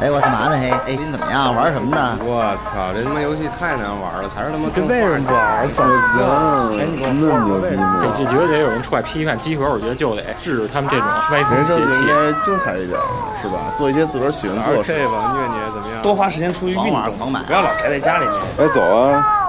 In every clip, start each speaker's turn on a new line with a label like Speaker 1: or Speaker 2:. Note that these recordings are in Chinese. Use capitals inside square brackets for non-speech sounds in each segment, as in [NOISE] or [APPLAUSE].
Speaker 1: 哎，我干嘛呢？嘿，哎，你怎么样？玩什么呢？
Speaker 2: 我操，这他妈游戏太难玩了，还是他妈
Speaker 3: 这为什么不玩？怎么
Speaker 4: 我
Speaker 3: 哎你给我
Speaker 4: 操，那么牛逼吗
Speaker 5: 这？这绝对得有人出来批判集合，我觉得就得制止他们这种
Speaker 3: 啊
Speaker 5: 歪
Speaker 4: 人
Speaker 5: 风
Speaker 4: 生
Speaker 5: 邪
Speaker 4: 就应
Speaker 5: 气。
Speaker 4: 该精彩一点，是吧？做一些自个儿喜欢
Speaker 2: 玩
Speaker 4: 做的事。
Speaker 2: 这吧，虐你怎么样？
Speaker 3: 多花时间出去运
Speaker 1: 狂玩
Speaker 3: 动，
Speaker 1: 狂买
Speaker 3: 不要老宅在家里面。
Speaker 4: 哎，走啊！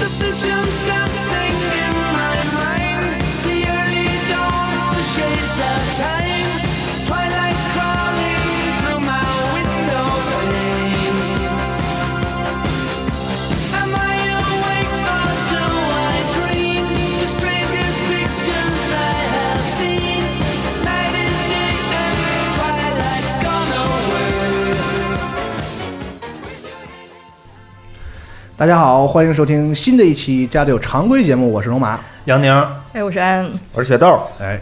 Speaker 6: The vision stops in my mind. The early dawn, the shades of time, twilight crawling through my window pane. Am I awake or do I dream? The strangest pictures I have seen. Night is day and twilight's gone away.
Speaker 7: 大家好，欢迎收听新的一期《家里有常规》节目，我是龙马。
Speaker 3: 杨宁，
Speaker 8: 哎，我是安，
Speaker 5: 嗯
Speaker 3: 我是雪豆，哎，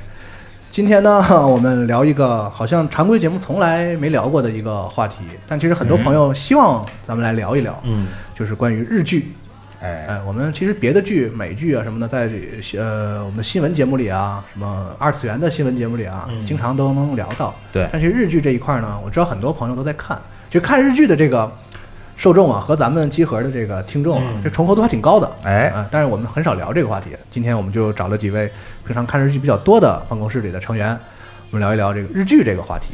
Speaker 7: 今天呢，我们聊一个好像常规节目从来没聊过的一个话题，但其实很多朋友希望咱们来聊一聊，
Speaker 3: 嗯，
Speaker 7: 就是关于日剧。
Speaker 3: 哎，
Speaker 7: 哎，我们其实别的剧、美剧啊什么的，在呃我们的新闻节目里啊，什么二次元的新闻节目里啊，经常都能聊到。
Speaker 3: 嗯对
Speaker 7: 但是日剧这一块呢，我知道很多朋友都在看，就看日剧的这个受众啊，和咱们集合的这个听众啊，
Speaker 3: 嗯
Speaker 7: 这重合度还挺高的。
Speaker 3: 哎
Speaker 7: 啊、但是我们很少聊这个话题。今天我们就找了几位平常看日剧比较多的办公室里的成员，我们聊一聊这个日剧这个话题。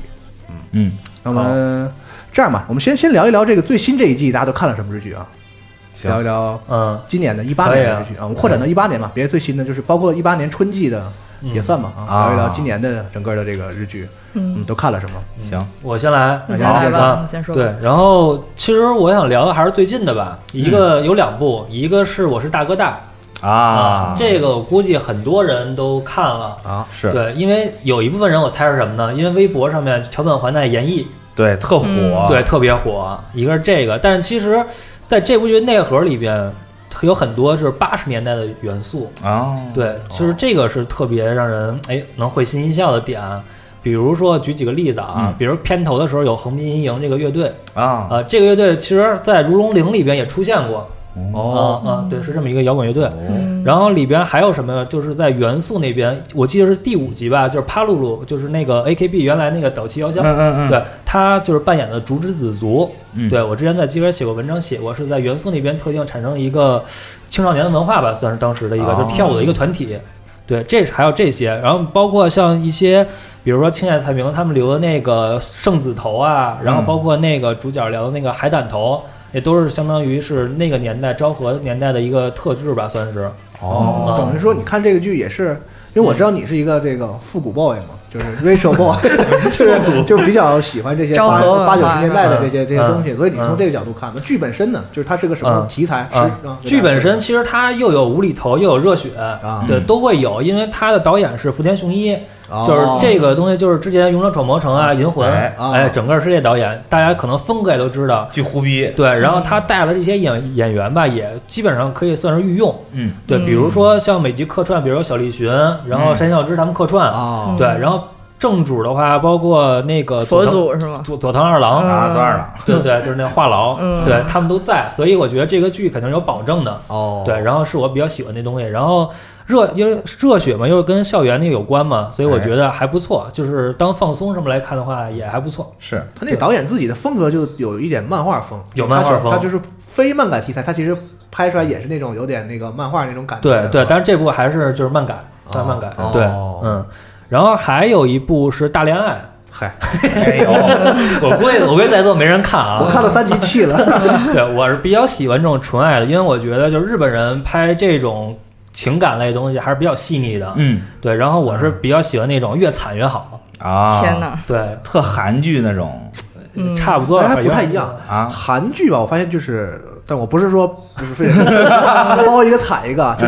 Speaker 3: 嗯，
Speaker 7: 那么这样吧，我们先先聊一聊这个最新这一季大家都看了什么日剧啊？
Speaker 3: 行
Speaker 7: 聊一聊
Speaker 3: 嗯，
Speaker 7: 今年的一八
Speaker 3: 可以
Speaker 7: 年
Speaker 3: 啊
Speaker 7: 的日剧啊，我们扩展到一八年嘛，别最新的就是包括一八年春季的也算吧啊，聊一聊今年的整个的这个日剧，嗯，都看了什么？
Speaker 3: 行，
Speaker 5: 嗯
Speaker 3: 我先来，
Speaker 8: 你先来吧，你嗯先说吧。
Speaker 5: 对，然后其实我想聊的还是最近的吧，一个有两部，一个是我是大哥大
Speaker 3: 嗯啊，
Speaker 5: 这个我估计很多人都看了。
Speaker 3: 啊是
Speaker 5: 对，因为有一部分人我猜是什么呢？因为微博上面桥本环奈演绎
Speaker 3: 对特
Speaker 8: 嗯
Speaker 3: 火，
Speaker 5: 对，特别火，一个是这个，但是其实在这部剧内核里边有很多就是八十年代的元素，
Speaker 3: 啊，
Speaker 5: 对，就是这个是特别让人哎能会心一笑的点。比如说，举几个例子啊
Speaker 3: 嗯，
Speaker 5: 比如片头的时候有横滨阴影这个乐队，
Speaker 3: 啊，
Speaker 5: 啊，这个乐队其实在《如龙零》里边也出现过，
Speaker 3: 嗯
Speaker 7: 哦，
Speaker 5: 啊啊，对，是这么一个摇滚乐队。
Speaker 3: 哦
Speaker 8: 嗯
Speaker 5: 然后里边还有什么呀？就是在元素那边，我记得是第五集吧，就是帕露露，就是那个 AKB 原来那个岛崎遥香，
Speaker 3: 嗯
Speaker 5: 对他就是扮演的竹之子族。
Speaker 3: 嗯
Speaker 5: 对我之前在基本写过文章，写过是在元素那边特定产生一个青少年的文化吧，算是当时的一个、
Speaker 3: 哦
Speaker 5: 就跳舞的一个团体。对，这是还有这些，然后包括像一些，比如说青叶才明他们留的那个圣子头啊，然后
Speaker 3: 嗯
Speaker 5: 包括那个主角聊的那个海胆头，也都是相当于是那个年代昭和年代的一个特质吧，算是。
Speaker 3: 哦
Speaker 5: 啊
Speaker 7: 等于说你看这个剧也是，因为我知道你是一个这个复古 boy
Speaker 5: 嗯
Speaker 7: 嘛，就是 retro
Speaker 5: [LAUGHS]
Speaker 7: boy，就是就比较喜欢这些
Speaker 8: 昭
Speaker 7: 八
Speaker 8: 和文化
Speaker 7: 八九十年代的这些这些
Speaker 5: 嗯
Speaker 7: 东西，所以你从
Speaker 5: 嗯
Speaker 7: 这个角度看，那剧本身呢，就是它是个什么
Speaker 5: 嗯
Speaker 7: 题材？
Speaker 5: 啊
Speaker 7: 是啊
Speaker 5: 剧本身其实它又有无厘头，又有热血，
Speaker 7: 啊
Speaker 5: 对，都会有，因为它的导演是福田雄一，
Speaker 7: 哦
Speaker 5: 就是这个东西，就是之前《勇者闯魔城》啊，《银魂》
Speaker 3: 哎
Speaker 7: 啊
Speaker 5: 哎，整个世界导演，大家可能风格也都知道。
Speaker 3: 巨忽逼，
Speaker 5: 对，然后他带了这些演演员吧，也基本上可以算是御用。
Speaker 3: 嗯，
Speaker 5: 对，
Speaker 8: 嗯
Speaker 5: 比如说像每集客串，比如小栗旬，然后
Speaker 3: 嗯
Speaker 5: 山孝之他们客串。
Speaker 7: 啊，
Speaker 5: 对，然后正主的话，包括那个
Speaker 8: 佛
Speaker 5: 佐藤
Speaker 8: 祖是吗？
Speaker 5: 佐佐藤二郎，
Speaker 3: 啊算了，
Speaker 5: 对对，就是那话痨，
Speaker 8: 嗯
Speaker 5: 对他们都在，所以我觉得这个剧肯定是有保证的。
Speaker 7: 哦，
Speaker 5: 嗯对，然后是我比较喜欢那东西，然后热因为热血嘛，又是跟校园那个有关嘛，所以我
Speaker 3: 哎
Speaker 5: 觉得还不错，就是当放松什么来看的话也还不错。
Speaker 3: 是
Speaker 7: 他那导演自己的风格就有一点漫画风，
Speaker 5: 有漫画风
Speaker 7: 他就是非漫改题材，他其实拍出来也是那种有点那个漫画那种感觉
Speaker 5: 对
Speaker 7: 的。
Speaker 5: 对，但是这部还是就是漫改，算漫改，对，
Speaker 7: 哦
Speaker 5: 嗯。然后还有一部是《大恋爱 [LAUGHS] 哎
Speaker 7: 嗨，》，
Speaker 5: 我估计我估计在座没人看啊。
Speaker 7: 我看了三集气了。
Speaker 5: 对，我是比较喜欢这种纯爱的，因为我觉得就是日本人拍这种。情感类的东西还是比较细腻的。
Speaker 3: 嗯，
Speaker 5: 对。然后我是比较喜欢那种越惨越好。
Speaker 3: 啊，
Speaker 8: 天哪，
Speaker 5: 对，
Speaker 3: 特韩剧那种
Speaker 8: 嗯，
Speaker 5: 差不多
Speaker 7: 哎还不太一样。
Speaker 3: 啊，
Speaker 7: 韩剧吧，我发现就是，但我不是说不是非
Speaker 3: [LAUGHS]
Speaker 7: 得包一个踩一个，啊
Speaker 3: 嗯
Speaker 7: 就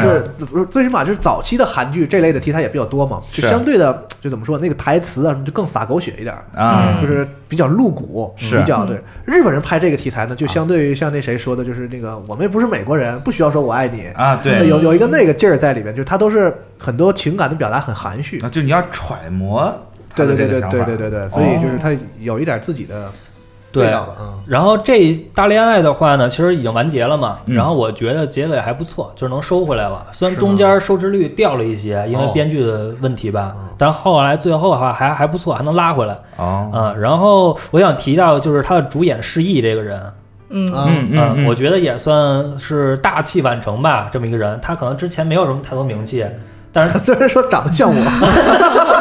Speaker 7: 是最起码就是早期的韩剧这类的题材也比较多嘛，就是相对的就怎么说那个台词啊就更洒狗血一点儿，
Speaker 3: 啊
Speaker 8: 嗯
Speaker 7: 就是比较露骨，
Speaker 3: 是嗯啊
Speaker 7: 比较对。日本人拍这个题材呢，就相对于像那谁说的，就是那个我们也不是美国人，不需要说我爱你，
Speaker 3: 啊，
Speaker 5: 哎
Speaker 3: 对，
Speaker 7: 有有一个那个劲儿在里面，就是他都是很多情感的表达很含蓄
Speaker 3: 啊，就你要揣摩他
Speaker 7: 对
Speaker 3: 的
Speaker 7: 对
Speaker 3: 这个
Speaker 7: 对对
Speaker 3: 想法，
Speaker 7: 对对对对，所以就是
Speaker 3: 哦
Speaker 7: 他有一点自己的 [LAUGHS]
Speaker 5: 对
Speaker 7: 味道吧，嗯。
Speaker 5: 然后这大恋爱的话呢，其实已经完结了嘛，
Speaker 3: 嗯
Speaker 5: 然后我觉得结尾还不错，就是能收回来了。虽然中间收视率掉了一些，因为
Speaker 3: 哦
Speaker 5: 编剧的问题吧，但后来最后的话还还不错，还能拉回来。
Speaker 3: 哦，
Speaker 5: 嗯，然后我想提到就是他的主演释义这个人，哦啊
Speaker 8: 嗯，
Speaker 7: 嗯，
Speaker 3: 嗯嗯，
Speaker 5: 我觉得也算是大器晚成吧，这么一个人，他可能之前没有什么太多名气，但是
Speaker 7: 都是说长得像我，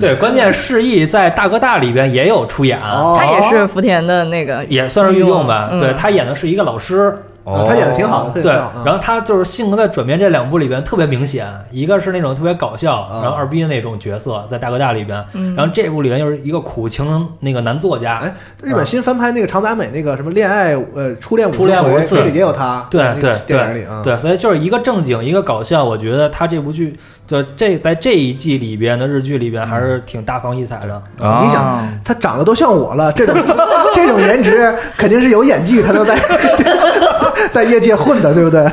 Speaker 5: 对，关键释义在《大哥大》里边也有出演，
Speaker 8: 他也是福田的那个，
Speaker 5: 也算是御用吧。
Speaker 8: 嗯
Speaker 5: 对他演的是一个老师，
Speaker 7: 啊他演的挺好嗯的，
Speaker 5: 哦对，
Speaker 7: 然
Speaker 5: 然后他就是性格的转变，这两部里边特别明显，一个是那种特别搞笑，
Speaker 7: 嗯
Speaker 5: 然后二逼的那种角色，在《大哥大》里边，
Speaker 8: 嗯
Speaker 5: 然后这部里边又是一个苦情那个男作家，
Speaker 7: 哎，日本新翻拍那个长泽雅美那个什么恋爱呃初恋五
Speaker 5: 初恋五
Speaker 7: 五
Speaker 5: 十次
Speaker 7: 里也有他，
Speaker 5: 对
Speaker 7: 那
Speaker 5: 对
Speaker 7: 个电影里啊，
Speaker 5: 对，所以就是一个正经，一个搞笑。我觉得他这部剧，就这在这一季里边的日剧里边，还是挺大放异彩的。
Speaker 3: 啊
Speaker 7: 你想他长得都像我了，这种 [LAUGHS] 这种颜值肯定是有演技才能在 [LAUGHS] 在业界混的，对不对？
Speaker 5: 啊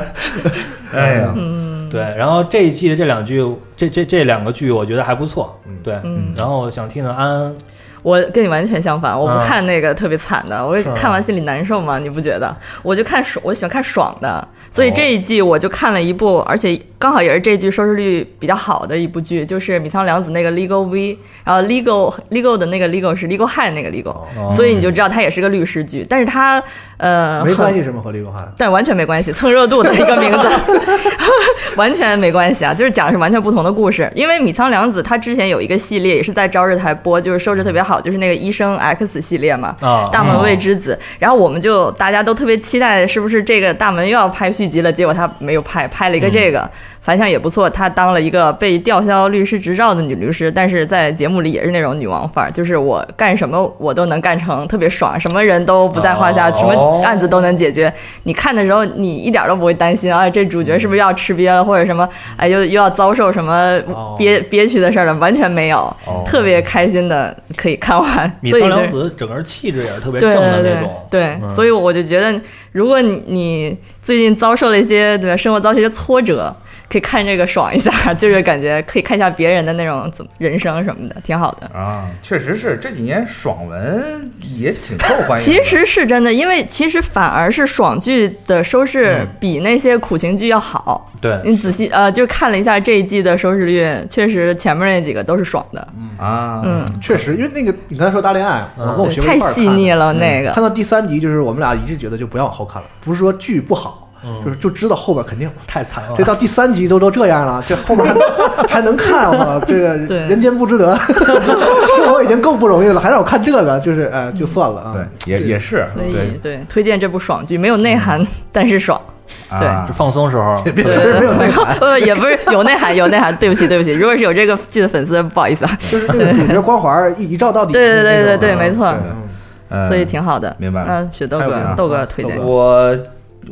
Speaker 3: 哎呀，
Speaker 7: 嗯
Speaker 8: 嗯
Speaker 5: 对，然后这一季的这两剧，这这这两个剧，我觉得还不错。对，
Speaker 8: 嗯
Speaker 5: 然后想听听安安，
Speaker 8: 我跟你完全相反，我不
Speaker 5: 啊
Speaker 8: 看那个特别惨的，我
Speaker 5: 是吗
Speaker 8: 看完心里难受嘛，你不觉得？我就看爽，我喜欢看爽的，所
Speaker 5: 哦
Speaker 8: 以这一季我就看了一部，而且刚好也是这季收视率比较好的一部剧，就是米仓凉子那个《Legal V》，然后《Legal Legal》的那个 Legal 是 Legal High 那个 Legal，、所以
Speaker 5: 哦
Speaker 8: 你就知道它也是个律师剧，但是它呃
Speaker 7: 没关
Speaker 8: 很
Speaker 7: 系，什么和李永汉
Speaker 8: 但完全没关系，蹭热度的一个名
Speaker 5: [LAUGHS]
Speaker 8: 字， [LAUGHS] 完全没关系啊，就是讲的是完全不同的故事。因为米仓凉子她之前有一个系列也是在朝日台播，就是收视特别好，就是那个医生 X 系列嘛，
Speaker 5: 啊
Speaker 8: 大门未之子。然后我们就大家都特别期待，是不是这个大门又要拍续集了？结果他没有拍，拍了一个这
Speaker 5: 嗯
Speaker 8: 个，反响也不错。她当了一个被吊销律师执照的女律师，但是在节目里也是那种女王范儿，就是我干什么我都能干成，特别爽，什么人都不在话下，
Speaker 5: 哦
Speaker 8: 什么案子都能解决。你看的时候，你一点都不会担心啊，这主角
Speaker 5: 嗯
Speaker 8: 是不是要吃瘪了，或者什么，哎，又又要遭受什么
Speaker 7: 哦
Speaker 8: 憋憋屈的事儿了，完全没有，
Speaker 3: 哦
Speaker 8: 特别开心的可以看完。
Speaker 5: 米
Speaker 8: 所以
Speaker 5: 仓
Speaker 8: 就是
Speaker 5: 良子整个人气质也是特别
Speaker 8: 对
Speaker 5: 正
Speaker 8: 对
Speaker 5: 的那
Speaker 8: 对
Speaker 5: 种。
Speaker 8: 对，
Speaker 5: 嗯
Speaker 8: 所以我就觉得，如果你你最近遭受了一些对吧，生活遭受一些挫折，可以看这个爽一下，就是感觉可以看一下别人的那种怎么人生什么的，挺好的。
Speaker 3: 啊，确实是这几年爽文也挺受欢迎的，
Speaker 8: 其实是真的，因为其实反而是爽剧的收
Speaker 5: 嗯
Speaker 8: 视比那些苦情剧要好。
Speaker 5: 对
Speaker 8: 你仔细呃，就看了一下这一季的收视率，确实前面那几个都是爽的，
Speaker 3: 啊，
Speaker 8: 嗯，
Speaker 7: 确实，因为那个你刚才说大恋爱，
Speaker 5: 嗯
Speaker 7: 我跟我媳妇
Speaker 8: 太
Speaker 7: 一块儿
Speaker 8: 细
Speaker 7: 看的嗯
Speaker 8: 腻了那个。
Speaker 7: 看到第三集，就是我们俩一致觉得就不要往后看了，不是说剧不好，
Speaker 5: 嗯
Speaker 7: 就是就知道后边肯定。
Speaker 5: 太惨了
Speaker 8: 哦
Speaker 7: 这。到第三集都都这样了，这后面
Speaker 8: [LAUGHS]
Speaker 7: 还还能看我这个
Speaker 8: 对
Speaker 7: 人间不
Speaker 8: [LAUGHS]
Speaker 7: 值得，生活已经够不容易了，还让我看这个，就是呃，
Speaker 8: 嗯
Speaker 7: 就算了啊。
Speaker 3: 对，也也是
Speaker 8: 所以
Speaker 3: 对
Speaker 8: 对，推荐这部爽剧，没有内涵， [LAUGHS] 但是爽。
Speaker 3: 啊
Speaker 5: 是，放松时候，
Speaker 7: 别说嗯 [LAUGHS] 是没有内涵，
Speaker 8: [LAUGHS] 呃，也不是有内涵，有内涵。对不起，对不起，如果是有这个剧的粉丝，不好意思啊。
Speaker 7: [LAUGHS] 就是这个主角光环儿一一照到底的
Speaker 8: 对
Speaker 7: 那种
Speaker 8: 对
Speaker 7: 啊。
Speaker 8: 对对对，没错，
Speaker 3: 嗯
Speaker 8: 所以挺呃好的。
Speaker 3: 明白了
Speaker 8: 嗯，雪豆
Speaker 7: 太有意思
Speaker 8: 哥
Speaker 7: 了，
Speaker 8: 豆哥推荐
Speaker 7: 豆。
Speaker 3: 我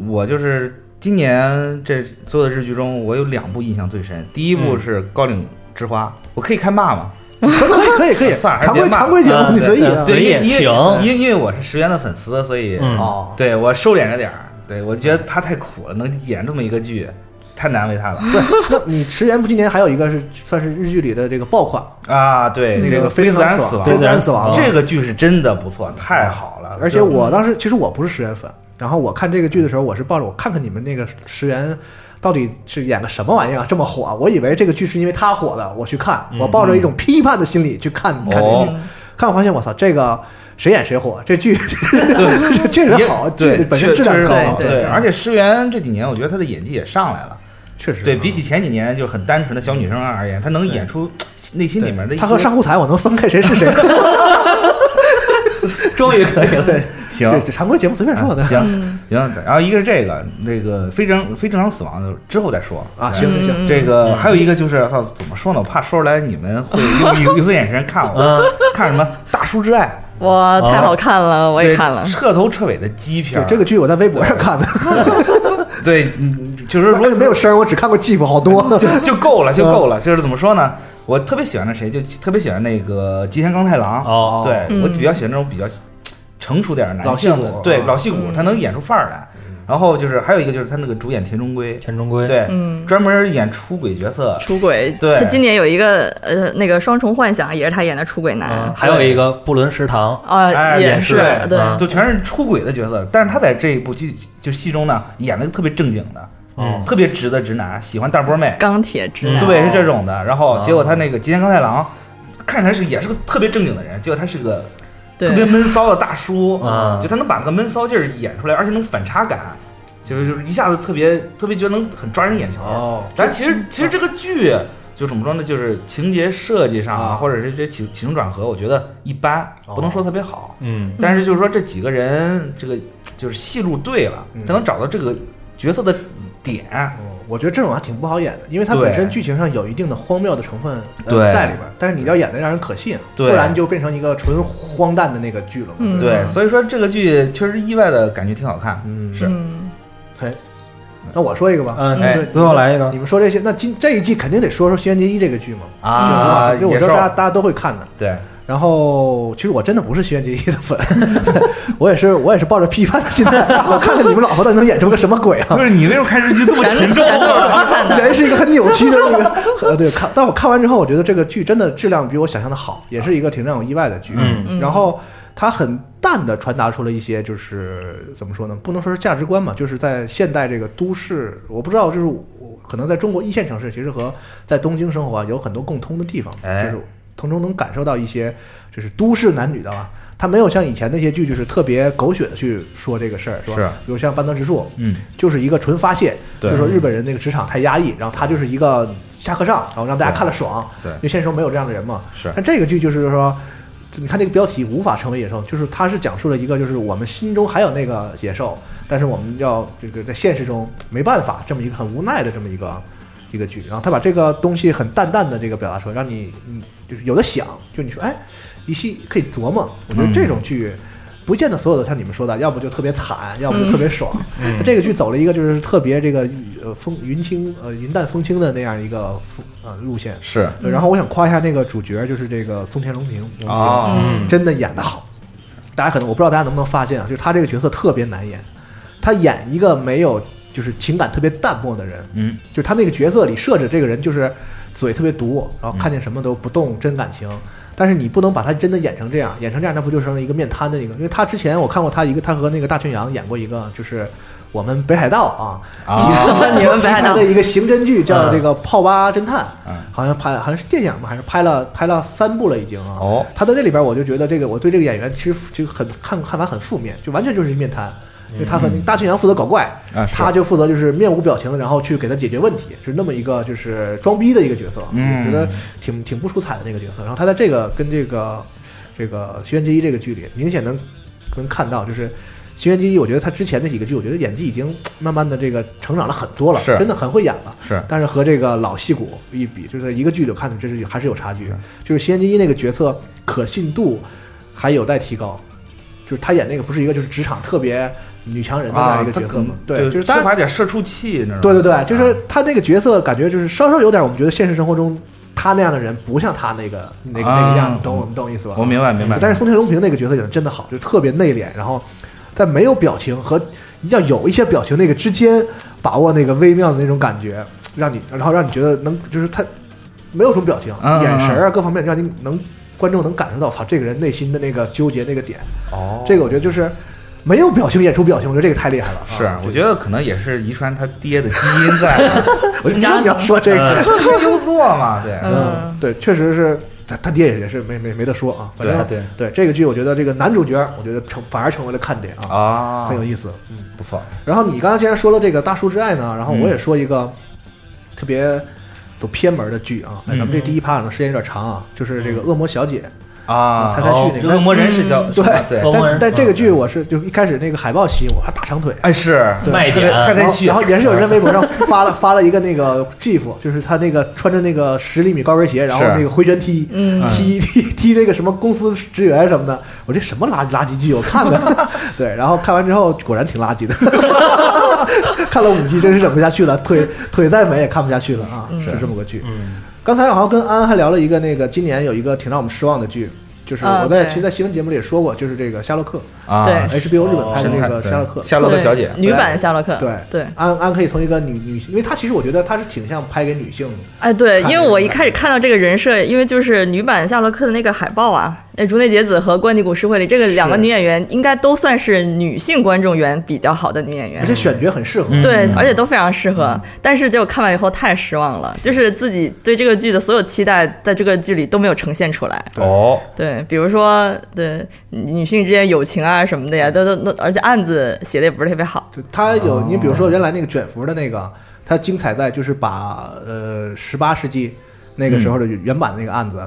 Speaker 3: 我就是今年这所有的日剧中，我有两部印象最深。第一
Speaker 8: 嗯
Speaker 3: 部是《高岭之花》，我可以开骂吗？
Speaker 7: 可以可以可以，
Speaker 3: 算了还是
Speaker 7: 常
Speaker 3: 别
Speaker 7: 规
Speaker 3: 骂
Speaker 7: 常规节目
Speaker 5: 嗯
Speaker 7: 你随意啊。
Speaker 5: 对
Speaker 3: 因为
Speaker 5: 请
Speaker 3: 因为因为我是石原的粉丝，所以
Speaker 5: 嗯
Speaker 7: 哦，
Speaker 3: 对我收敛着点儿。对我觉得他太苦了，能演这么一个剧，太难为他了
Speaker 7: 那你池原不今年还有一个是算是日剧里的这个爆款，
Speaker 3: 啊！对
Speaker 7: 那
Speaker 3: 这个非
Speaker 7: 非
Speaker 3: 自然
Speaker 7: 常
Speaker 3: 死亡
Speaker 7: 非自然死亡，
Speaker 3: 这个剧是真的不错，太好了。
Speaker 7: 而且我当时其实我不是石原粉，然后我看这个剧的时候，我是抱着我看看你们那个石原到底是演个什么玩意儿啊，这么火、我以为这个剧是因为他火的，我去看，
Speaker 3: 嗯
Speaker 7: 我抱着一种批判的心理去看、看这
Speaker 3: 哦
Speaker 7: 个剧，看我发现我操，这个谁演谁火，
Speaker 3: [LAUGHS]
Speaker 7: 这剧确实
Speaker 3: 也
Speaker 7: 好，
Speaker 3: 对
Speaker 7: 剧本身
Speaker 3: 确
Speaker 7: 质量
Speaker 3: 确实
Speaker 7: 高
Speaker 3: 好
Speaker 7: 啊，
Speaker 8: 对
Speaker 3: 对
Speaker 8: 对
Speaker 3: 而且石原这几年，我觉得他的演技也上来了。
Speaker 7: 确实啊
Speaker 3: 对比起前几年就很单纯的小女生而言，她能演出内心里面的一些 [LAUGHS]
Speaker 7: 他和上户彩，我能分开谁是谁。
Speaker 5: 终于可以了。
Speaker 7: 对，
Speaker 3: 行啊
Speaker 7: 这这常规节目随
Speaker 8: [LAUGHS]
Speaker 7: 便说的。
Speaker 3: 行
Speaker 8: 嗯
Speaker 3: 行，然后一个是这个那个非正非正常死亡的之后再说
Speaker 7: 啊
Speaker 3: 对
Speaker 7: 行行行
Speaker 3: 这个
Speaker 5: 嗯
Speaker 3: 还有一个就是操怎么说呢？我怕说出来你们会
Speaker 8: [LAUGHS]
Speaker 3: 用有有色眼神看
Speaker 5: 嗯
Speaker 3: 我， [LAUGHS] 看什么《大叔之爱
Speaker 8: 哇，太好看了，》，
Speaker 7: 哦
Speaker 8: 我也
Speaker 3: 对
Speaker 8: 看了。
Speaker 3: 彻头彻尾的鸡片
Speaker 7: 对
Speaker 3: 儿。
Speaker 7: 这个剧我在微博上看的，
Speaker 3: 对，嗯就是
Speaker 7: 而 [LAUGHS]
Speaker 3: 说
Speaker 7: 且没有声，我只看过 GIF
Speaker 3: [LAUGHS]
Speaker 7: 好多。
Speaker 3: 就就够了，就
Speaker 7: 嗯
Speaker 3: 够了。就是怎么说呢？我特别喜欢那谁，就特别喜欢那个吉田刚太郎。
Speaker 5: 哦
Speaker 3: [LAUGHS] 对、
Speaker 8: 嗯
Speaker 3: 我比较喜欢这种比较成熟点儿的男性的
Speaker 7: 老戏骨嗯
Speaker 3: 对
Speaker 7: 啊
Speaker 3: 老戏骨，他能演出范儿来。然后就是还有一个就是他那个主演田中圭，
Speaker 5: 陈中规，
Speaker 3: 对，
Speaker 8: 嗯
Speaker 3: 专门演出轨角色。
Speaker 8: 出轨，
Speaker 3: 对
Speaker 8: 他今年有一个呃，那个双重幻想也是他演的出轨
Speaker 5: 嗯，
Speaker 8: 男，
Speaker 5: 还有一个布伦食堂，
Speaker 8: 啊，
Speaker 3: 哎，
Speaker 8: 也
Speaker 3: 是
Speaker 8: 是
Speaker 3: 对，
Speaker 8: 对，
Speaker 3: 就全是出轨的角色，但是他在这一部剧就戏中呢，演了个特别正经的，
Speaker 5: 嗯
Speaker 3: 特别直的直男，喜欢大波妹，
Speaker 8: 钢铁直
Speaker 5: 嗯
Speaker 8: 男，
Speaker 3: 对，是这种的。然后
Speaker 5: 哦
Speaker 3: 结果他那个吉田刚太郎，看起来是也是个特别正经的人，结果他是个
Speaker 8: 对，
Speaker 3: 特别闷骚的大叔，
Speaker 5: 啊
Speaker 3: 就他能把那个闷骚劲儿演出来，而且那种反差感，就是就是一下子特别特别觉得能很抓人眼球。
Speaker 7: 哦
Speaker 3: 但其实其实这个剧就怎么说呢，就是情节设计上啊，
Speaker 7: 啊
Speaker 3: 或者是这情起承转合，我觉得一般，不能说特别好。
Speaker 5: 嗯
Speaker 3: 但是就是说这几个人这个就是戏路对了，
Speaker 7: 嗯
Speaker 3: 他能找到这个角色的点。
Speaker 7: 我觉得这种还挺不好演的，因为它
Speaker 3: 对
Speaker 7: 本身剧情上有一定的荒谬的成分呃
Speaker 3: 对
Speaker 7: 在里边儿，但是你要演的让人可信，不
Speaker 3: 对
Speaker 7: 然就变成一个纯荒诞的那个剧了嘛。
Speaker 8: 嗯
Speaker 3: 对，所以说这个剧确实意外的感觉挺好看。
Speaker 7: 嗯哎
Speaker 3: 是
Speaker 8: 嗯，
Speaker 7: 那我说一个吧，
Speaker 5: 嗯，
Speaker 3: 哎
Speaker 5: 最后来一个
Speaker 7: 你，们说这些，那今这一季肯定得说说《轩辕剑一》这个剧嘛，
Speaker 3: 啊
Speaker 7: 就我
Speaker 3: 野
Speaker 7: 知道
Speaker 3: 兽
Speaker 7: 大家大家都会看的。
Speaker 3: 对，
Speaker 7: 然后，其实我真的不是《轩辕剑一》的粉， [LAUGHS] 我也是我也是抱着批判的心态， [LAUGHS] 我看看你们老婆到底能演出个什么鬼啊
Speaker 3: 不！是你为什么看日剧这么
Speaker 8: 全
Speaker 3: 沉
Speaker 8: 全
Speaker 3: 重？
Speaker 8: 都是批判的，
Speaker 7: 人是一个很扭曲的那个，呃，对，看，但我看完之后，我觉得这个剧真的质量比我想象的好，也是一个挺让我意外的剧。
Speaker 5: 嗯
Speaker 7: 然后它很淡的传达出了一些，就是怎么说呢？不能说是价值观嘛，就是在现代这个都市，我不知道，就是我可能在中国一线城市，其实和在东京生活啊有很多共通的地方，
Speaker 3: 哎
Speaker 7: 就是从中能感受到一些就是都市男女的啊。他没有像以前那些剧，就是特别狗血的去说这个事儿，是吧？
Speaker 3: 是
Speaker 7: 比如像《半泽直树》，
Speaker 3: 嗯，
Speaker 7: 就是一个纯发泄，
Speaker 3: 对
Speaker 7: 就说日本人那个职场太压抑，然后他就是一个下课上，然后让大家看了爽，
Speaker 3: 对
Speaker 7: 因为现实中没有这样的人嘛。
Speaker 3: 是
Speaker 7: 但这个剧就是说，就你看那个标题“无法成为野兽”，就是它是讲述了一个就是我们心中还有那个野兽，但是我们要这个在现实中没办法这么一个很无奈的这么一个一个剧，然后他把这个东西很淡淡的这个表达出来，让你你就是有的想，就你说哎，一戏可以琢磨。我觉
Speaker 5: 嗯
Speaker 7: 得这种剧。不见得所有的像你们说的，要不就特别惨，要不就特别爽。
Speaker 5: 嗯
Speaker 7: 这个剧走了一个就是特别这个呃风云轻呃云淡风轻的那样一个风呃路线。
Speaker 3: 是
Speaker 7: 对然后我想夸一下那个主角，就是这个松田龙平，
Speaker 3: 啊，
Speaker 5: 嗯
Speaker 7: 真的演得好。大家可能我不知道大家能不能发现啊，就是他这个角色特别难演，他演一个没有就是情感特别淡漠的人，
Speaker 3: 嗯，
Speaker 7: 就是他那个角色里设置这个人就是嘴特别毒，然后看见什么都不动真感情。但是你不能把他真的演成这样，演成这样，那不就成了一个面瘫的一个？因为他之前我看过他一个，他和那个大泉洋演过一个，就是我们北海道啊，
Speaker 3: 啊
Speaker 7: 题
Speaker 8: 你们
Speaker 7: 题
Speaker 8: 北海
Speaker 7: 材
Speaker 8: 道
Speaker 7: 的一个刑侦剧
Speaker 3: [LAUGHS]
Speaker 7: 叫这个《泡吧侦探》
Speaker 3: 嗯，
Speaker 7: 好像拍好像是电影吧，还是拍了拍了三部了已经啊。
Speaker 3: 哦，
Speaker 7: 他在那里边，我就觉得这个我对这个演员其实就很看看法很负面，就完全就是一面瘫。因为他
Speaker 3: 嗯
Speaker 7: 和那个大俊阳负责搞怪，
Speaker 3: 啊是
Speaker 7: 他就负责就是面无表情，然后去给他解决问题，是那么一个就是装逼的一个角色，
Speaker 3: 嗯
Speaker 7: 我觉得挺挺不出彩的那个角色。然后他在这个跟这个这个《轩辕剑一》这个剧里，明显能能看到，就是《轩辕剑一》，我觉得他之前的几个剧，我觉得演技已经慢慢的这个成长了很多了，
Speaker 3: 是
Speaker 7: 真的很会演了。
Speaker 3: 是
Speaker 7: 但是和这个老戏骨一比，就是一个剧里看的，这是还是有差距。就是《仙剑一》那个角色可信度还有待提高，就是他演那个不是一个就是职场特别女强人的
Speaker 3: 啊
Speaker 7: 那样一个角色嘛？对，
Speaker 3: 就是嗯缺
Speaker 7: 大家
Speaker 3: 乏点社畜气，你知道吗？
Speaker 7: 对对对，
Speaker 3: 啊
Speaker 7: 就是他那个角色感觉就是稍稍有点我们觉得现实生活中他那样的人不像他那个那个那个样，
Speaker 3: 啊
Speaker 7: 你懂我你懂我意思吧？
Speaker 3: 我明白明白。
Speaker 7: 嗯但是松田龙平那个角色演的真的好，就特别内敛，然后在没有表情和要有一些表情那个之间把握那个微妙的那种感觉，让你然后让你觉得能就是他没有什么表情，
Speaker 3: 嗯嗯嗯
Speaker 7: 眼神啊各方面让你能观众能感受到，操，这个人内心的那个纠结那个点。
Speaker 3: 哦
Speaker 7: 这个我觉得就是没有表情演出表情，我觉得这个太厉害了
Speaker 3: [LAUGHS]
Speaker 7: 啊。
Speaker 3: 是，我觉得可能也是遗传他爹的基因在， [LAUGHS]
Speaker 7: 我就知道你要说这个，
Speaker 3: 优作嘛，对，
Speaker 7: 嗯，对，确实是他他爹也是没没没得说啊。反
Speaker 3: 对
Speaker 7: 正
Speaker 5: 对
Speaker 7: 对这个剧，我觉得这个男主角，我觉得成反而成为了看点啊，
Speaker 3: 啊，
Speaker 7: 很有意思。
Speaker 3: 不错，
Speaker 7: 然后你刚才既然说了这个《大叔之爱》呢，然后我
Speaker 3: 嗯
Speaker 7: 也说一个
Speaker 3: 嗯
Speaker 7: 特别都偏门的剧啊，哎，咱们这第一趴可能时间有点长啊，就是这个《恶魔小姐》
Speaker 3: 啊
Speaker 7: 猜猜剧
Speaker 3: 哦
Speaker 7: 那个
Speaker 3: 恶魔人是
Speaker 5: 嗯
Speaker 3: 小
Speaker 7: 对
Speaker 3: 啊对恶魔人
Speaker 7: 但但这个剧我是就一开始那个海报吸引我，啊大长腿，
Speaker 3: 哎是
Speaker 7: 对
Speaker 3: 卖点
Speaker 7: 然后
Speaker 3: 猜猜剧
Speaker 7: 然后也是有人在
Speaker 3: [LAUGHS]
Speaker 7: 微博上发了发了一个那个 GIF，就是他那个穿着那个十厘米高跟鞋，然后
Speaker 3: 是
Speaker 7: 那个回旋踢
Speaker 3: 嗯
Speaker 7: [LAUGHS] 踢踢踢那个什么公司职员什么的，我这什么垃垃圾剧，我看的， [LAUGHS] 对，然后看完之后果然挺垃圾的， [LAUGHS] 看了五集真是忍不下去了，腿腿再美也看不下去了啊，
Speaker 3: 嗯
Speaker 7: 是这么个剧。刚才好像跟安还聊了一个那个今年有一个挺让我们失望的剧，就是
Speaker 3: 啊
Speaker 7: 我在
Speaker 3: 对
Speaker 7: 其实，在新闻节目里也说过，就是这个《夏洛克》
Speaker 3: 啊对
Speaker 7: HBO 日本拍的
Speaker 3: 神
Speaker 7: 那
Speaker 3: 探
Speaker 7: 个《
Speaker 3: 对
Speaker 7: 夏洛克》，
Speaker 3: 哦夏洛克小姐
Speaker 8: 对女版夏洛克
Speaker 7: 对
Speaker 8: 对，
Speaker 7: 安安可以从一个女女性，因为她其实我觉得她是挺像拍给女性
Speaker 8: 哎，对，
Speaker 7: 看
Speaker 8: 因为我一开始看到这个人设，因为就是女版夏洛克的那个海报啊，那竹内结子和关帝谷诗惠里这个两个
Speaker 7: 是
Speaker 8: 女演员，应该都算是女性观众缘比较好的女演员，
Speaker 7: 而且选角很适合，
Speaker 8: 对，而且都非常适合。但是结果看完以后太失望了，就是自己对这个剧的所有期待，在这个剧里都没有呈现出来。
Speaker 3: 哦，
Speaker 8: 对，比如说对女性之间友情啊什么的呀，都都都，而且案子写的也不是特别好。
Speaker 7: 她有你比如说原来那个卷福的那个，她精彩在就是把呃十八世纪那个时候的原版的那个案子。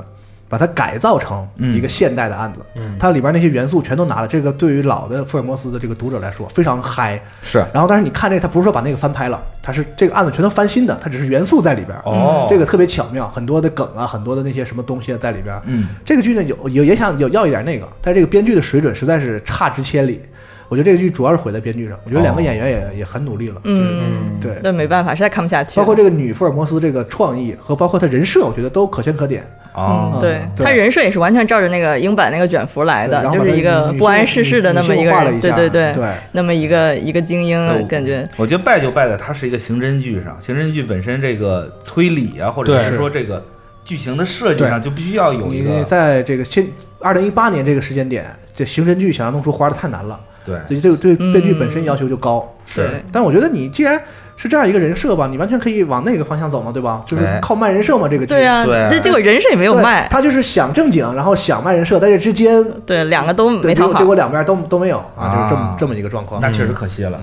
Speaker 7: 把它改造成一个现代的案子，它里边那些元素全都拿了。这个对于老的福尔摩斯的这个读者来说非常嗨，
Speaker 3: 是
Speaker 7: 然后，但是你看这个，他不是说把那个翻拍了，他是这个案子全都翻新的，它只是元素在里边儿。
Speaker 3: 哦
Speaker 7: 嗯这个特别巧妙，很多的梗啊，很多的那些什么东西在里边儿。
Speaker 3: 嗯，
Speaker 7: 这个剧呢，有有也想有要一点那个，但这个编剧的水准实在是差之千里。我觉得这个剧主要是毁在编剧上，我觉得两个
Speaker 8: 哦
Speaker 7: 演员也、也很努力了。
Speaker 8: 嗯，
Speaker 7: 对
Speaker 8: 那没办法，实在看不下去。
Speaker 7: 包括这个女福尔摩斯这个创意和包括她人设，我觉得都可圈可点。
Speaker 3: 啊
Speaker 8: 嗯，对
Speaker 7: 嗯
Speaker 8: 他人设也是完全照着那个英版那个卷福来的
Speaker 7: 对然，后
Speaker 8: 就是
Speaker 7: 把它
Speaker 8: 一个
Speaker 7: 女
Speaker 8: 不谙世事的那么
Speaker 7: 女
Speaker 8: 一
Speaker 7: 性
Speaker 8: 个
Speaker 7: 化了
Speaker 8: 人，
Speaker 7: 一
Speaker 8: 对
Speaker 7: 下
Speaker 8: 对对
Speaker 7: 对，
Speaker 8: 那么一个一个精
Speaker 3: 那我
Speaker 8: 嗯英，感觉
Speaker 3: 我觉得败就败在它是一个刑侦剧上，刑侦剧本身这个推理啊，或者
Speaker 7: 对
Speaker 3: 是说这个剧情的设计上，
Speaker 7: 对
Speaker 3: 就必须要有一
Speaker 7: 你
Speaker 3: 个
Speaker 7: 在这个现二零一八年这个时间点，这刑侦剧想要弄出花的太难了。
Speaker 3: 对
Speaker 7: 对这个对
Speaker 8: 嗯
Speaker 7: 编剧本身要求就高。
Speaker 3: 是对
Speaker 7: 但我觉得你既然是这样一个人设吧，你完全可以往那个方向走嘛，对吧？就是
Speaker 3: 哎
Speaker 7: 靠卖人设嘛，这个剧。
Speaker 8: 对啊对这结果人设也没有
Speaker 7: 对
Speaker 8: 卖
Speaker 7: 他就是想正经，然后想卖人设，在这之间，
Speaker 8: 对两个都嗯没
Speaker 7: 对结
Speaker 8: 讨
Speaker 7: 果
Speaker 8: 好
Speaker 7: 结果两边都都没有啊，就是这么这么一个状况。嗯
Speaker 3: 那确实可惜了。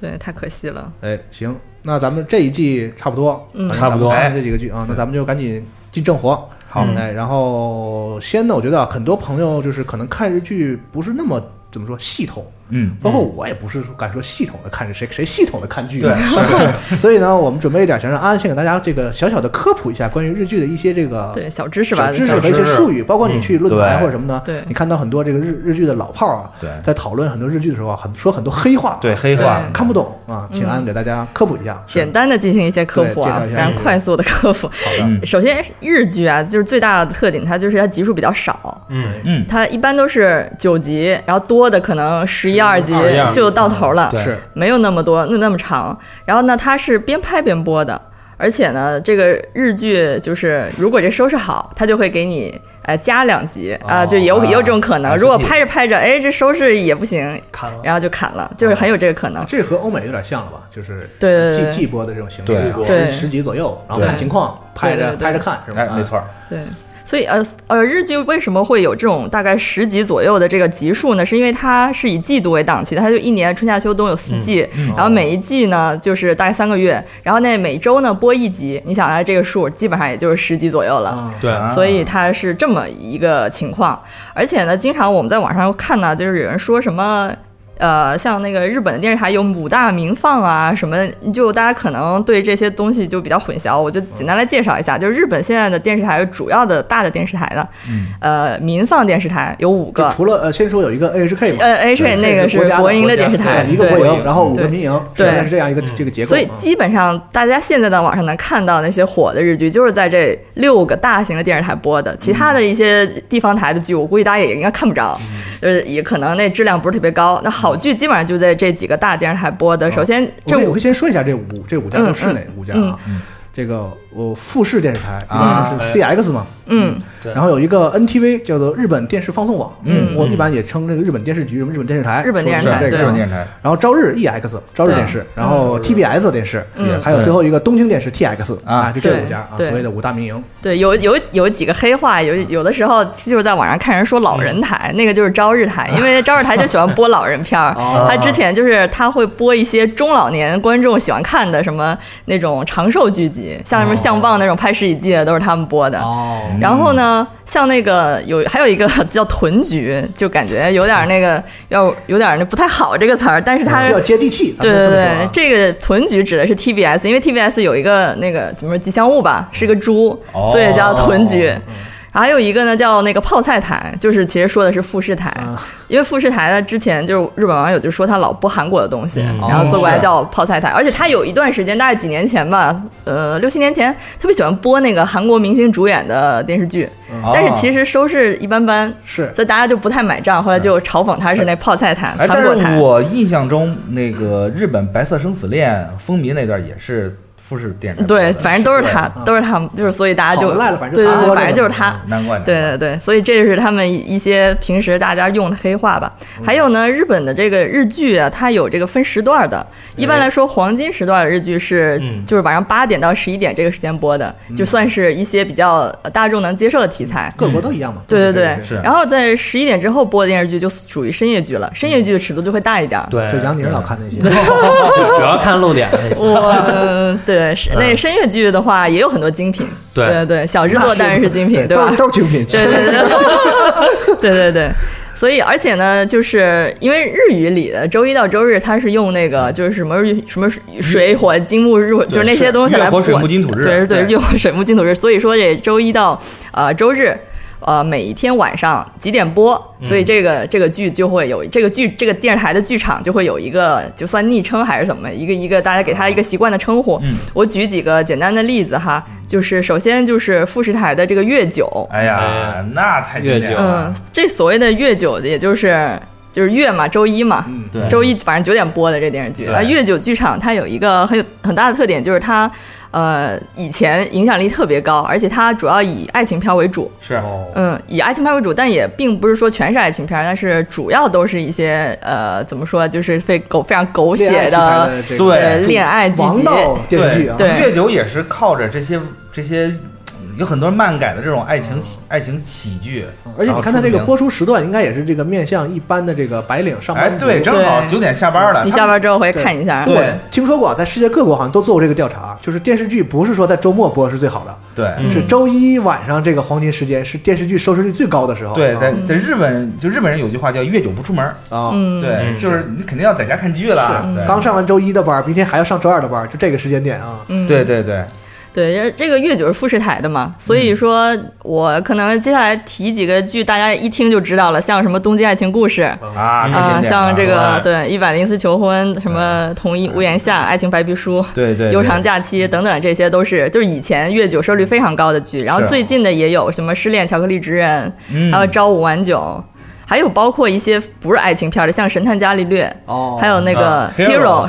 Speaker 8: 对太可惜了。
Speaker 7: 哎，行，那咱们这一季差不多，
Speaker 8: 嗯
Speaker 7: 反正
Speaker 8: 差不多
Speaker 7: 咱们看这几个剧啊，那咱们就赶紧进正活。
Speaker 8: 好
Speaker 7: 哎，然后先呢，我觉得啊很多朋友就是可能看日剧不是那么怎么说系统，
Speaker 3: 嗯，
Speaker 7: 包括我也不是敢说系统的看谁谁系统的看剧，
Speaker 3: 对
Speaker 7: [LAUGHS] 所以呢，我们准备一点，想让安安先给大家这个小小的科普一下关于日剧的一些这个
Speaker 8: 对小知识吧
Speaker 7: 小知识
Speaker 8: 小
Speaker 7: 和一些
Speaker 8: 知识
Speaker 7: 术语，包括你
Speaker 8: 嗯
Speaker 7: 去论坛
Speaker 8: 对
Speaker 7: 或者什么的，
Speaker 8: 对
Speaker 7: 你看到很多这个日日剧的老炮儿啊，
Speaker 3: 对
Speaker 7: 在讨论很多日剧的时候啊，很说很多黑话，
Speaker 3: 对黑话
Speaker 7: 看不懂啊，请
Speaker 8: 嗯
Speaker 7: 安安给大家科普一下，
Speaker 8: 简单的进行一些科普啊，
Speaker 7: 对介绍一
Speaker 8: 非
Speaker 7: 下
Speaker 8: 常快速的科普。
Speaker 7: 嗯
Speaker 8: 首先，日剧啊，就是最大的特点，它就是它集数比较少，
Speaker 5: 嗯
Speaker 3: 嗯，
Speaker 8: 它一般都是九集，然后多的可能十一二集
Speaker 5: 12
Speaker 8: 就到头
Speaker 7: 啊
Speaker 8: 了，
Speaker 5: 对是
Speaker 8: 没有那么多那那么长。然后呢，它是边拍边播的，而且呢，这个日剧就是如果这收视好，它就会给你。呃，加两集啊、就有
Speaker 5: 啊
Speaker 8: 也有这种可能。
Speaker 5: SP
Speaker 8: 如果拍着拍着，哎，这收视也不行，
Speaker 5: 砍了
Speaker 8: 然后就砍了，就是很有这个可能。
Speaker 7: 这和欧美有点像了吧？就是
Speaker 8: 对对对对
Speaker 7: 季季播的这种形式，
Speaker 3: 对
Speaker 7: 然后
Speaker 8: 对
Speaker 7: 十十集左右，然后看
Speaker 8: 对
Speaker 7: 情况，拍
Speaker 8: 对
Speaker 7: 着
Speaker 8: 对对
Speaker 7: 拍着看，是吧？
Speaker 3: 哎，没错儿，
Speaker 8: 对，所以呃呃，日剧为什么会有这种大概十集左右的这个集数呢？是因为它是以季度为档期的，它就一年春夏秋冬有四季，
Speaker 9: 嗯嗯
Speaker 8: 然后每一季呢就是大概三个月，然后呢每周呢播一集。你想啊，这个数基本上也就是十集左
Speaker 7: 啊
Speaker 8: 右了。
Speaker 5: 对
Speaker 8: 所以它是这么一个情况。而且呢，经常我们在网上看呢，就是有人说什么。呃，像那个日本的电视台有母大名放啊，什么，就大家可能对这些东西就比较混淆，我就简单来介绍一下，就是日本现在的电视台主要的大的电视台呢，
Speaker 7: 嗯
Speaker 8: 呃，民放电视台有五个
Speaker 7: 就，除了呃，先说有一个 NHK 嘛，
Speaker 8: 呃，NHK
Speaker 7: 对
Speaker 8: 那个
Speaker 7: 国
Speaker 8: 是
Speaker 7: 家
Speaker 8: 国营的电视台
Speaker 7: 对一个
Speaker 8: 对
Speaker 7: 国营，然后五个
Speaker 8: 对
Speaker 7: 民营，
Speaker 8: 对嗯
Speaker 7: 现在是这样一个这个结构。嗯啊
Speaker 8: 所以基本上大家现在在网上能看到那些火的日剧，就是在这六个大型的电视台播的，其他的一些地方台的剧，我估计大家也应该看不着，
Speaker 7: 嗯
Speaker 8: 就是也可能那质量不是特别高。那好剧基本上就在这几个大电视台播的。首先，
Speaker 7: 哦我
Speaker 8: 这
Speaker 7: 可以我
Speaker 8: 五
Speaker 7: 可以先说一下这五这五家
Speaker 8: 嗯
Speaker 7: 都是哪
Speaker 8: 嗯啊哎
Speaker 7: 五家啊？这个我富士电视台一般是 CX 嘛，
Speaker 8: 嗯，
Speaker 5: 对
Speaker 7: 然后有一个 NTV 叫做日本电视放送网，
Speaker 3: 嗯
Speaker 7: 我一般也称这个日本电视局、什么日本电视台、
Speaker 8: 日本电视台
Speaker 7: 说的是这
Speaker 8: 对
Speaker 7: 个
Speaker 8: 日
Speaker 7: 啊
Speaker 8: 本电
Speaker 3: 视台，
Speaker 7: 然后朝日 EX 朝日电视
Speaker 8: 对，
Speaker 7: 然后 TBS 电视
Speaker 8: 嗯，
Speaker 7: 还有最后一个东京电视 TX 啊，就这五家啊，
Speaker 8: 对对
Speaker 7: 所谓的五大民营。
Speaker 8: 对，有有有几个黑话，有有的时候就是在网上看人说老人台，那个就是朝日台，因为朝日台就喜欢播老人片儿
Speaker 9: 哦。
Speaker 8: 他之前就是他会播一些中老年观众喜欢看的什么那种长寿剧集，像什么相棒那种拍十几季的都是他们播的。
Speaker 7: 哦
Speaker 8: 然后呢，呢，像那个有还有一个叫屯局，就感觉有点那个要有点那不太好这个词儿，但是它
Speaker 7: 比较接地气咱
Speaker 8: 对对
Speaker 7: 们这么
Speaker 8: 对
Speaker 7: 说啊，
Speaker 8: 这个屯局指的是 TBS，因为 TBS 有一个那个怎么说吉祥物吧，是个猪，
Speaker 10: 哦
Speaker 8: 所以叫屯局。还有一个呢，叫那个泡菜台，就是其实说的是富士台，因为富士台呢之前就是日本网友就说它老播韩国的东西，
Speaker 10: 嗯
Speaker 8: 然后搜过来
Speaker 10: 哦
Speaker 8: 叫泡菜台，而且它有一段时间，大概几年前吧，呃，六七年前特别喜欢播那个韩国明星主演的电视剧，
Speaker 3: 哦
Speaker 8: 但是其实收视一般般，
Speaker 7: 是，
Speaker 8: 所以大家就不太买账，后来就嘲讽它是那泡菜台，
Speaker 3: 哎，
Speaker 8: 韩国
Speaker 3: 但
Speaker 8: 台
Speaker 3: 是。我印象中那个日本《白色生死恋》风靡那段也是富士电视台播
Speaker 8: 对，
Speaker 3: 的，
Speaker 8: 反正都是
Speaker 3: 对
Speaker 8: 他，都是他们，就是所以大家就
Speaker 3: 好的赖了嗯反正
Speaker 8: 对对
Speaker 3: 他
Speaker 8: 对，
Speaker 3: 播
Speaker 8: 反
Speaker 3: 这
Speaker 8: 正
Speaker 3: 个
Speaker 8: 就是他。
Speaker 3: 难怪呢。
Speaker 8: 对对对，所以这是他们一一些平时大家用的黑话吧。
Speaker 3: 嗯
Speaker 8: 还有呢，日本的这个日剧啊，它有这个分时段的。一般
Speaker 3: 哎
Speaker 8: 来说，黄金时段的日剧是
Speaker 10: 嗯
Speaker 8: 就是晚上八点到十一点这个时间播的，
Speaker 3: 嗯
Speaker 8: 就算是一些比较呃大众能接受的题材。
Speaker 7: 各国都一样嘛。
Speaker 8: 对对
Speaker 7: 对
Speaker 8: 对，然后在十一点之后播的电视剧就属于深夜剧了，深夜剧的尺度就会大一点。
Speaker 5: 对，
Speaker 7: 就杨宁老看
Speaker 8: [LAUGHS]
Speaker 7: 那些，
Speaker 5: [LAUGHS] 主要看露点的那些。
Speaker 8: 哦
Speaker 5: [LAUGHS] 嗯
Speaker 8: 我对是那深夜剧的话，也有很多精品。
Speaker 5: 对
Speaker 8: 对对，小制作当然是精品，对吧？
Speaker 7: 都都是精品。
Speaker 8: 对对对， [LAUGHS] 对对对。所以，而且呢，就是因为日语里的周一到周日，它是用那
Speaker 3: 嗯
Speaker 8: 个就是什么日什么水火金木日火，就是那些东西来
Speaker 3: 月火水
Speaker 8: 管
Speaker 3: 木金土日
Speaker 8: 对对，
Speaker 3: 对
Speaker 8: 月火水木金土日。所以说，这周一到呃周日，呃每一天晚上几点播，
Speaker 3: 嗯
Speaker 8: 所以这个这个剧就会有这个剧这个电视台的剧场就会有一个就算昵称还是怎么一个一个大家给他一个习惯的称
Speaker 3: 嗯
Speaker 8: 呼。我举几个简单的例子哈，就是首先就是富士台的这个月酒，
Speaker 3: 哎呀，那太经典了。
Speaker 8: 嗯，这所谓的月九，也就是就是月嘛，周一嘛，
Speaker 3: 对
Speaker 8: 周一反正九点播的这电视剧。
Speaker 3: 嗯对
Speaker 8: 啊，月九剧场它有一个很有很大的特点，就是它呃以前影响力特别高，而且它主要以爱情片为主。
Speaker 3: 是，
Speaker 7: 哦
Speaker 8: 嗯，以爱情片为主，但也并不是说全是爱情片，但是主要都是一些呃，怎么说，就是非狗非常狗血对恋爱剧集，
Speaker 7: 啊
Speaker 8: 对，
Speaker 3: 月九也是靠着这些这些嗯有很多漫改的这种爱
Speaker 7: 哦
Speaker 3: 情喜爱情喜剧，
Speaker 7: 而且你看它这个播
Speaker 3: 出
Speaker 7: 出时段，应该也是这个面向一般的这个白领上
Speaker 3: 哎，
Speaker 7: 班族。
Speaker 3: 对，正好九点下班了，
Speaker 8: 你
Speaker 3: 他
Speaker 8: 下
Speaker 3: 们
Speaker 8: 班之后回去看一下。
Speaker 7: 我听说过，在世界各国好像都做过这个调查，就是电视剧不是说在周末播是最好的，
Speaker 3: 对
Speaker 7: 是周一晚上这个黄金时间是电视剧收视率最高的时候。
Speaker 3: 对，
Speaker 7: 啊
Speaker 3: 在在日本就日本人有句话叫“月久不出门”
Speaker 7: 啊
Speaker 8: 嗯
Speaker 3: 对，就是你肯定要在家看剧了
Speaker 7: 是。
Speaker 3: 对
Speaker 7: 刚上完周一的班，明天还要上周二的班，就这个时间点啊。
Speaker 8: 嗯
Speaker 3: 对对对，
Speaker 8: 对，这个月九是富士台的
Speaker 3: 嗯
Speaker 8: 嘛，所以说我可能接下来提几个剧，大家一听就知道了，像什么《东京爱情故事》
Speaker 3: 啊
Speaker 8: 啊，像这个
Speaker 3: 对
Speaker 8: 对《一百零四求婚》什么《同一屋檐下》《爱情白皮书》
Speaker 3: 对嗯对，嗯
Speaker 8: 悠长假期等等，这些都是就是以前月九收视率非常高的剧，然后
Speaker 3: 是啊
Speaker 8: 最近的也有什么《失恋巧克力职人》
Speaker 3: 嗯
Speaker 8: 还有《朝五晚九》，还有包括一些不是爱情片的，像《神探伽利略》，
Speaker 7: 哦
Speaker 8: 还有那个
Speaker 10: 啊
Speaker 8: Hero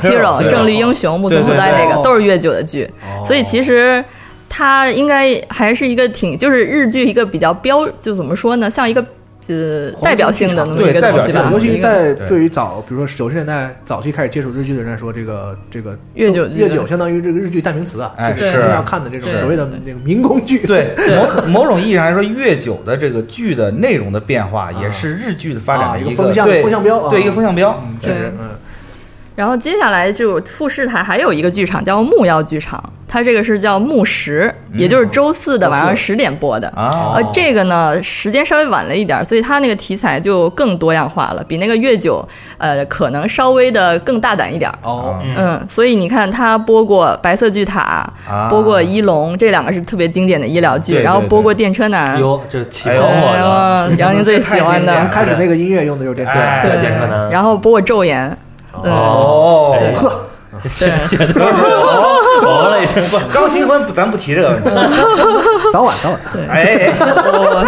Speaker 10: Hero，
Speaker 8: Hero
Speaker 10: Hero，
Speaker 8: 正义英雄木
Speaker 10: 对
Speaker 8: 村拓
Speaker 10: 对
Speaker 8: 哉
Speaker 10: 对
Speaker 8: 那
Speaker 10: 哦
Speaker 8: 个都是月九的剧，所以其实。它应该还是一个挺，就是日剧一个比较标，就怎么说呢，像一个呃代表性的那么一个东西吧。
Speaker 7: 尤其在
Speaker 8: 对
Speaker 7: 对于早，比如说九十年代早期开始接触日剧的人来说，这个这个
Speaker 8: 月九
Speaker 7: 月九相当于这个日剧代名词啊，
Speaker 3: 哎
Speaker 7: 就是
Speaker 3: 是
Speaker 7: 一定要看的这种
Speaker 3: 对
Speaker 7: 所谓的那个民工剧。 [LAUGHS] 啊
Speaker 3: 对，某某种意义上来说，月九的这个剧的内容的变化，也是日剧的发展
Speaker 7: 啊
Speaker 3: 的
Speaker 7: 一个
Speaker 3: 个
Speaker 7: 风向
Speaker 3: 对
Speaker 7: 风向标啊
Speaker 3: 对一个风向标，
Speaker 7: 嗯
Speaker 3: 确实
Speaker 7: 对，嗯，
Speaker 8: 然后接下来就富士台还有一个剧场叫木曜剧场，它这个是叫木十，也就是周四的晚上十点播的。
Speaker 3: 啊
Speaker 8: 呃，这个呢时间稍微晚了一点儿，所以它那个题材就更多样化了，比那个月九呃可能稍微的更大胆一点儿。
Speaker 7: 哦
Speaker 8: 嗯，所以你看，他播过《白色巨塔》
Speaker 3: 啊
Speaker 8: 播过《一龙》，这两个是特别经典的医疗剧，
Speaker 3: 对对
Speaker 8: 然后播
Speaker 3: 对
Speaker 8: 过《电车男》。
Speaker 5: 哟，这启
Speaker 8: 哎
Speaker 5: 蒙
Speaker 8: 呦
Speaker 5: 我
Speaker 8: 哇
Speaker 7: [LAUGHS]
Speaker 5: 的， [LAUGHS]
Speaker 8: 杨宁最喜欢的
Speaker 7: 开始那个音乐用的就是电车，
Speaker 3: 哎
Speaker 5: 对对电车男
Speaker 8: 然后播过《昼颜》。对
Speaker 3: 哦
Speaker 5: 哎
Speaker 3: 呵
Speaker 5: 现现在
Speaker 3: 不是
Speaker 5: 哦了一声，
Speaker 3: 不刚新婚不，咱不提这个问题。
Speaker 7: 早晚
Speaker 8: [LAUGHS]
Speaker 7: 早晚，
Speaker 3: 哎，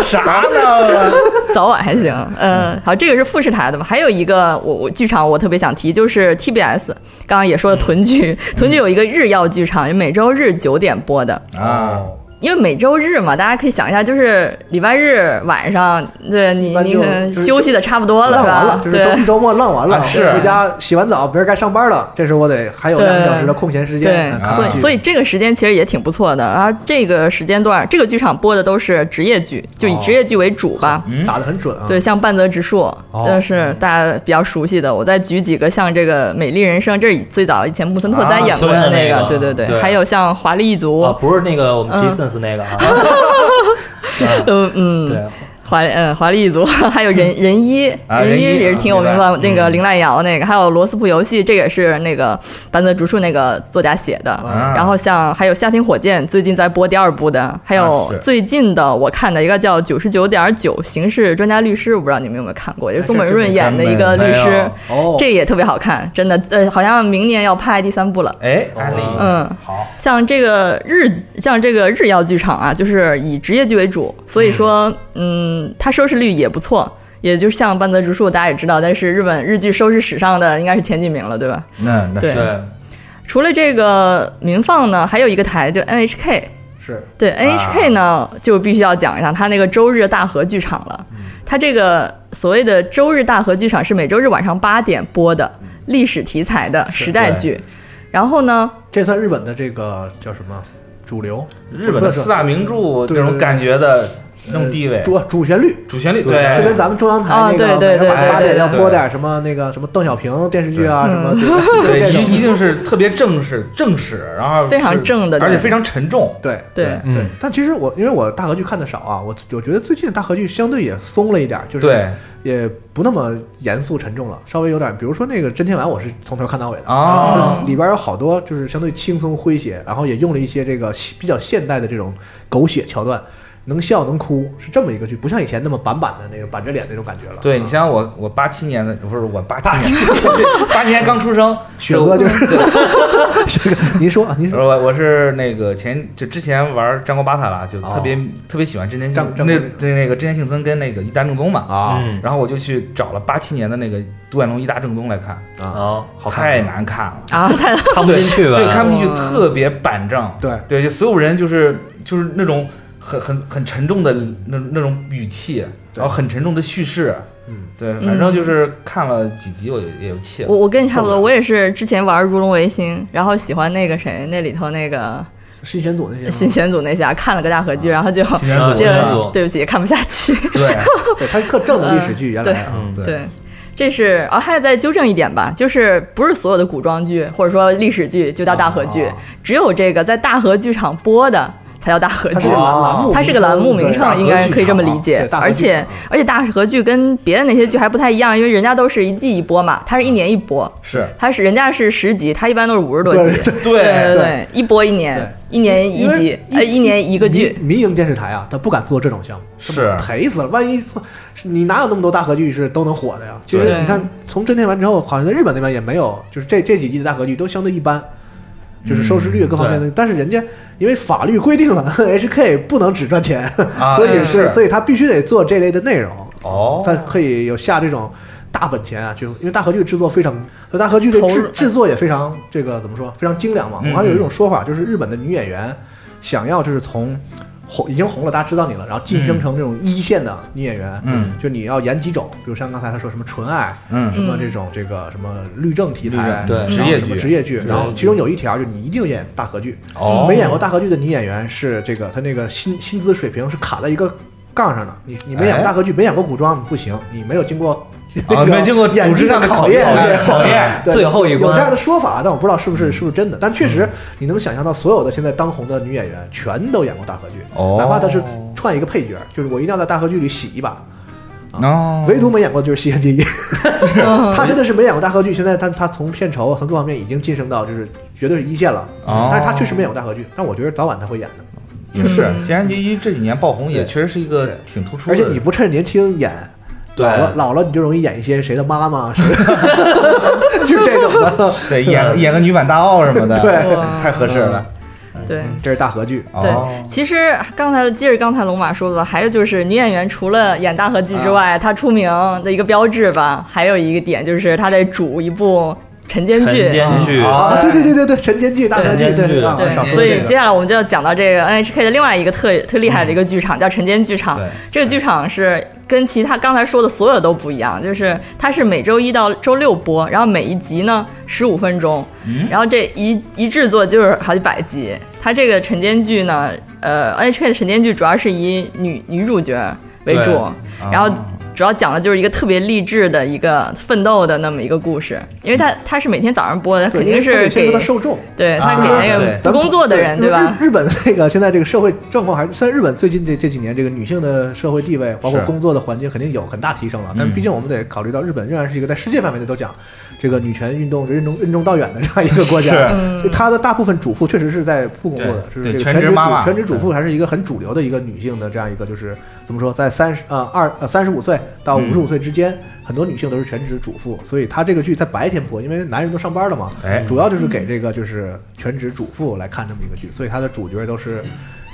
Speaker 3: 啥呢？
Speaker 8: 早晚还行，嗯，好，这个是富士台的嘛，还有一个我我剧场我特别想提，就是 TBS，刚刚也说了屯
Speaker 7: 嗯
Speaker 8: 剧，屯剧有一个日曜剧场，每周日九点播的，
Speaker 3: 啊，
Speaker 8: 因为每周日嘛，大家可以想一下，就是礼拜日晚上，对你
Speaker 7: 般
Speaker 8: 你
Speaker 7: 就
Speaker 8: 可能
Speaker 7: 就是
Speaker 8: 休息的差不多了，
Speaker 7: 浪
Speaker 8: 是
Speaker 7: 完
Speaker 8: 吧
Speaker 7: 了，？就是周一
Speaker 8: 对。
Speaker 7: 周末浪完了，
Speaker 3: 啊是
Speaker 7: 回家洗完澡，明儿该上班了，这时候我得还有两个
Speaker 8: 对
Speaker 7: 小时的空闲时
Speaker 8: 对
Speaker 7: 间，看
Speaker 8: 所
Speaker 7: 看
Speaker 8: 以
Speaker 7: 剧。
Speaker 8: 所以这个时间其实也挺不错的。然后这个时间段，这个剧场播的都是职业剧，就以职业剧为主吧。
Speaker 3: 嗯
Speaker 7: 打得很准啊。
Speaker 8: 对，像半泽直树，这是大家比较熟悉的。我再举几个，像这个《美丽人生》，这是最早以前木村拓哉演过的那
Speaker 5: 啊
Speaker 8: 对对
Speaker 5: 对
Speaker 8: 对，
Speaker 5: 对哦对
Speaker 8: 还有像《华丽一族》
Speaker 5: 啊，不是那个我们
Speaker 8: 嗯 [LAUGHS]
Speaker 5: G Sense 那个啊，
Speaker 8: 嗯嗯，
Speaker 5: 对，
Speaker 8: 华丽嗯华丽一族， [LAUGHS] 还有
Speaker 5: [LAUGHS]
Speaker 8: 人人一
Speaker 5: 啊
Speaker 8: 人
Speaker 5: 人一
Speaker 8: 也是挺有名的
Speaker 5: 啊明，白
Speaker 8: 那个林濑遥那个，还有罗斯普游戏，这也是那个坂泽直树那个作家写的。
Speaker 5: 啊
Speaker 8: 然后像还有夏天火箭最近在播第二部的，还
Speaker 5: 啊
Speaker 8: 有
Speaker 5: 是
Speaker 8: 最近的我看的一个叫《九十九点九刑事专家律师》，我不知道你们有没有看过，
Speaker 5: 啊
Speaker 8: 就是松本润演的一个律师，
Speaker 3: 没有哦
Speaker 8: 这也特别好看，真的。呃，好像明年要拍第三部了。
Speaker 3: 哎，安利，
Speaker 8: 嗯，
Speaker 3: 好，
Speaker 8: 像这个日像这个日曜剧场啊，就是以职业剧为主，所以说，嗯，它收视率也不错，也就像半泽直树，大家也知道，但是日本日剧收视史上的应该是前几名了，对吧？
Speaker 3: 那那
Speaker 8: 对
Speaker 3: 是
Speaker 8: 除了这个民放呢，还有一个台就 NHK，
Speaker 7: 是
Speaker 8: 对 NHK 呢，就必须要讲一下它那个周日大河剧场了。它这个所谓的周日大河剧场是每周日晚上八点播的历史题材的时代剧，然后呢，
Speaker 7: 这算日本的这个叫什么主流？
Speaker 3: 日本的四大名著
Speaker 7: 对
Speaker 3: 那种感觉的那种地位，
Speaker 7: 主主旋律，
Speaker 3: 主旋律
Speaker 7: 对，
Speaker 3: 对，
Speaker 7: 就跟咱们中央台
Speaker 8: 啊
Speaker 7: 那个
Speaker 8: 对对对
Speaker 7: 晚上八
Speaker 8: 对对
Speaker 7: 点要
Speaker 8: 对嗯
Speaker 7: 播点什么那个什么邓小平电视剧啊，什么这
Speaker 8: [LAUGHS]
Speaker 3: 对，
Speaker 7: 这种
Speaker 3: 一一定是特别正式、正式，然后
Speaker 8: 非常
Speaker 3: 是
Speaker 8: 正的
Speaker 3: 而且
Speaker 8: 对
Speaker 3: 非常沉重。
Speaker 7: 对
Speaker 8: 对
Speaker 3: 嗯，
Speaker 7: 但其实我因为我大河剧看的少啊，我我觉得最近的大河剧相对也松了一点儿，就是
Speaker 3: 对
Speaker 7: 也不那么严肃沉重了，稍微有点儿，比如说那个真天丸，我是从头看到尾的
Speaker 3: 哦
Speaker 7: 就是里边有好多就是相对轻松诙谐，然后也用了一些这个西比较现代的这种狗血桥段，能笑能哭，是这么一个剧，不像以前那么板板的那个板着脸那种感觉了。啊
Speaker 3: 对你想想我，我八七年的不是我八七年，八七年刚出生，
Speaker 7: 雪哥就是 [LAUGHS] 雪哥，您说啊，您说
Speaker 3: 我我是那个前就之前玩战国巴塔拉，就特别、特别喜欢真田幸
Speaker 7: 哦战战
Speaker 3: 那
Speaker 7: 国
Speaker 3: 对那个真田幸村跟那个伊达正宗嘛
Speaker 7: 啊
Speaker 11: 嗯
Speaker 3: 然后我就去找了八七年的那个杜万龙伊达正宗来看，
Speaker 5: 哦
Speaker 11: 啊，
Speaker 7: 好看吗
Speaker 3: 太难看了。
Speaker 8: 啊，太
Speaker 11: 看不进去吧？
Speaker 3: 对，看不进去，
Speaker 8: 哇
Speaker 3: 特别板正。
Speaker 7: 对
Speaker 3: 对，就所有人就是就是那种很很很沉重的那那种语气，然后很沉重的叙事。
Speaker 7: 嗯，
Speaker 3: 对，反正就是看了几集，我也也有气了。
Speaker 8: 我我跟你差不多，我也是之前玩《如龙维新》，然后喜欢那个谁，那里头那个
Speaker 7: 新选组那些吗
Speaker 8: 新选组那家，看了个大合
Speaker 7: 啊
Speaker 8: 剧，然后就
Speaker 3: 新选组
Speaker 8: 就
Speaker 11: 新选组
Speaker 8: 对不起，看不下去。
Speaker 3: 对，
Speaker 7: 对，它是
Speaker 8: [LAUGHS]
Speaker 7: 特正的历史剧，原来啊，
Speaker 11: 嗯，
Speaker 3: 对
Speaker 8: 嗯对，这是啊，还得再纠正一点吧，就是不是所有的古装剧或者说历史剧就叫大合剧，
Speaker 7: 哦
Speaker 8: 只有这个在大河剧场播的才叫大合
Speaker 7: 它
Speaker 8: 剧
Speaker 7: 是。个栏栏目，
Speaker 8: 它是个栏目名
Speaker 7: 对大
Speaker 8: 称，
Speaker 7: 河
Speaker 8: 应该可以这么
Speaker 7: 剧场
Speaker 8: 理解
Speaker 7: 对。大河
Speaker 8: 而
Speaker 7: 剧
Speaker 8: 且
Speaker 7: 场
Speaker 8: 而且大合剧跟别的那些剧还不太一样，因为人家都是一季一播嘛，它是一年一播。
Speaker 3: 是，
Speaker 8: 它是人家是十集，它一般都是五十多
Speaker 7: 对
Speaker 8: 集。
Speaker 7: 对
Speaker 3: 对
Speaker 8: 对
Speaker 7: 对，
Speaker 8: 一播一年，一年一
Speaker 7: 因为
Speaker 8: 集，呃，一年一个剧。
Speaker 7: 民民营电视台啊，他不敢做这种项目，
Speaker 3: 是
Speaker 7: 赔死了。万一做是你哪有那么多大合剧是都能火的呀？其实
Speaker 8: 对
Speaker 7: 你看，从真天完之后，好像在日本那边也没有，就是这这几季的大合剧都相对一般，就是收视率各方面的。但是人家因为法律规定了 [LAUGHS] HK 不能只赚钱，
Speaker 3: 啊
Speaker 7: 所以
Speaker 3: 嗯
Speaker 7: 是
Speaker 3: 是
Speaker 7: 所以他必须得做这类的内容，
Speaker 3: 哦
Speaker 7: 他可以有下这种。大本钱啊，就因为大合剧制作非常，所以大合剧的
Speaker 8: 投入
Speaker 7: 制制作也非常这个怎么说，非常精良嘛。我
Speaker 3: 嗯
Speaker 7: 好像有一种说法，就是日本的女演员想要就是从红已经红了，大家知道你了，然后晋升成这种一线的女演员，
Speaker 3: 嗯
Speaker 7: 就你要演几种，比如像刚才他说什么纯爱，
Speaker 3: 嗯
Speaker 7: 什么这种这个什么律政题材，
Speaker 3: 律政
Speaker 11: 对
Speaker 7: 然后
Speaker 3: 职业
Speaker 7: 什么
Speaker 3: 剧
Speaker 7: 职业剧，
Speaker 11: 业
Speaker 7: 然后
Speaker 11: 剧
Speaker 7: 其中有一条就是你一定演大合剧，
Speaker 3: 哦
Speaker 7: 没演过大合剧的女演员是这个她那个薪薪资水平是卡在一个杠上的，你你没演过大合剧，没演过古装不行，你没有经过。 [LAUGHS]
Speaker 3: 啊，哎没经过
Speaker 7: 演
Speaker 3: 组
Speaker 7: 技
Speaker 3: 织上的
Speaker 7: 考
Speaker 3: 验，哎
Speaker 7: 对
Speaker 3: 考验。
Speaker 7: 对
Speaker 5: 最后一关
Speaker 7: 有这样的说法，但我不知道是不是
Speaker 3: 嗯
Speaker 7: 是不是真的。但确实，你能想象到所有的现在当红的女演员全都演过大合剧，
Speaker 3: 哦
Speaker 7: 哪怕她是串一个配角，就是我一定要在大合剧里洗一把。
Speaker 3: 哦
Speaker 7: 唯独没演过就是《西线
Speaker 8: [LAUGHS]
Speaker 7: 第一》，
Speaker 8: 嗯
Speaker 7: 她真的是没演过大合剧。现在她她从片酬啊从各方面已经晋升到就是绝对是一线了，
Speaker 3: 哦
Speaker 7: 但是她确实没演过大合剧。但我觉得早晚她会演的，
Speaker 3: 也是《新垣结衣》这几年爆红，也
Speaker 7: 对
Speaker 3: 确实是一个
Speaker 7: 对
Speaker 3: 挺突出的。
Speaker 7: 而且你不趁着年轻演。
Speaker 11: 对
Speaker 7: 老了老了你就容易演一些谁的妈妈，谁的 [LAUGHS] 就是这种的。
Speaker 3: 对演演个女版大奥什么的，
Speaker 7: 对
Speaker 3: 太合适了。
Speaker 8: 对
Speaker 7: 这是大合剧，
Speaker 3: 哦
Speaker 8: 对，其实刚才接着刚才龙马说的，还有就是女演员除了演大合剧之
Speaker 7: 啊
Speaker 8: 外，她出名的一个标志吧，还有一个点就是她得主一部晨间
Speaker 11: 陈
Speaker 8: 剧。
Speaker 3: 嗯
Speaker 11: 间剧，
Speaker 7: 啊，对对对对对，晨间剧、大合剧，
Speaker 11: 晨间剧
Speaker 7: 对啊，
Speaker 11: 对
Speaker 7: 少说
Speaker 8: 所
Speaker 7: 这
Speaker 8: 以
Speaker 7: 个
Speaker 8: 接下来我们就要讲到这个 NHK 的另外一个特特厉害的一个剧场，叫晨间剧场
Speaker 3: 对。
Speaker 8: 这个剧场是跟其他刚才说的所有的都不一样，就是它是每周一到周六播，然后每一集呢十五分钟，然后这一一制作就是好几百集。它这个晨间剧呢，呃，NHK 的晨间剧主要是以女女主角为主
Speaker 3: 啊
Speaker 11: 对，
Speaker 3: 哦
Speaker 8: 然后主要讲的就是一个特别励志的一个奋斗的那么一个故事，因为他他是每天早上播的，
Speaker 7: 对
Speaker 8: 肯
Speaker 7: 因
Speaker 8: 定
Speaker 7: 为他
Speaker 8: 是
Speaker 7: 得先说
Speaker 8: 给
Speaker 7: 他受众，
Speaker 8: 对他给那个不工作的人，
Speaker 7: 对
Speaker 8: 对吧？
Speaker 7: 日日本那个现在这个社会状况还是，虽然日本最近这这几年这个女性的社会地位，包括
Speaker 3: 是嗯
Speaker 7: 工作的环境肯定有很大提升了，但是毕竟我们得考虑到日本仍然是一个在世界范围内都讲这个女权运动任重任重道远的这样一个国家，
Speaker 3: 是
Speaker 8: 嗯
Speaker 7: 就她的大部分主妇确实是在不工作的，就
Speaker 3: 对对
Speaker 7: 是这个
Speaker 3: 全
Speaker 7: 全
Speaker 3: 职
Speaker 7: 主
Speaker 3: 妈妈
Speaker 7: 全职主妇还是一个很主流的一个女性的这样一个就是怎么说，在三十呃二呃三十五岁到
Speaker 3: 嗯
Speaker 7: 五十五岁之间，很多女性都是全职主妇，所以她这个剧在白天播，因为男人都上班了嘛，
Speaker 3: 哎
Speaker 7: 主要就是给这个就是全职主妇来看这么一个剧，所以它的主角都是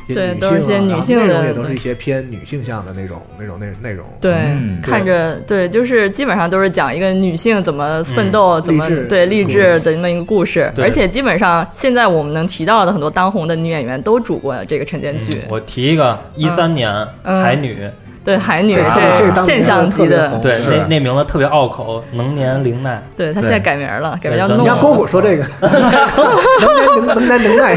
Speaker 7: 一
Speaker 8: 对
Speaker 7: 些女
Speaker 8: 都是一些
Speaker 7: 性、啊，
Speaker 8: 女性的
Speaker 7: 然后内容也都是一些偏女性向的那种那种内内容。
Speaker 8: 对，
Speaker 3: 嗯
Speaker 8: 看着对，就是基本上都是讲一个女性怎么奋斗，怎么
Speaker 7: 励志
Speaker 8: 对励志的那么一个故事。
Speaker 5: 对
Speaker 8: 而且基本上现在我们能提到的很多当红的女演员都主过这个晨间剧，
Speaker 5: 嗯我提一个，一三年
Speaker 8: 嗯
Speaker 5: 海女，
Speaker 8: 对海女
Speaker 7: 这个这个当年
Speaker 8: 现象级
Speaker 7: 特别
Speaker 8: 的
Speaker 7: 红，
Speaker 5: 对，
Speaker 3: 是
Speaker 5: 那那名字特别拗口，能年玲奈。
Speaker 8: 对她现在改名了，改名叫
Speaker 5: 对
Speaker 7: 你
Speaker 8: 诺
Speaker 5: 咱
Speaker 7: 让
Speaker 5: 们
Speaker 7: 光虎说这个，
Speaker 3: 哦
Speaker 7: [LAUGHS] 能耐能能耐能耐，
Speaker 5: [LAUGHS]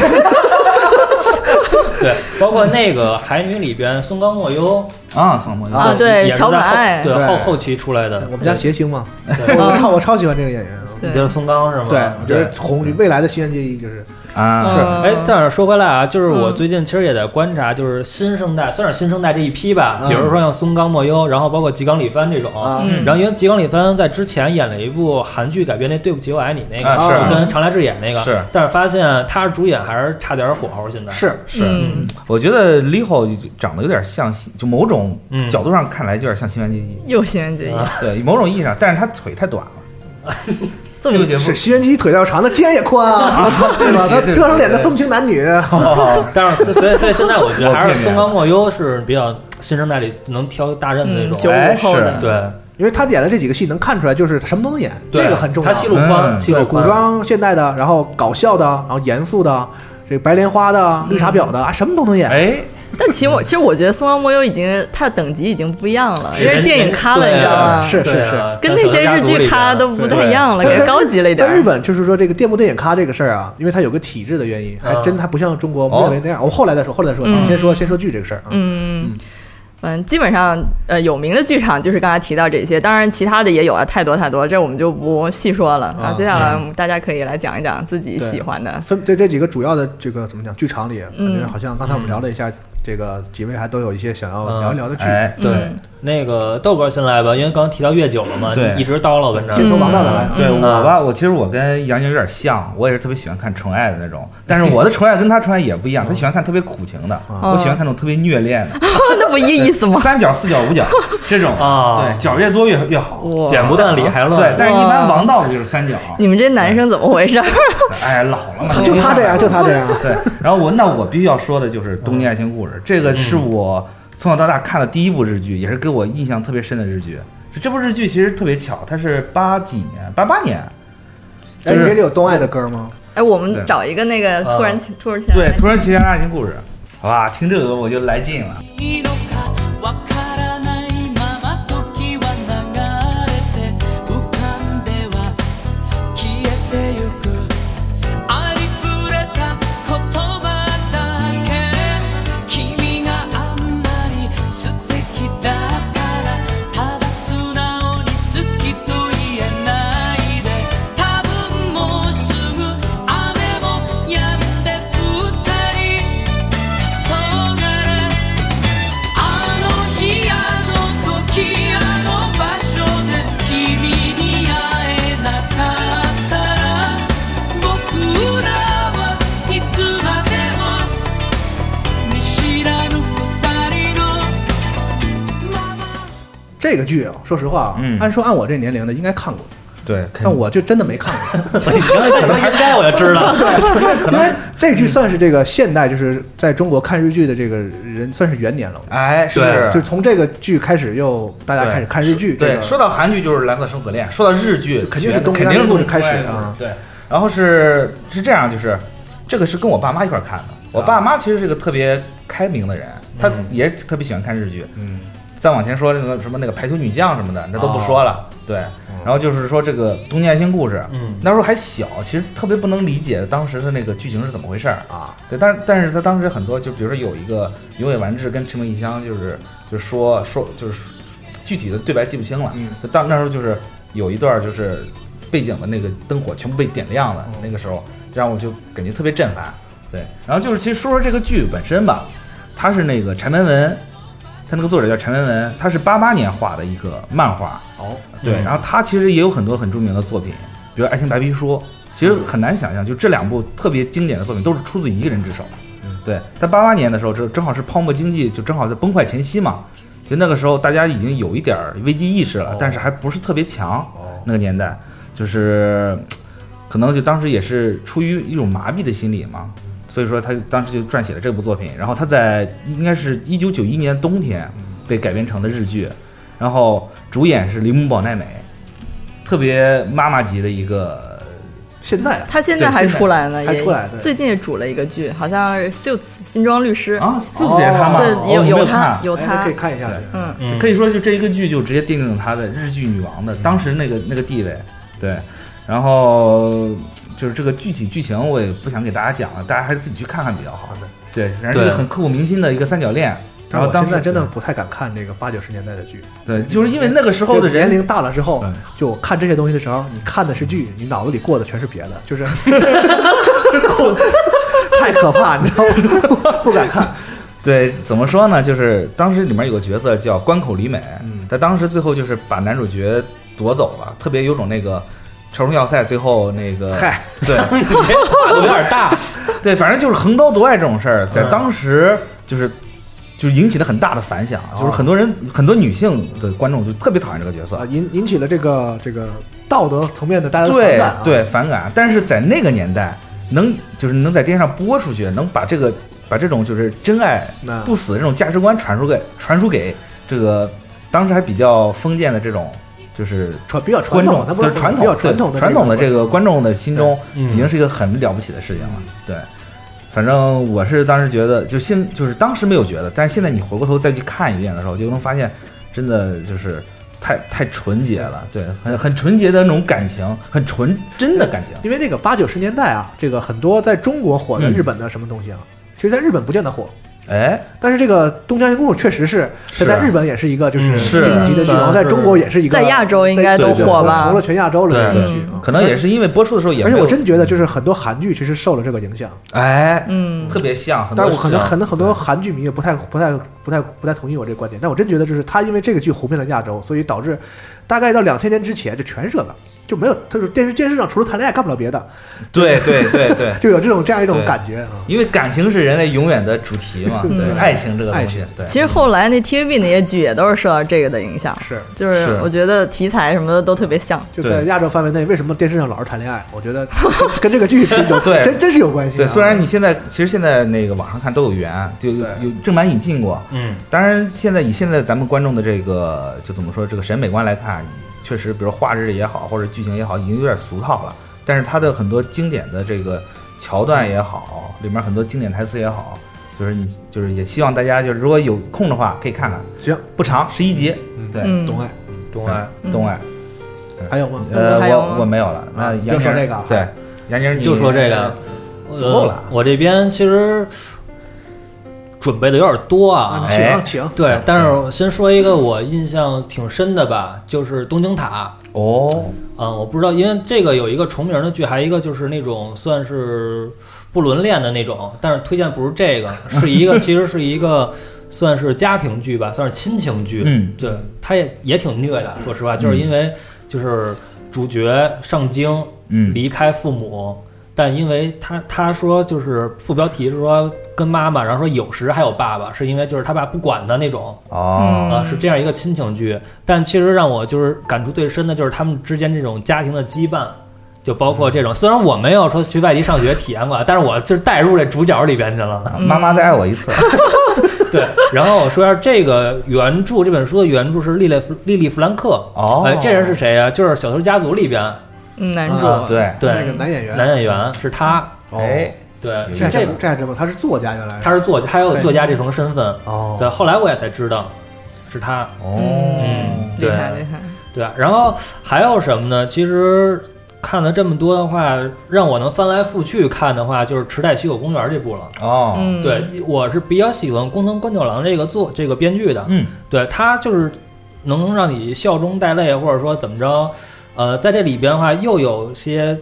Speaker 5: 对，包括那个《海女》里边松冈莫优
Speaker 3: 啊，宋博
Speaker 7: 啊
Speaker 8: 啊，对
Speaker 5: 也是
Speaker 8: 桥
Speaker 5: 在
Speaker 8: 本
Speaker 5: 后
Speaker 8: 爱，
Speaker 5: 对
Speaker 7: 对
Speaker 5: 后后期出来的。
Speaker 7: 我们家谐星嘛，
Speaker 8: [LAUGHS]
Speaker 5: 对
Speaker 8: 哦
Speaker 7: 我超我超喜欢这个演员啊。
Speaker 5: 你就是松冈是吗？
Speaker 3: 哦
Speaker 7: 我觉得红未来的新垣结衣就是
Speaker 3: 啊，
Speaker 5: 是，
Speaker 8: 嗯
Speaker 5: 哎，但是说回来啊，就是我
Speaker 8: 嗯
Speaker 5: 最近其实也在观察，就是新生代，算是新生代这一批吧，
Speaker 7: 嗯
Speaker 5: 比如说像松冈莫优，然后包括吉冈里帆这种。
Speaker 3: 哦
Speaker 7: 啊，
Speaker 8: 嗯
Speaker 5: 然后因为吉冈里帆在之前演了一部韩剧改编那《对不起我爱你》那个，哦
Speaker 3: 啊
Speaker 7: 是
Speaker 5: 跟常来智演那个，
Speaker 3: 是
Speaker 5: 但是发现他主演还是差点火候，现在
Speaker 7: 是
Speaker 3: 是
Speaker 8: 嗯，
Speaker 3: 我觉得 l i h o 长得有点像西，就某种
Speaker 5: 嗯
Speaker 3: 角度上看来有点像新垣结衣，
Speaker 8: 又新垣结衣，
Speaker 5: 啊
Speaker 3: 对，某种意义上，但是他腿太短了，
Speaker 8: 这
Speaker 3: 这
Speaker 8: 么
Speaker 3: 个节目
Speaker 7: 是新垣结衣腿要长，那肩也宽啊，对
Speaker 3: [LAUGHS]
Speaker 7: 吧？
Speaker 3: 对
Speaker 7: 他
Speaker 3: 对对
Speaker 7: 遮上脸的风情男女，
Speaker 3: 哦
Speaker 5: 但是 [LAUGHS] 所以所以现在我觉得
Speaker 3: 我
Speaker 5: 还是
Speaker 3: 骗你
Speaker 5: 松冈莫优是比较新生代里能挑大任的那
Speaker 8: 嗯，
Speaker 5: 种，
Speaker 8: 九
Speaker 3: 哎
Speaker 8: 五后
Speaker 3: 是
Speaker 8: 的，
Speaker 5: 对
Speaker 7: 因为他演了这几个戏能看出来，就是什么都能演，
Speaker 5: 对，啊
Speaker 7: 这个很重要。
Speaker 5: 他戏路宽，
Speaker 3: 嗯
Speaker 5: 戏
Speaker 7: 对，
Speaker 5: 路
Speaker 7: 古
Speaker 5: 宽
Speaker 7: 装、现代的，然后搞笑的，然后严肃的，这白莲花
Speaker 5: 嗯
Speaker 7: 的、绿茶婊的，啊，什么都能演。
Speaker 3: 哎，
Speaker 8: 但其实我其实我觉得松冈莫优已经他的等级已经不一样了，因为
Speaker 5: 人
Speaker 8: 电影咖了，你知道吗？
Speaker 7: 是啊
Speaker 5: 对啊
Speaker 8: 跟那些日剧咖都不太一样了，
Speaker 7: 但
Speaker 8: 感觉
Speaker 7: 在
Speaker 8: 高级了一点
Speaker 7: 在日
Speaker 8: 儿。
Speaker 7: 本，就是说这个电部电影咖这个事儿啊，因为它有个体制的原因，
Speaker 5: 啊
Speaker 7: 还真它不像中国
Speaker 3: 哦
Speaker 7: 认为那样。我后来再说，后来再说，
Speaker 8: 嗯
Speaker 7: 先说先说剧这个事儿啊。
Speaker 8: 嗯，嗯，基本上呃有名的剧场就是刚才提到这些，当然其他的也有啊，太多太多，这我们就不细说了。
Speaker 3: 啊
Speaker 8: 然后接下来大家可以来讲一讲自己喜欢的。
Speaker 7: 分这这几个主要的这个怎么讲？剧场里，感
Speaker 8: 嗯
Speaker 7: 觉好像刚才我们聊了一下，这个几位还都有一些想要
Speaker 5: 嗯
Speaker 7: 聊一聊的剧。
Speaker 3: 哎，
Speaker 5: 对
Speaker 8: 嗯，
Speaker 5: 那个豆哥先来吧，因为刚刚提到月九了嘛，
Speaker 3: 对
Speaker 5: 你一直叨唠文章
Speaker 7: 先。从王道的来，
Speaker 3: 对
Speaker 5: 嗯
Speaker 3: 我吧，我其实我跟杨宁有点像，我也是特别喜欢看纯爱的那种，但是我的纯爱跟他纯爱也不一样，他喜欢看特别苦情的，我喜欢看那种特别虐恋的，
Speaker 8: [LAUGHS] 那不一意思吗？
Speaker 3: [LAUGHS] 三角、四角、五角这种
Speaker 5: 啊
Speaker 3: 对，角越多越越好。
Speaker 8: 哇
Speaker 5: 剪不断理还乱。
Speaker 3: 对，但是一般
Speaker 8: 哇
Speaker 3: 王道的就是三角，
Speaker 8: 你们这男生怎么回事儿？
Speaker 3: 哎，老了嘛，
Speaker 7: [LAUGHS]
Speaker 8: 嗯
Speaker 7: 就他这样，就他这样。
Speaker 3: 对，然后我那我必须要说的就是《东京爱情故事》，这个是我从小到大看的第一部日剧，也是给我印象特别深的日剧。是这部日剧其实特别巧，它是八几年，八八年，就
Speaker 7: 哎，你
Speaker 3: 是
Speaker 7: 这里有东爱的歌吗？
Speaker 8: [LAUGHS] 哎，我们
Speaker 3: 对啊
Speaker 8: 找一个那个突然起突然起来
Speaker 3: 对
Speaker 8: 的，
Speaker 3: 突然奇侠的爱情故事，好吧，听这个歌我就来劲了。
Speaker 6: いいのかわからないまま時は流れて浮かんでは消えてゆくありふれた言葉だけ君があんまり素敵だからただ素直に好きと言えないで多分もうすぐ雨もやめて二人そがれ「あの日あの時あの場所で君に会えなかったら」「僕らはいつまでも見知らぬ二人の」
Speaker 7: 这个剧啊，说实话啊，
Speaker 3: 嗯
Speaker 7: 按说按我这年龄的应该看过，
Speaker 3: 对，
Speaker 7: 但我就真的没看
Speaker 3: [LAUGHS]
Speaker 7: 过，
Speaker 5: 你刚才可能应该我就知道。
Speaker 7: 因为这剧算是这个现代，就是在中国看日剧的这个人算是元年了。
Speaker 3: 哎是
Speaker 5: 对
Speaker 7: 就是从这个剧开始，又大家
Speaker 3: 对
Speaker 7: 开始看日剧，这
Speaker 3: 对，
Speaker 7: 个
Speaker 3: 说到韩剧就是《蓝色生死恋》，说到日剧
Speaker 7: 肯定是
Speaker 3: 全
Speaker 7: 东
Speaker 3: 肯
Speaker 7: 亚
Speaker 3: 定是
Speaker 7: 日
Speaker 3: 东
Speaker 7: 剧开始
Speaker 3: 亚日剧
Speaker 7: 啊
Speaker 3: 对，然后是是这样，就是这个是跟我爸妈一块儿看的。
Speaker 7: 啊
Speaker 3: 我爸妈其实是个特别开明的人，他
Speaker 5: 嗯
Speaker 3: 也特别喜欢看日剧。嗯，再往前说这个什么那个排球女将什么的，那都不
Speaker 7: 哦
Speaker 3: 说了。对，
Speaker 7: 嗯
Speaker 3: 然后就是说这个《东京爱情故事》，
Speaker 5: 嗯
Speaker 3: 那时候还小，其实特别不能理解当时的那个剧情是怎么回事儿。
Speaker 7: 啊，
Speaker 3: 对，但是但是他当时很多，就比如说有一个永野完治跟陈明一香，就是就说说就是。具体的对白记不清了。嗯，到那时候就是有一段就是背景的那个灯火全部被点亮了，那个时候让我就感觉特别震撼。对，然后就是其实说说这个剧本身吧，它是那个柴门文，它那个作者叫柴门文，他是八八年画的一个漫画。
Speaker 7: 哦，
Speaker 3: 对，
Speaker 5: 嗯
Speaker 3: 然后他其实也有很多很著名的作品，比如《爱情白皮书》，其实很难想象，就这两部特别经典的作品都是出自一个人之手。对，在八八年的时候，这正好是泡沫经济，就正好在崩坏前夕嘛。就那个时候，大家已经有一点儿危机意识了，但是还不是特别强。那个年代，就是可能就当时也是出于一种麻痹的心理嘛，所以说他当时就撰写了这部作品。然后他在应该是一九九一年冬天被改编成了日剧，然后主演是铃木保奈美，特别妈妈级的一个。
Speaker 7: 现在啊
Speaker 8: 他现在还出来呢，也最
Speaker 3: 对
Speaker 8: 近也主了一个剧，好像是《Suits》新装律师
Speaker 3: 啊，《Suits 也是他吗
Speaker 8: 对，有
Speaker 3: 哦我没有
Speaker 8: 有他
Speaker 3: 看
Speaker 8: 有他，
Speaker 7: 可以看一下。
Speaker 8: 嗯
Speaker 3: 就
Speaker 5: [LAUGHS]
Speaker 3: 可以说就这一个剧就直接奠定了她的日剧女王
Speaker 7: 嗯
Speaker 3: 的当时那个那个地位。对，然后就是这个具体剧情我也不想给大家讲了，大家还是自己去看看比较好。对，反正是一个
Speaker 7: 对
Speaker 3: 很刻骨铭心的一个三角恋。然
Speaker 7: 但
Speaker 3: 后
Speaker 7: 我
Speaker 3: 当
Speaker 7: 现
Speaker 3: 时
Speaker 7: 在真的不太敢看这个八九十年代的剧，
Speaker 3: 对，就是因为那个时候的
Speaker 7: 就年
Speaker 3: 人
Speaker 7: 龄大了之后，就看这些东西的时候，你看的是剧，你脑子里过的全是别的，
Speaker 3: [LAUGHS]
Speaker 7: 就是 [LAUGHS] 太可怕，你知道吗？ [LAUGHS] 不敢看。
Speaker 3: 对，怎么说呢？就是当时里面有个角色叫关口里美，
Speaker 7: 嗯
Speaker 3: 在当时最后就是把男主角夺走了，特别有种那个朝中要塞最后那个
Speaker 5: 嗨
Speaker 3: 对，
Speaker 5: 跨度有点大，
Speaker 3: 对，反正就是横刀夺爱这种事儿，
Speaker 7: 嗯
Speaker 3: 在当时就是就是引起了很大的反响，
Speaker 7: 哦
Speaker 3: 就是很多人很多女性的观众就特别讨厌这个角色，
Speaker 7: 啊引引起了这个这个道德层面的大家的反
Speaker 3: 对
Speaker 7: 感啊。
Speaker 3: 对反感，但是在那个年代，能就是能在电视上播出去，能把这个把这种就是真爱
Speaker 7: 嗯
Speaker 3: 不死这种价值观传输给传输给这个当时还比较封建的这种就是
Speaker 7: 传比较
Speaker 3: 观
Speaker 7: 传
Speaker 3: 众
Speaker 7: 统它不是
Speaker 3: 对传
Speaker 7: 比较
Speaker 3: 统
Speaker 7: 传统的
Speaker 3: 对传
Speaker 7: 这个
Speaker 3: 统的这个观众的心中
Speaker 7: 对嗯
Speaker 3: 已经是一个很了不起的事情了，对。反正我是当时觉得，就现就是当时没有觉得，但是现在你回过头再去看一遍的时候，就能发现，真的就是太太纯洁了，对，很很纯洁的那种感情，很纯真的感情。
Speaker 7: 因为那个八九十年代啊，这个很多在中国火
Speaker 3: 嗯
Speaker 7: 的日本的什么东西啊，其实在日本不见得火。
Speaker 3: 哎，
Speaker 7: 但是这个《东江仙公主》确实是
Speaker 3: 是
Speaker 7: 在日本也是一个就是
Speaker 3: 嗯是
Speaker 7: 顶级的剧，
Speaker 3: 是
Speaker 7: 然后在中国也是一个
Speaker 8: 在亚洲应该都火吧
Speaker 7: 对对对红了全亚洲了这个剧。啊
Speaker 3: 可能也是因为播出的时候也
Speaker 7: 而
Speaker 3: 没
Speaker 7: 且
Speaker 3: 有，嗯
Speaker 7: 我真觉得就是很多韩剧其实受了这个影响，
Speaker 3: 哎，
Speaker 8: 嗯
Speaker 3: 特别像，很多
Speaker 7: 但我可能
Speaker 3: 像
Speaker 7: 可能很多韩剧迷也不太不太不太不太同意我这个观点，但我真觉得就是他因为这个剧红遍了亚洲，所以导致大概到两千年之前就全是这个，就没有他就是电视电视上除了谈恋爱干不了别的，
Speaker 3: 对对对对，
Speaker 7: 就有这种这样一种
Speaker 3: 对
Speaker 7: 感觉啊。
Speaker 3: 因为感情是人类永远的主题
Speaker 7: [LAUGHS]
Speaker 3: 嘛，
Speaker 8: 嗯
Speaker 3: 对，爱情这个
Speaker 7: 爱
Speaker 3: 东
Speaker 7: 情
Speaker 3: 西，对，
Speaker 8: 其实后来那 TVB 那些剧也都是受到这个的影响，
Speaker 7: 是，
Speaker 8: 就是
Speaker 3: 是
Speaker 8: 我觉得题材什么的都特别像，
Speaker 7: 就在亚洲范围内，为什么电视上老是谈恋爱？我觉得跟 [LAUGHS] 跟这个剧是有
Speaker 3: [LAUGHS] 对
Speaker 7: 真真是有关系、啊。
Speaker 3: 对，虽然你现在其实现在那个网上看都有源，就有有正版引进过，
Speaker 5: 嗯，
Speaker 3: 当然现在以现在咱们观众的这个就怎么说这个审美观来看，确实，比如画质也好，或者剧情也好，已经有点俗套了。但是它的很多经典的这个桥段也好，里面很多经典台词也好，就是你就是也希望大家就是如果有空的话可以看看，
Speaker 7: 行，
Speaker 3: 不长，十一集，对，
Speaker 7: 嗯懂爱，
Speaker 5: 懂爱，
Speaker 3: 懂爱。
Speaker 7: 还有吗？
Speaker 3: 呃，
Speaker 5: 嗯还有吗
Speaker 3: 我我没有了，那
Speaker 5: 啊
Speaker 3: 杨
Speaker 5: 就说
Speaker 3: 宁
Speaker 5: 这个啊
Speaker 3: 对，杨宁你
Speaker 5: 就说这个，
Speaker 3: 足够了
Speaker 5: 呃。我这边其实准备的有点多
Speaker 7: 嗯
Speaker 5: 啊，
Speaker 3: 哎请
Speaker 7: 请
Speaker 5: 对，但是我先说一个我印象挺深的吧，就是东京塔。
Speaker 3: 哦，
Speaker 5: 嗯，我不知道，因为这个有一个重名的剧，还有一个就是那种算是不伦恋的那种，但是推荐不是这个，是
Speaker 3: [LAUGHS]
Speaker 5: 一个其实是一个算是家庭剧吧，算是亲情剧。
Speaker 3: 嗯
Speaker 5: 对，它也也挺虐的，说实话，就是因为就是主角上京，
Speaker 3: 嗯
Speaker 5: 离开父母，但因为他他说就是副标题是说跟妈妈，然后说有时还有爸爸，是因为就是他爸不管他那种。
Speaker 3: 哦
Speaker 5: 啊，是这样一个亲情剧，但其实让我就是感触最深的就是他们之间这种家庭的羁绊，就包
Speaker 7: 嗯
Speaker 5: 括这种。虽然我没有说去外地上学体验过，但是我就是带入这主角里边去
Speaker 7: [LAUGHS]
Speaker 5: 了。
Speaker 3: [LAUGHS] 妈妈再爱我一次，
Speaker 5: 嗯对，然后我说一下这个原著，这本书的原著是莉莉弗莉莉弗兰克。
Speaker 3: 哦
Speaker 5: 哎，这人是谁呀、就是《小偷家族》里边
Speaker 8: 嗯，男主、
Speaker 5: 啊对
Speaker 7: 那个男演员
Speaker 5: 男演员是他。
Speaker 3: 哦哎，
Speaker 5: 对，
Speaker 7: 这
Speaker 5: 是
Speaker 7: 这
Speaker 5: 这
Speaker 7: 这还知道，他是作家原来是，
Speaker 5: 他是作家，他有作家这层身份。
Speaker 7: 哦
Speaker 5: 对，后来我也才知道是他。
Speaker 3: 哦，
Speaker 5: 嗯，
Speaker 8: 厉
Speaker 5: 对，
Speaker 8: 害厉害，
Speaker 5: 对，然后还有什么呢？其实看了这么多的话，让我能翻来覆去看的话，就是《池袋西口公园》这部了。
Speaker 3: 哦
Speaker 8: 嗯
Speaker 5: 对，我是比较喜欢工藤官九郎这个作这个编剧的。
Speaker 3: 嗯，
Speaker 5: 对他就是能让你笑中带泪，或者说怎么着，呃，在这里边的话又有些嘖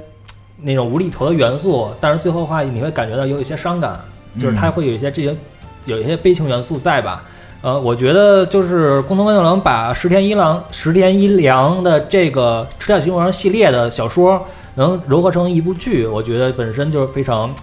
Speaker 5: 那种无厘头的元素，但是最后的话你会感觉到有一些伤感，就是它会有一些这些有一些悲情元素在吧。呃，我觉得就是工藤官九郎把石田一郎、石田一良的这个《赤道巡王》系列的小说能糅合成一部剧，我觉得本身就是非常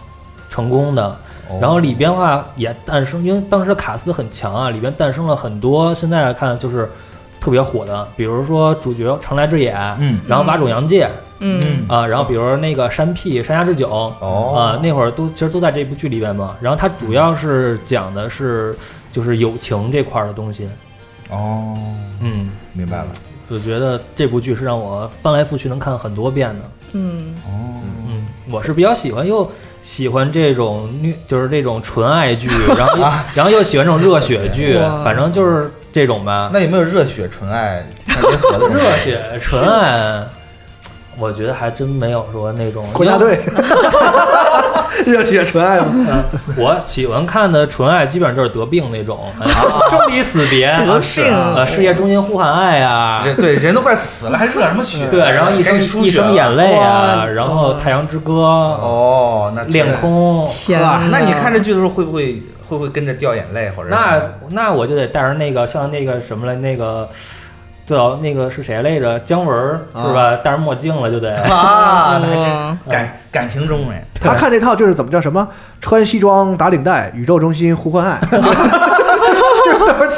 Speaker 5: 成功的。
Speaker 3: 哦
Speaker 5: 然后里边的话也诞生，因为当时卡斯很强啊，里边诞生了很多现在看就是特别火的，比如说主角长来之也，
Speaker 3: 嗯
Speaker 5: 然后马种洋介，
Speaker 8: 嗯
Speaker 5: 啊，然后比如那个山屁山下智久，哦，啊，那会儿都其实都在这部剧里边嘛。然后它主要是讲的是就是友情这块儿的东西。
Speaker 3: 哦，
Speaker 5: 嗯，
Speaker 3: 明白了。
Speaker 5: 我觉得这部剧是让我翻来覆去能看很多遍的。
Speaker 8: 嗯，
Speaker 3: 哦
Speaker 5: 嗯，我是比较喜欢又喜欢这种虐，就是这种纯爱剧，然
Speaker 3: [LAUGHS]
Speaker 5: 后又、然后又喜欢这种热血剧
Speaker 3: 啊哇，
Speaker 5: 反正就是这种吧。
Speaker 3: 那有没有热血纯爱相结合的？
Speaker 5: [LAUGHS] 热血纯爱，我觉得还真没有说那种
Speaker 7: 国家队 [LAUGHS] 热血纯爱嘛，
Speaker 5: 我喜欢看的纯爱，基本上就是得病那种，哎生离死别，
Speaker 3: 啊 [LAUGHS] 得
Speaker 5: 啊是
Speaker 3: 病
Speaker 5: 啊，事业中心呼喊爱啊，
Speaker 3: 人对人都快死了，还热什么血？
Speaker 5: [LAUGHS] 对，然后一
Speaker 3: 赶
Speaker 5: 生
Speaker 3: 紧输
Speaker 5: 一
Speaker 3: 血
Speaker 5: 生
Speaker 3: 了
Speaker 5: 眼泪啊，
Speaker 3: 哇
Speaker 5: 然后太阳之歌，哦，
Speaker 3: 那
Speaker 5: 恋空，
Speaker 3: 天哇那你看这剧的时候会不会会不会跟着掉眼泪或者？
Speaker 5: 那那我就得带上那个像那个什么了，那个最早那个是谁来着？姜文儿
Speaker 3: 啊
Speaker 5: 是吧？戴上墨镜了
Speaker 7: [LAUGHS]
Speaker 5: 就得 [LAUGHS] 嗯
Speaker 3: 啊，
Speaker 8: 嗯
Speaker 3: 那还真感感情中哎，
Speaker 7: 他看这套就是怎么叫什么穿西装打领带，宇宙中心呼唤爱， [LAUGHS] 就就都是都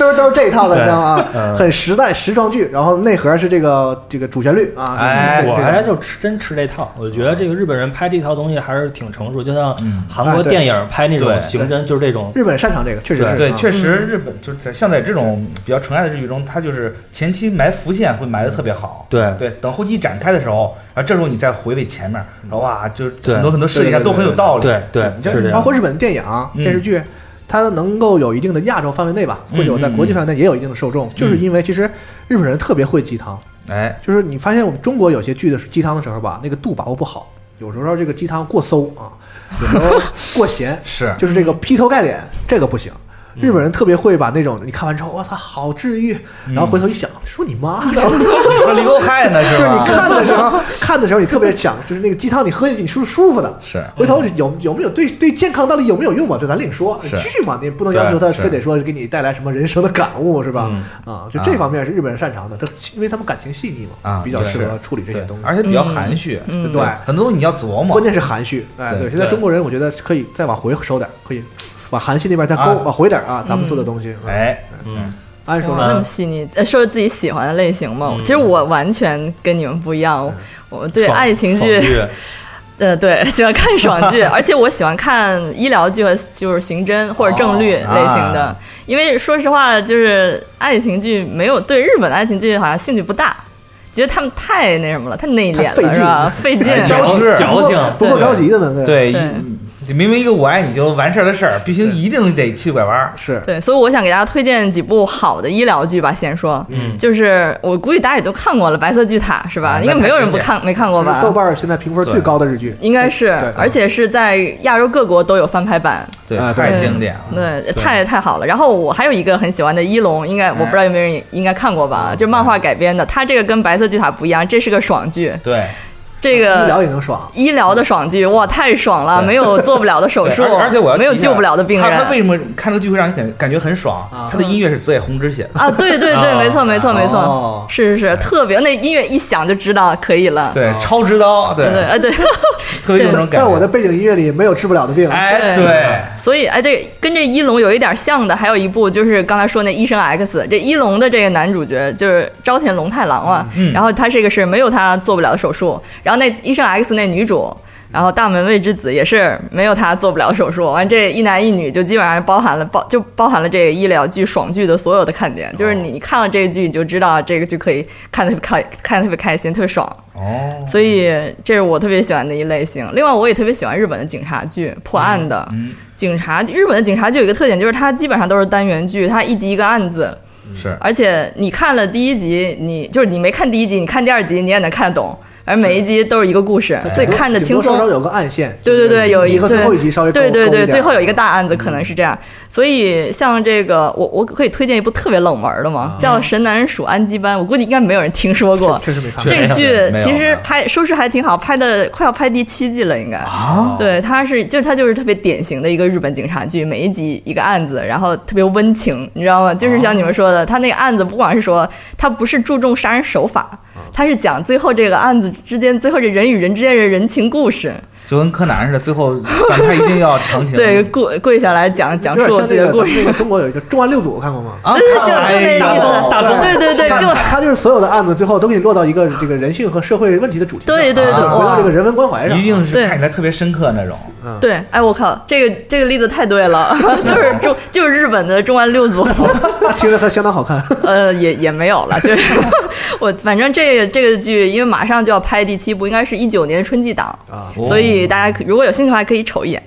Speaker 7: 是都是这一套的，你知道吗啊
Speaker 5: 对嗯？
Speaker 7: 很时代时装剧，然后内核是这个这个主旋律啊。
Speaker 5: 哎，
Speaker 7: 这
Speaker 5: 我
Speaker 7: 个
Speaker 5: 还就吃真吃这套，我觉得这个日本人拍这套东西还是挺成熟，就像韩国
Speaker 7: 哎对
Speaker 5: 电影拍那种
Speaker 3: 对
Speaker 5: 刑侦，就是这种
Speaker 7: 日本擅长这个，确实是
Speaker 3: 对，
Speaker 7: 啊
Speaker 3: 确实日本就是在像在这种比较纯爱的日剧中，它就是前期埋伏线会埋的特别好，
Speaker 5: 对
Speaker 3: 对，等后期展开的时候，然后这时候你再回味前面，然后哇，就是
Speaker 5: 对
Speaker 3: 很多很多设计上都很有道理，
Speaker 5: 对对
Speaker 3: 你
Speaker 7: 你
Speaker 3: 这
Speaker 7: 像包括日本电影、电视剧，它能够有一定的亚洲范围内吧，
Speaker 3: 嗯
Speaker 7: 或者在国际范围内也有一定的受众，就是因为其实日本人特别会鸡汤。
Speaker 3: 哎，
Speaker 7: 就是你发现我们中国有些剧的鸡汤的时候吧，那个度把握不好，有时候这个鸡汤过馊啊，有时候过咸， [LAUGHS]
Speaker 3: 是
Speaker 7: 就是这个劈头盖脸，这个不行。日
Speaker 3: 嗯
Speaker 7: 本人特别会把那种你看完之后，我操，好治愈，然后回头一想，说你妈的，
Speaker 3: 你说李欧害呢是
Speaker 7: 就是你
Speaker 3: 吧
Speaker 7: 看的时候，看的时候你特别想，就是那个鸡汤你喝进去你舒舒服的，
Speaker 3: 是
Speaker 7: 回头有有没有对对健康到底有没有用嘛？这咱另说
Speaker 3: 是。
Speaker 7: 剧嘛，你不能要求
Speaker 3: 对
Speaker 7: 他
Speaker 3: 是
Speaker 7: 非得说给你带来什么人生的感悟是吧？啊，就这
Speaker 3: 啊
Speaker 7: 方面是日本人擅长的，他因为他们感情细腻嘛
Speaker 3: 啊，
Speaker 7: 比较
Speaker 3: 对
Speaker 7: 适合
Speaker 3: 是
Speaker 7: 处理这些东西，
Speaker 3: 而且比较含蓄，
Speaker 7: 嗯对
Speaker 3: 很多东西你要琢磨，
Speaker 7: 关键是含蓄。哎，对，现在中国人我觉得可以再往回收点儿，可以往含蓄那边再勾
Speaker 3: 啊
Speaker 7: 往回点儿啊，咱们
Speaker 8: 嗯
Speaker 7: 做的东西。
Speaker 3: 哎，
Speaker 5: 嗯，
Speaker 7: 按说
Speaker 8: 哇那
Speaker 7: 呢
Speaker 8: 么，细腻，呃，说自己喜欢的类型嘛。
Speaker 7: 嗯
Speaker 8: 其实我完全跟你们不
Speaker 3: 嗯
Speaker 8: 一样，我对
Speaker 5: 爽
Speaker 8: 爱情
Speaker 5: 爽剧，
Speaker 8: 呃，对，喜欢看爽
Speaker 3: [LAUGHS]
Speaker 8: 剧，而且我喜欢看医疗剧和就是刑侦或者正律类型的，
Speaker 3: 啊
Speaker 8: 因为说实话，就是爱情剧没有对日本的爱情剧好像兴趣不大，觉得他们太那什么了，太内
Speaker 3: 太
Speaker 8: 敛
Speaker 3: 费
Speaker 8: 了，是吧？
Speaker 3: 劲哎
Speaker 8: 费劲，
Speaker 3: 是
Speaker 7: 不够着急的呢。
Speaker 3: 对，
Speaker 8: 对
Speaker 3: 一明明一个我爱你就完事儿的事儿，必须一定得气拐弯儿，
Speaker 7: 是
Speaker 8: 对，所以我想给大家推荐几部好的医疗剧吧。先说，
Speaker 3: 嗯
Speaker 8: 就是我估计大家也都看过了，《白色巨塔》是吧？
Speaker 7: 啊
Speaker 8: 应该没有人不
Speaker 7: 那太经典
Speaker 8: 看没看过
Speaker 7: 这
Speaker 8: 吧
Speaker 7: 是？豆瓣儿现在评分最高的日剧，
Speaker 8: 应该是
Speaker 7: 对，
Speaker 8: 而且是在亚洲各国都有翻拍版。
Speaker 3: 对
Speaker 7: 啊
Speaker 3: 太
Speaker 8: 对
Speaker 3: 经典了，
Speaker 8: 对，
Speaker 3: 对哎
Speaker 8: 太太好了。然后我还有一个很喜欢的《一龙》，应该我不知道有没有人也应该看过吧？就是漫画改编的，它这个跟《白色巨塔》不一样，这是个爽剧。
Speaker 3: 对。
Speaker 8: 这个
Speaker 7: 啊医疗也能爽，
Speaker 8: 医疗的爽剧，哇，太爽了！没有做不了的手
Speaker 3: 对
Speaker 8: 术，
Speaker 3: 而而且我要
Speaker 8: 没有
Speaker 3: 提一下
Speaker 8: 救不了的病人。
Speaker 3: 他他为什么看这个剧会让你感感觉很爽？
Speaker 7: 啊
Speaker 3: 他的音乐是泽野弘之写的
Speaker 8: [LAUGHS] 啊，对对对，没错没错没
Speaker 3: 哦
Speaker 8: 错，是是是，特别那音乐一响就知道可以
Speaker 7: 啊
Speaker 8: 了。
Speaker 3: 对，超之刀，
Speaker 8: 对对，哎对， [LAUGHS]
Speaker 3: 特别有种感
Speaker 7: 在我的背景音乐里没有治不了的病。
Speaker 3: 哎
Speaker 8: 所以哎对，跟这一龙有一点像的，还有一部就是刚才说那医生 X，这一龙的这个男主角就是朝田龙太郎啊，
Speaker 10: 嗯
Speaker 8: 然后他这个是没有他做不了的手术，然后那医生 X 那女主。然后大门卫之子也是没有他做不了手术，完这一男一女就基本上包含了包就包含了这个医疗剧爽剧的所有的看点，就是你你看了这个剧你就知道这个剧可以看得特别开看得特别开心，特别爽。
Speaker 3: 哦，
Speaker 8: 所以这是我特别喜欢的一类型。另外，我也特别喜欢日本的警察剧，破案的、警察。日本的警察剧有一个特点，就是它基本上都是单元剧，它一集一个案子。
Speaker 3: 是
Speaker 8: 而且你看了第一集，你就是你没看第一集，你看第二集你也能看得懂。而每一集都是一个故事，所以看着轻
Speaker 7: 顶多稍稍
Speaker 8: 松。
Speaker 7: 有个暗线。
Speaker 8: 对对对，有
Speaker 7: 第一集和
Speaker 8: 对
Speaker 7: 最后一集稍微
Speaker 8: 对
Speaker 7: 勾
Speaker 8: 对
Speaker 7: 勾一
Speaker 8: 对，
Speaker 7: 点嗯
Speaker 8: 最后有一个大案子可能是这样。所以像这个，我我可以推荐一部特别冷门的嘛，叫《神男鼠安基班》，我估计应该没有人听说过。
Speaker 7: 确实没看
Speaker 8: 这个剧
Speaker 3: 没有
Speaker 8: 其实拍收视还挺好，拍的快要拍第七季了，应该。
Speaker 3: 啊
Speaker 8: 对，它是就是它就是特别典型的一个日本警察剧，每一集一个案子，然后特别温情，你知道吗？就是像你们说的，它那个案子不管是说它不是注重杀人手法，
Speaker 7: 嗯
Speaker 8: 它是讲最后这个案子之间，最后这人与人之间的人情故事。
Speaker 3: 就跟柯南似的，最后反派一定要长情。
Speaker 8: [LAUGHS] 对，跪跪下来讲讲
Speaker 7: 啊有
Speaker 8: 述我自己
Speaker 7: 点像那
Speaker 8: 的
Speaker 7: 个
Speaker 8: 故
Speaker 7: 咱
Speaker 8: 事
Speaker 7: 们。那个中国有一个《重案六组》，看
Speaker 3: [LAUGHS]
Speaker 7: 过吗？
Speaker 3: 啊，
Speaker 8: 对对就就那
Speaker 3: 哎
Speaker 8: 意
Speaker 3: 呦
Speaker 8: 思，
Speaker 5: 大
Speaker 8: 对对对，就
Speaker 7: 他就是所有的案子最后都给你落到一个这个人性和社会问题的主题上，
Speaker 8: 对对对
Speaker 7: 啊回
Speaker 8: 哇
Speaker 7: 到这个人文关怀上，
Speaker 3: 一定是
Speaker 8: 对
Speaker 3: 看起来特别深刻那种。
Speaker 8: 对，哎，我靠，这个这个例子太对了， [LAUGHS] 就是中就是日本的重案六
Speaker 7: [LAUGHS]
Speaker 8: 组，
Speaker 7: 啊听着还相当好看。
Speaker 8: 呃，也也没有了，就是 [LAUGHS] 我反正这个这个剧，因为马上就要拍第七部，应该是一九年春季档，
Speaker 7: 啊
Speaker 3: 哦
Speaker 8: 所以大家可如果有兴趣的话可以瞅一眼。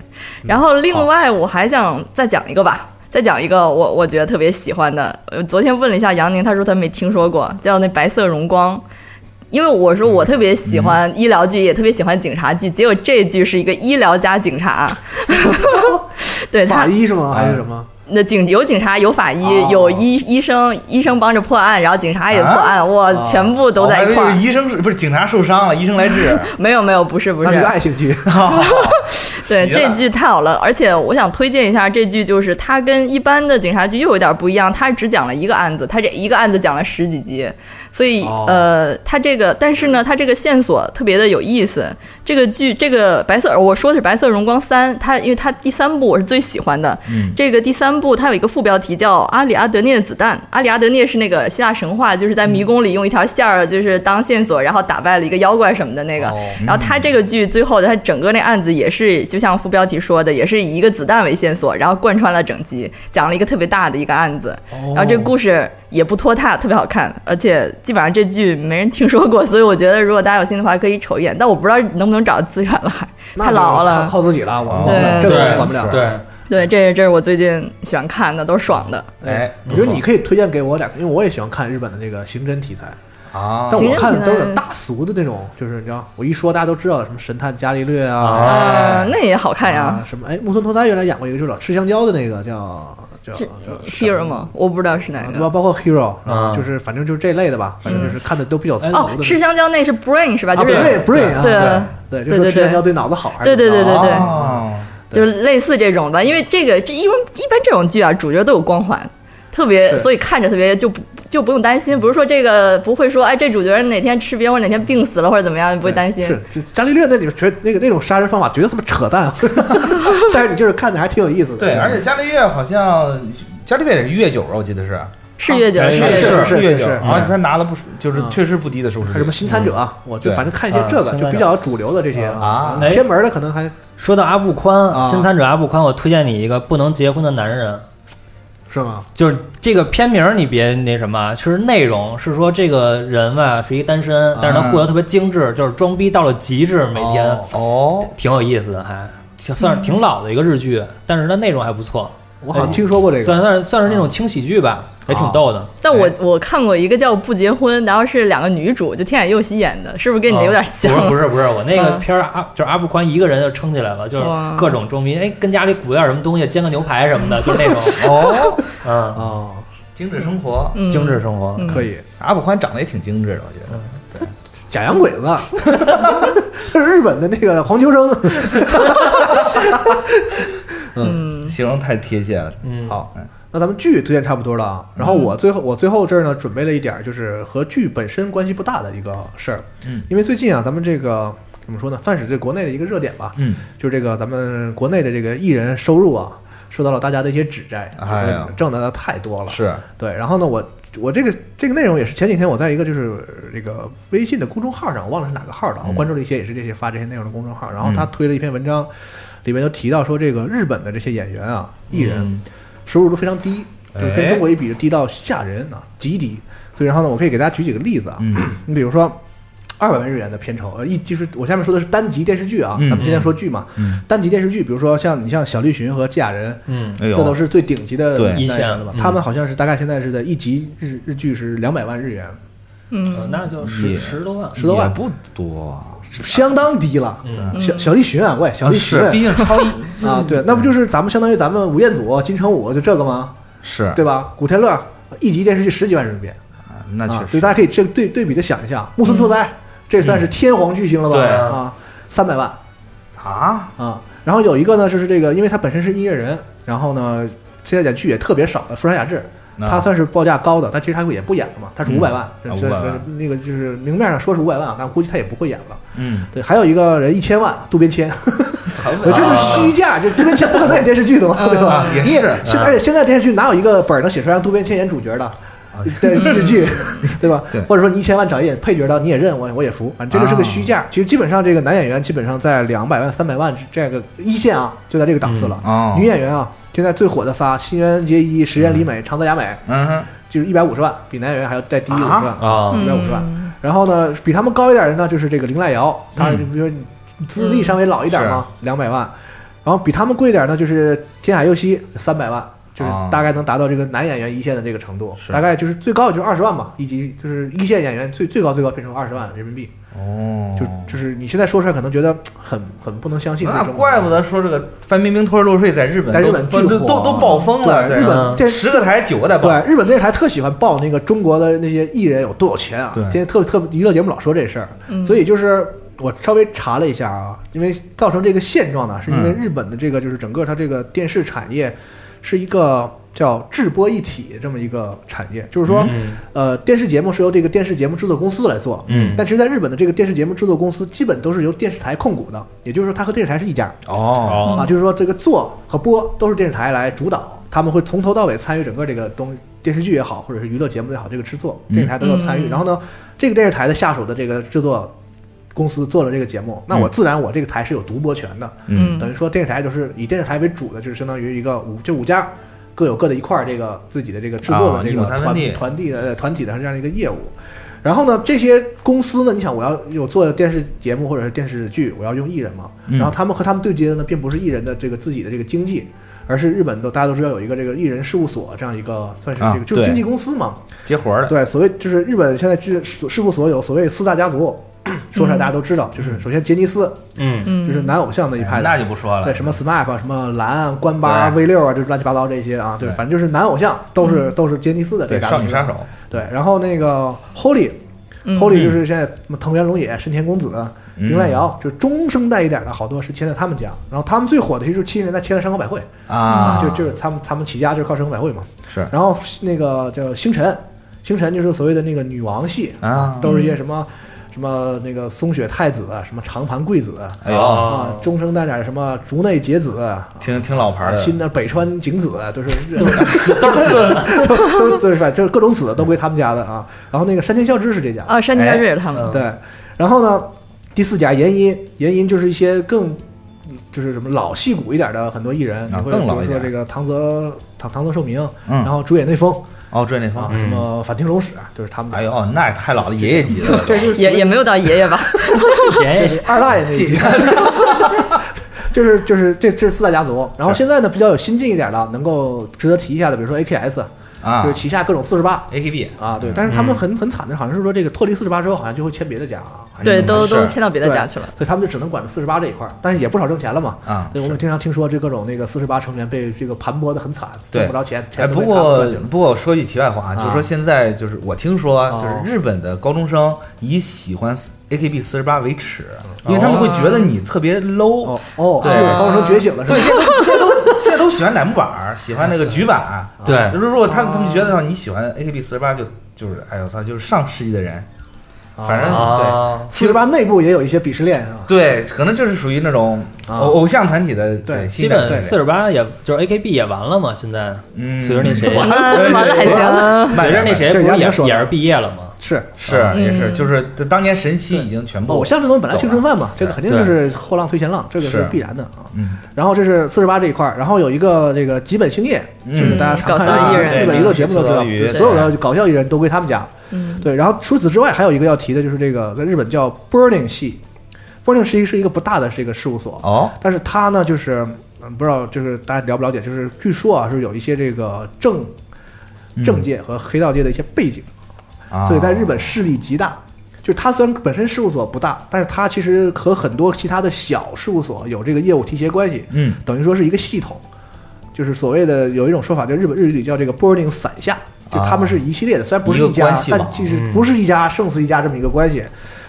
Speaker 8: 然后另外我还想再讲一个吧。再讲一个我我觉得特别喜欢的，呃，昨天问了一下杨宁，他说他没听说过，叫那《白色荣光》，因为我说我特别喜欢医疗剧，也特别喜欢警察剧，结果这剧是一个医疗加警察， [LAUGHS] 对，他
Speaker 7: 法医是吗？还是什么？
Speaker 8: 那警有警察，有法医，
Speaker 3: 哦
Speaker 8: 有医医生，医生帮着破案，然后警察也破案，哇，全部都在一块
Speaker 3: 啊哦还
Speaker 8: 儿
Speaker 3: 有就。是医生是不是警察受伤了，医生来
Speaker 8: [LAUGHS]
Speaker 3: 治。
Speaker 8: 没有没有，不是不
Speaker 7: 那
Speaker 8: 是
Speaker 7: 是，个爱情剧，
Speaker 3: [LAUGHS]
Speaker 8: 对
Speaker 3: 急
Speaker 8: 这
Speaker 3: 了
Speaker 8: 剧太好了，而且我想推荐一下这剧，就是它跟一般的警察剧又有点不一样，它只讲了一个案子，它这一个案子讲了十几集，所以、
Speaker 7: 哦
Speaker 8: 呃，它这个但是呢，它这个线索特别的有意思。这个剧这个白色，我说的是《白色荣光三》，它因为它第三部我是最喜欢的，
Speaker 3: 嗯
Speaker 8: 这个第三部它有一个副标题叫《阿里阿德涅的子弹》，阿里阿德涅是那个希腊神话，就是在迷宫里用一条线儿就是当线索，然后打败了一个妖怪什么的
Speaker 3: 哦
Speaker 8: 那个。然后他这个剧最后的他整个那案子也是，就像副标题说的，也是以一个子弹为线索，然后贯穿了整集，讲了一个特别大的一个案子。
Speaker 7: 哦
Speaker 8: 然后这个故事也不拖沓，特别好看，而且基本上这剧没人听说过，所以我觉得如果大家有兴趣的话可以瞅一眼，但我不知道能不能找到资源了，还
Speaker 7: [LAUGHS] 那
Speaker 8: 太老
Speaker 7: 就
Speaker 8: 了
Speaker 7: 靠。靠自己了，
Speaker 3: 哦
Speaker 7: 我们管
Speaker 8: 对
Speaker 7: 不了，这个我们管不了。
Speaker 5: 对，
Speaker 8: 对，这这是我最近喜欢看的，都是爽的。
Speaker 3: 哎，
Speaker 7: 我觉得你可以推荐给我俩，因为我也喜欢看日本的这个刑侦题材，
Speaker 3: 啊
Speaker 7: 但我看的都
Speaker 8: 刑侦题材
Speaker 7: 是大俗的那种，就是你知道，我一说大家都知道什么神探伽利略啊，
Speaker 8: 呃，那也好看呀
Speaker 7: 啊。什么哎，木村拓哉原来演过一个，就是老吃香蕉的那个叫叫
Speaker 8: 是
Speaker 7: 叫什么
Speaker 8: Hero 吗？我不知道是哪
Speaker 7: 啊
Speaker 8: 个
Speaker 7: 包。包括 Hero，
Speaker 5: 啊
Speaker 7: 就是反正就是这类的吧，反正就是看的都比较俗的
Speaker 8: 哦，吃香蕉嗯那是 Brain 是吧？就是
Speaker 7: Brain Brain 啊，
Speaker 8: 对对
Speaker 7: 对，就说
Speaker 8: 对
Speaker 7: 吃香
Speaker 8: 对
Speaker 7: 蕉对脑子好啊还是
Speaker 8: 对对对对对，
Speaker 3: 哦
Speaker 8: 就是类似这种吧。因为这个这一般一般这种剧啊，主角都有光环，特别
Speaker 7: 是
Speaker 8: 所以看着特别就不就不用担心，不是说这个不会说哎这主角哪天吃瘪或者哪天病死了或者怎么样，不会担心。
Speaker 7: 是，就伽利略那里面觉得那个那种杀人方法绝对他妈扯淡， [LAUGHS] 但是你就是看的还挺有意思的。嗯
Speaker 3: 对，而且伽利略好像伽利略也是越酒啊，我记得是
Speaker 8: 是月九
Speaker 5: 啊
Speaker 8: 是
Speaker 5: 是
Speaker 8: 月
Speaker 7: 哦是
Speaker 8: 九。
Speaker 7: 是
Speaker 3: 越酒，
Speaker 7: 是
Speaker 3: 然后他拿了不少就是
Speaker 7: 嗯
Speaker 3: 确实不低的收视率。
Speaker 7: 还有什么新参者啊，我就
Speaker 3: 对
Speaker 7: 反正看一些
Speaker 5: 啊
Speaker 7: 这个
Speaker 5: 新参
Speaker 7: 就
Speaker 5: 者
Speaker 7: 比较主流的这些
Speaker 3: 啊
Speaker 5: 哎
Speaker 7: 偏门的可能还
Speaker 5: 说到阿布宽，
Speaker 7: 啊
Speaker 5: 新参者阿布宽，我推荐你一个不能结婚的男人。
Speaker 7: 是吗？
Speaker 5: 就是这个片名儿你别那什么，其实内容是说这个人吧是一个单身，但是他过得特别精致，就是装逼到了极致，每天、
Speaker 3: 嗯哦，
Speaker 5: 挺有意思的，还挺算是挺老的一个日剧，但是它内容还不错，
Speaker 7: 我好
Speaker 5: 哎
Speaker 7: 像听说过这个
Speaker 5: 算算是算是那
Speaker 3: 嗯
Speaker 5: 种轻喜剧吧，也挺逗的。
Speaker 8: 但
Speaker 7: 哎
Speaker 8: 我我看过一个叫《不结婚》，然后是两个女主，就天野佑希演的，是不是
Speaker 7: 哦
Speaker 8: 跟你的有点像？
Speaker 5: 嗯不是不是不是，我那个
Speaker 8: 嗯
Speaker 5: 片儿阿就是阿布宽一个人就撑起来了，就是
Speaker 8: 哇
Speaker 5: 各种装逼，哎，跟家里鼓点什么东西，煎个牛排什么的，就是那
Speaker 8: [LAUGHS]
Speaker 5: 种
Speaker 3: [LAUGHS]
Speaker 5: 哦，嗯，
Speaker 7: 哦，
Speaker 3: 精致生活，
Speaker 8: 嗯
Speaker 5: 精致生活。
Speaker 7: 可以。
Speaker 3: 阿布宽长得也挺精致的，我觉得。
Speaker 7: 假洋鬼子， [LAUGHS] 他是日本的那个黄秋生，
Speaker 3: 嗯，形容太贴切了。
Speaker 5: 嗯
Speaker 3: 好，嗯
Speaker 7: 那咱们剧推荐差不多了啊，然后我最后我最后这儿呢准备了一点儿，就是和剧本身关系不大的一个事儿，
Speaker 3: 嗯，
Speaker 7: 因为最近啊，咱们这个怎么说呢，泛指这国内的一个热点吧，
Speaker 3: 嗯，
Speaker 7: 就是这个咱们国内的这个艺人收入啊，受到了大家的一些指摘，就
Speaker 3: 哎
Speaker 7: 是
Speaker 3: 呀
Speaker 7: 挣得太多了，
Speaker 3: 是
Speaker 7: 对，然后呢，我我这个这个内容也是前几天我在一个就是呃这个微信的公众号上，我忘了是哪个号
Speaker 3: 嗯
Speaker 7: 了，我关注了一些也是这些发这些内容的公众号，然后他推了一篇文章，里面就提到说这个日本的这些演员啊，艺人收入都非常低，就是
Speaker 3: 哎
Speaker 7: 跟中国一比就低到吓人啊，极低。所以然后呢，我可以给大家举几个例子啊，
Speaker 3: 嗯
Speaker 7: [CLEARS THROAT] 你比如说。二百万日元的片酬，呃，一就是我下面说的是单集电视剧啊，
Speaker 3: 嗯
Speaker 7: 咱们之前说剧嘛，单集电视剧，比如说像你像小栗旬和纪雅人，
Speaker 5: 嗯，
Speaker 3: 哎呦，
Speaker 7: 这都是最顶级的
Speaker 3: 对
Speaker 7: 代言人了吧
Speaker 5: 一线嗯
Speaker 7: 他们好像是大概现在是在一集日日剧是两百万日元，
Speaker 8: 嗯
Speaker 5: 呃那就十
Speaker 3: 也
Speaker 5: 十多万，
Speaker 7: 十多万
Speaker 3: 也不多，啊
Speaker 7: 相当低了。
Speaker 5: 嗯
Speaker 7: 小小丽巡演我也小丽巡
Speaker 3: 是
Speaker 7: 演，
Speaker 3: 毕竟超
Speaker 5: [LAUGHS]
Speaker 3: 一
Speaker 7: 啊，对，那不就是咱们相当于咱们吴彦祖、金城武就这个吗？
Speaker 3: 是
Speaker 7: 对吧？古天乐一集电视剧十几万人民币，
Speaker 3: 那确
Speaker 7: 啊，
Speaker 3: 实嗯
Speaker 7: 对，大家可以这对对比的想一下，木村拓哉、这算是天皇巨星了吧？
Speaker 3: 对
Speaker 7: 啊，三百万
Speaker 3: 啊，
Speaker 7: 啊。然后有一个呢，就是这个，因为他本身是音乐人，然后呢，现在演剧也特别少的福山雅治，
Speaker 3: 那
Speaker 7: 他算是报价高的，但其实他也不演了嘛，他是
Speaker 3: 嗯
Speaker 7: 五百万，这
Speaker 3: 啊
Speaker 7: 这
Speaker 3: 500万
Speaker 7: 这那个就是明面上说是五百万啊，但估计他也不会演了。
Speaker 3: 嗯，
Speaker 7: 对，还有一个人一千万，渡边谦， [LAUGHS]
Speaker 3: 稳
Speaker 7: 这是虚价，这渡边谦不可能演电视
Speaker 3: [LAUGHS]
Speaker 7: 剧的嘛，对吧？
Speaker 3: 嗯啊也
Speaker 7: 你
Speaker 3: 是嗯
Speaker 7: 现而且现在电视剧哪有一个本儿能写出来让渡边谦演主角的？ [LAUGHS] 对日剧， [LAUGHS] 对吧？
Speaker 3: 啊嗯对啊
Speaker 7: 或者说你一千万找一演配角的，你也认，我我也服。反正这就是个虚价。其实基本上这个男演员基本上在两百万、三百万这个一线啊，就在这个档次了。
Speaker 3: 哦，
Speaker 7: 女演员啊，现在最火的仨：新垣结衣、石原里美、长泽雅美，
Speaker 3: 嗯哼，
Speaker 7: 就是一百五十万，比男演员还要再低五十万。
Speaker 5: 啊，
Speaker 7: 一百五十万
Speaker 8: 嗯。
Speaker 7: 然后呢，比他们高一点的呢，就是这个林濑遥，他
Speaker 3: 嗯
Speaker 7: 比如说资历稍微老一点嘛，两百万。然后比他们贵一点呢，就是天海佑希三百万，就是
Speaker 3: 啊
Speaker 7: 大概能达到这个男演员一线的这个程度，
Speaker 3: 是
Speaker 7: 大概就是最高也就是二十万吧，以及就是一线演员最最高最高变成二十万人民币，
Speaker 3: 哦，
Speaker 7: 就就是你现在说出来可能觉得很很不能相信，
Speaker 3: 那怪不。得说这个范冰冰偷着漏税在日本都，啊
Speaker 7: 在日本
Speaker 3: 都
Speaker 7: 巨
Speaker 3: 都
Speaker 7: 火
Speaker 3: 都都爆疯了，
Speaker 7: 对日本电视
Speaker 3: 十个台九个在爆，
Speaker 7: 对，日本电视台特喜欢报那个中国的那些艺人有多有钱啊，
Speaker 3: 对
Speaker 7: 今天特特娱乐节目老说这事儿，
Speaker 8: 嗯
Speaker 7: 所以就是我稍微查了一下啊，因为造成这个现状呢，是因为
Speaker 3: 嗯
Speaker 7: 日本的这个就是整个它这个电视产业是一个叫制播一体这么一个产业，就是说，
Speaker 3: 嗯
Speaker 7: 呃，电视节目是由这个电视节目制作公司来做。
Speaker 5: 嗯
Speaker 7: 但其实，在日本的这个电视节目制作公司基本都是由电视台控股的，也就是说，它和电视台是一家。
Speaker 3: 哦，
Speaker 7: 啊，
Speaker 5: 哦，
Speaker 7: 就是说这个做和播都是电视台来主导，他们会从头到尾参与整个这个东电视剧也好，或者是娱乐节目也好，这个制作电视台都要参与。
Speaker 8: 嗯
Speaker 7: 然后呢，这个电视台的下属的这个制作公司做了这个节目，那我自然我这个台是有独播权的，
Speaker 8: 嗯
Speaker 7: 等于说电视台就是以电视台为主的，就是相当于一个五这五家。各有各的一块儿这个自己的这个制作
Speaker 3: 啊
Speaker 7: 的这
Speaker 3: 一
Speaker 7: 个
Speaker 3: 亩三分
Speaker 7: 团、
Speaker 3: 地
Speaker 7: 团体的呃团体的这样一个业务，然后呢，这些公司呢，你想我要有做电视节目或者是电视剧，我要用艺人嘛，
Speaker 3: 嗯
Speaker 7: 然后他们和他们对接的呢，并不是艺人的这个自己的这个经济，而是日本的大家都知道有一个这个艺人事务所这样一个算是这个、
Speaker 3: 啊
Speaker 7: 就是
Speaker 3: 对
Speaker 7: 经纪公司嘛，
Speaker 3: 接活儿的，
Speaker 7: 对，所谓就是日本现在事事务所有所谓四大家族， [COUGHS] 说出来大家都知道，就是首先杰尼斯
Speaker 5: 嗯，
Speaker 8: 嗯，
Speaker 7: 就是男偶像那一派的，
Speaker 3: 哎那就不说了
Speaker 7: 对，什么 SMAP 啊，什么蓝、关八、
Speaker 3: 对
Speaker 7: V 六啊，这乱七八糟这些啊，对，
Speaker 3: 对
Speaker 7: 反正就是男偶像都是都是杰尼斯的这
Speaker 3: 对
Speaker 7: 个
Speaker 3: 少女杀手，
Speaker 7: 对，然后那个 Holy。
Speaker 8: 嗯
Speaker 7: Holy 就是现在什么藤原龙也、深田恭子、
Speaker 3: 嗯
Speaker 7: 林濑遥，就是中生代一点的好多是签在他们家，然后他们最火的其实就是七十年代签了山口百惠
Speaker 3: 啊
Speaker 7: 就就是他们他们起家就是靠山口百惠嘛。
Speaker 3: 是
Speaker 7: 然后那个叫星辰，星辰就是所谓的那个女王系，
Speaker 3: 啊，
Speaker 7: 都是一些什么什么那个松雪太子、啊什么长盘贵子
Speaker 3: 哎呦，
Speaker 7: 啊，中生代点什么竹内结子啊，
Speaker 3: 挺挺老牌儿的，
Speaker 7: 新的北川景子
Speaker 3: [LAUGHS]
Speaker 7: 都是
Speaker 5: 都是四
Speaker 7: [LAUGHS] 都都对吧？就是各种子都归他们家的啊。然后那个山田孝之是这家，
Speaker 8: 啊，山田教授也是他
Speaker 3: 嗯
Speaker 8: 们，
Speaker 7: 对，然后呢，第四家岩音，岩音就是一些更就是什么老戏骨一点的很多艺人，你
Speaker 3: 啊
Speaker 7: 会
Speaker 3: 更老
Speaker 7: 比
Speaker 3: 一
Speaker 7: 如说
Speaker 3: 点
Speaker 7: 这个唐泽唐唐泽寿明，
Speaker 3: 嗯
Speaker 7: 然后主演内丰
Speaker 3: 哦，追那
Speaker 7: 啊
Speaker 3: 方，，
Speaker 7: 什么反町隆史，就是他们
Speaker 3: 哎
Speaker 7: 的。
Speaker 3: 呦，那也太老了，爷爷级的了，
Speaker 7: 这就是
Speaker 8: 也也没有到爷爷吧，
Speaker 5: 便宜，
Speaker 7: 二大爷那一集。 [LAUGHS] 就是就是这这是四大家族，然后现在呢比较有新进一点的，能够值得提一下的，比如说 AKS，
Speaker 3: 啊
Speaker 7: 就是旗下各种四十八
Speaker 3: ，AKB
Speaker 7: 啊，对，但是他们很很惨的，好像是说这个脱离四十八之后，好像就会签别的家啊，
Speaker 8: [LAUGHS] 对，都
Speaker 3: 哎是
Speaker 8: 都迁到别的
Speaker 7: 对
Speaker 8: 家去了。，
Speaker 7: 所以他们就只能管着四十八这一块儿，但是也不少挣钱了嘛。
Speaker 3: 啊
Speaker 7: 对，我们经常听说这各种那个四十八成员被这个盘剥的很惨，
Speaker 3: 对
Speaker 7: 挣不着钱，
Speaker 3: 哎，
Speaker 7: 钱都
Speaker 3: 不
Speaker 7: 被他们
Speaker 3: 过
Speaker 7: 赚去了。啊
Speaker 3: 不过我说句题外话，啊就是说现在就是我听说，啊
Speaker 7: 哦
Speaker 3: 就是日本的高中生以喜欢 AKB 四十八为耻，因为他们会觉得你特别 low
Speaker 7: 哦。哦，
Speaker 3: 对
Speaker 7: 日本高中生觉醒了是
Speaker 3: [LAUGHS]
Speaker 7: 吧
Speaker 3: 对，？现在现在都现在都喜欢乃木坂儿，喜欢那个菊坂。
Speaker 7: 哦
Speaker 3: [LAUGHS]
Speaker 5: 对
Speaker 3: 啊就是如果他们他们觉得你喜欢 AKB 四十八，就就是哎呦我操，就是上世纪的人，反正
Speaker 7: 哦
Speaker 3: 对
Speaker 5: 啊，
Speaker 7: 四十八内部也有一些鄙视链啊是吧？
Speaker 3: [LAUGHS] 对，可能就是属于那种
Speaker 7: 啊
Speaker 3: 偶偶像团体的
Speaker 7: 对
Speaker 3: 新
Speaker 5: 基
Speaker 3: 一代
Speaker 5: 本
Speaker 3: 对
Speaker 5: 四十八也就是 AKB 也完了嘛，现在
Speaker 3: 嗯，
Speaker 5: 随着那谁，
Speaker 8: 完了完了还行，
Speaker 3: 慢
Speaker 5: 随着
Speaker 3: 点
Speaker 5: 那谁
Speaker 7: 这人
Speaker 5: 不
Speaker 7: 家
Speaker 5: 是也
Speaker 7: 说的
Speaker 5: 也是毕业了吗？
Speaker 7: 是
Speaker 3: 是也是
Speaker 8: 嗯
Speaker 3: 就是当年神七已经全部
Speaker 7: 偶像这东西本来青春饭嘛，这个肯定就是后浪推前浪，这个是
Speaker 3: 是
Speaker 7: 必然的啊。
Speaker 3: 嗯
Speaker 7: 然后这是四十八这一块儿，然后有一个这个吉本兴业，
Speaker 3: 嗯
Speaker 7: 就是大家常看
Speaker 8: 搞笑艺
Speaker 7: 的
Speaker 8: 人
Speaker 7: 日本娱乐节目都知道，
Speaker 3: 对
Speaker 7: 就是所有的搞笑艺人都归他们家。
Speaker 8: 嗯
Speaker 7: 对，然后除此之外，还有一个要提的就是这个在日本叫 Burning 系，Burning 系是一个不大的这个事务所，
Speaker 3: 哦
Speaker 7: 但是它呢就是嗯不知道就是大家了不了解，就是
Speaker 3: 嗯
Speaker 7: 据说啊是有一些这个政政界和黑道界的一些背景。
Speaker 3: 啊
Speaker 7: 所以在日本势力极大。就是它虽然本身事务所不大，但是它其实和很多其他的小事务所有这个业务提携关系，
Speaker 3: 嗯，
Speaker 7: 等于说是一个系统。就是所谓的有一种说法，叫日本日语叫这个 boarding 伞下，就他们是一系列的，虽然不是
Speaker 3: 啊一个
Speaker 7: 家
Speaker 3: 关，系
Speaker 7: 但
Speaker 3: 网
Speaker 7: 其实
Speaker 3: 嗯
Speaker 7: 不是一家胜似一家这么一个关系。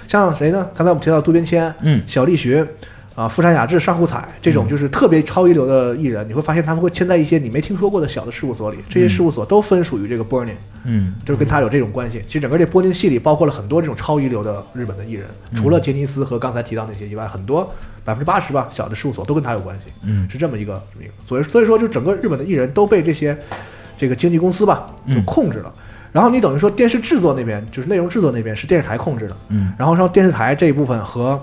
Speaker 7: 像谁呢？刚才我们提到渡边谦，
Speaker 3: 嗯，
Speaker 7: 小栗旬。啊，富山雅治、上户彩这种就是特别超一流的艺人，你会发现他们会签在一些你没听说过的小的事务所里，这些事务所都分属于这个 Burning，
Speaker 3: 嗯，
Speaker 7: 就是跟他有这种关系。其实整个这 Burning 系里包括了很多这种超一流的日本的艺人，
Speaker 3: 嗯
Speaker 7: 除了杰尼斯和刚才提到那些以外，很多百分之八十吧小的事务所都跟他有关系。
Speaker 3: 嗯
Speaker 7: 是这么一个这么一个，所以所以说就整个日本的艺人都被这些这个经纪公司吧
Speaker 3: 嗯
Speaker 7: 就控制了。然后你等于说电视制作那边就是内容制作那边是电视台控制的，
Speaker 3: 嗯
Speaker 7: 然后像电视台这一部分和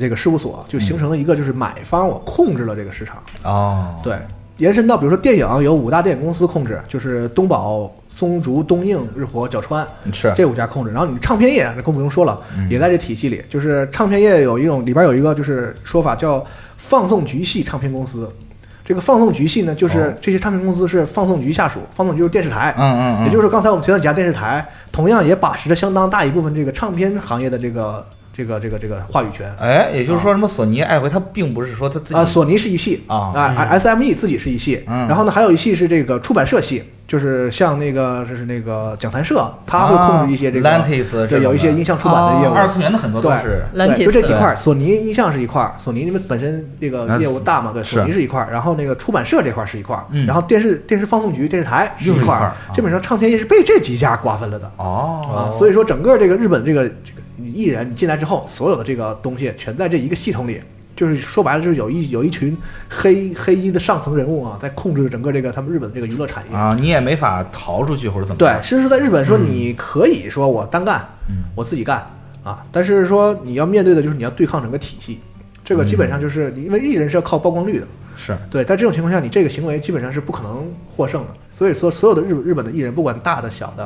Speaker 7: 这个事务所就形成了一个就是买方我控制了这个市场，
Speaker 3: 哦，
Speaker 7: 对，延伸到比如说电影有五大电影公司控制，就是东宝、松竹、东映、日活、角川，
Speaker 3: 是
Speaker 7: 这五家控制。然后你唱片业那更不用说了，
Speaker 3: 嗯
Speaker 7: 也在这体系里。就是唱片业有一种里边有一个就是说法叫放送局系唱片公司。这个放送局系呢，就是这些唱片公司是放送局下属，放送局就是电视台，
Speaker 3: 哦嗯嗯嗯
Speaker 7: 也就是刚才我们提到几家电视台，同样也把持着相当大一部分这个唱片行业的这个这个这个这个话语权。
Speaker 3: 哎，也就是说什么索尼、爱回，它并不是说它自己
Speaker 7: 啊，索尼是一系
Speaker 3: 啊
Speaker 7: 啊
Speaker 3: 嗯
Speaker 7: ，S M E 自己是一系，
Speaker 3: 嗯
Speaker 7: 然后呢，还有一系是这个出版社系，就是像那个就是那个讲谈社，它会控制一些这个，
Speaker 3: 啊，Lantis
Speaker 7: 对，有一些音像出版的业务，
Speaker 3: 哦二次元的很多都
Speaker 7: 对
Speaker 3: 是
Speaker 7: 对，
Speaker 3: Lantis
Speaker 7: 就这几块儿，
Speaker 3: 对
Speaker 7: 索尼音像是一块儿，索尼因为本身这个业务大嘛，对，
Speaker 3: 是
Speaker 7: 索尼是一块儿，然后那个出版社这块儿是一块儿，
Speaker 3: 嗯
Speaker 7: 然后电视电视放送局电视台是
Speaker 3: 又是一
Speaker 7: 块
Speaker 3: 块儿啊
Speaker 7: 儿，基本上唱片业是被这几家瓜分了的
Speaker 3: 哦
Speaker 7: 啊，所以说整个这个日本这个这个艺人你进来之后，所有的这个东西全在这一个系统里，就是说白了就是有一有一群黑黑衣的上层人物啊，在控制整个这个他们日本的这个娱乐产业。
Speaker 3: 啊，你也没法逃出去或者怎么
Speaker 7: 对
Speaker 3: 样，
Speaker 7: 其实是在日本说你可以说我单干，
Speaker 3: 嗯
Speaker 7: 我自己干啊，但是说你要面对的就是你要对抗整个体系，这
Speaker 3: 嗯
Speaker 7: 个基本上就是你因为艺人是要靠曝光率的，
Speaker 3: 是
Speaker 7: 对，在这种情况下，你这个行为基本上是不可能获胜的。所以说，所有的日日本的艺人，不管大的小的，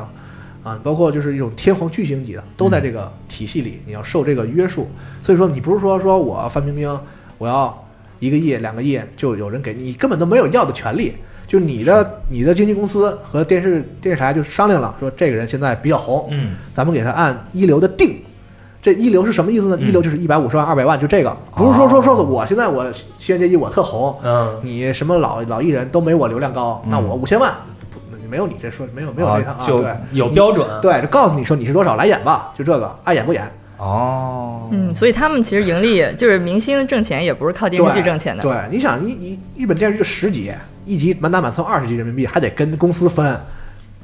Speaker 7: 啊，包括就是一种天皇巨星级的，都在这个体系里，你要受这个约束。所以说，你不是说说我范冰冰，我要一个亿、两个亿，就有人给你，根本都没有要的权利。就你的你的经纪公司和电视电视台就商量了，说这个人现在比较红，
Speaker 3: 嗯，
Speaker 7: 咱们给他按一流的定。这一流是什么意思呢？一流就是一百五十万、二百万，就这个，不是说说说我现在我西安街一我特红，
Speaker 5: 哦嗯，
Speaker 7: 你什么老老艺人都没我流量高，那
Speaker 5: 嗯
Speaker 7: 我五千万，不没有你这说没有没有
Speaker 5: 啊
Speaker 7: 这趟啊，
Speaker 5: 就
Speaker 7: 对，
Speaker 5: 有
Speaker 7: 你
Speaker 5: 标准
Speaker 7: 对，就告诉你说你是多少来演吧，就这个爱演不演，
Speaker 3: 哦，
Speaker 8: 嗯，所以他们其实盈利也就是明星挣钱，也不是靠电视剧挣钱的。
Speaker 7: 对，你想一一一本电视剧十集，一集满打满算二十集人民币，还得跟公司分，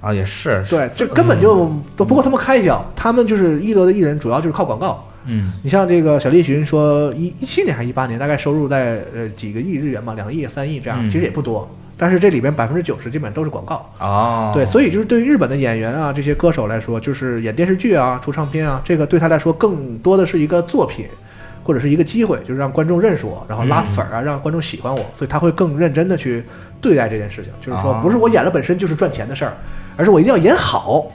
Speaker 3: 啊，也是，是
Speaker 7: 对，这根本就
Speaker 5: 嗯
Speaker 7: 都不够他们开销。他们就是一流的艺人，主要就是靠广告。
Speaker 3: 嗯，
Speaker 7: 你像这个小栗旬说一一七年还是一八年，大概收入在呃几个亿日元吧，两亿三亿这样，
Speaker 3: 嗯
Speaker 7: 其实也不多。但是这里边百分之九十基本上都是广告。
Speaker 3: 哦，
Speaker 7: 对，所以就是对于日本的演员啊，这些歌手来说，就是演电视剧啊、出唱片啊，这个对他来说更多的是一个作品，或者是一个机会，就是让观众认识我，
Speaker 3: 嗯
Speaker 7: 然后拉粉儿啊，让观众喜欢我，所以他会更认真的去对待这件事情。就是说
Speaker 3: 啊，
Speaker 7: 不是我演了本身就是赚钱的事儿，而是我一定要演好，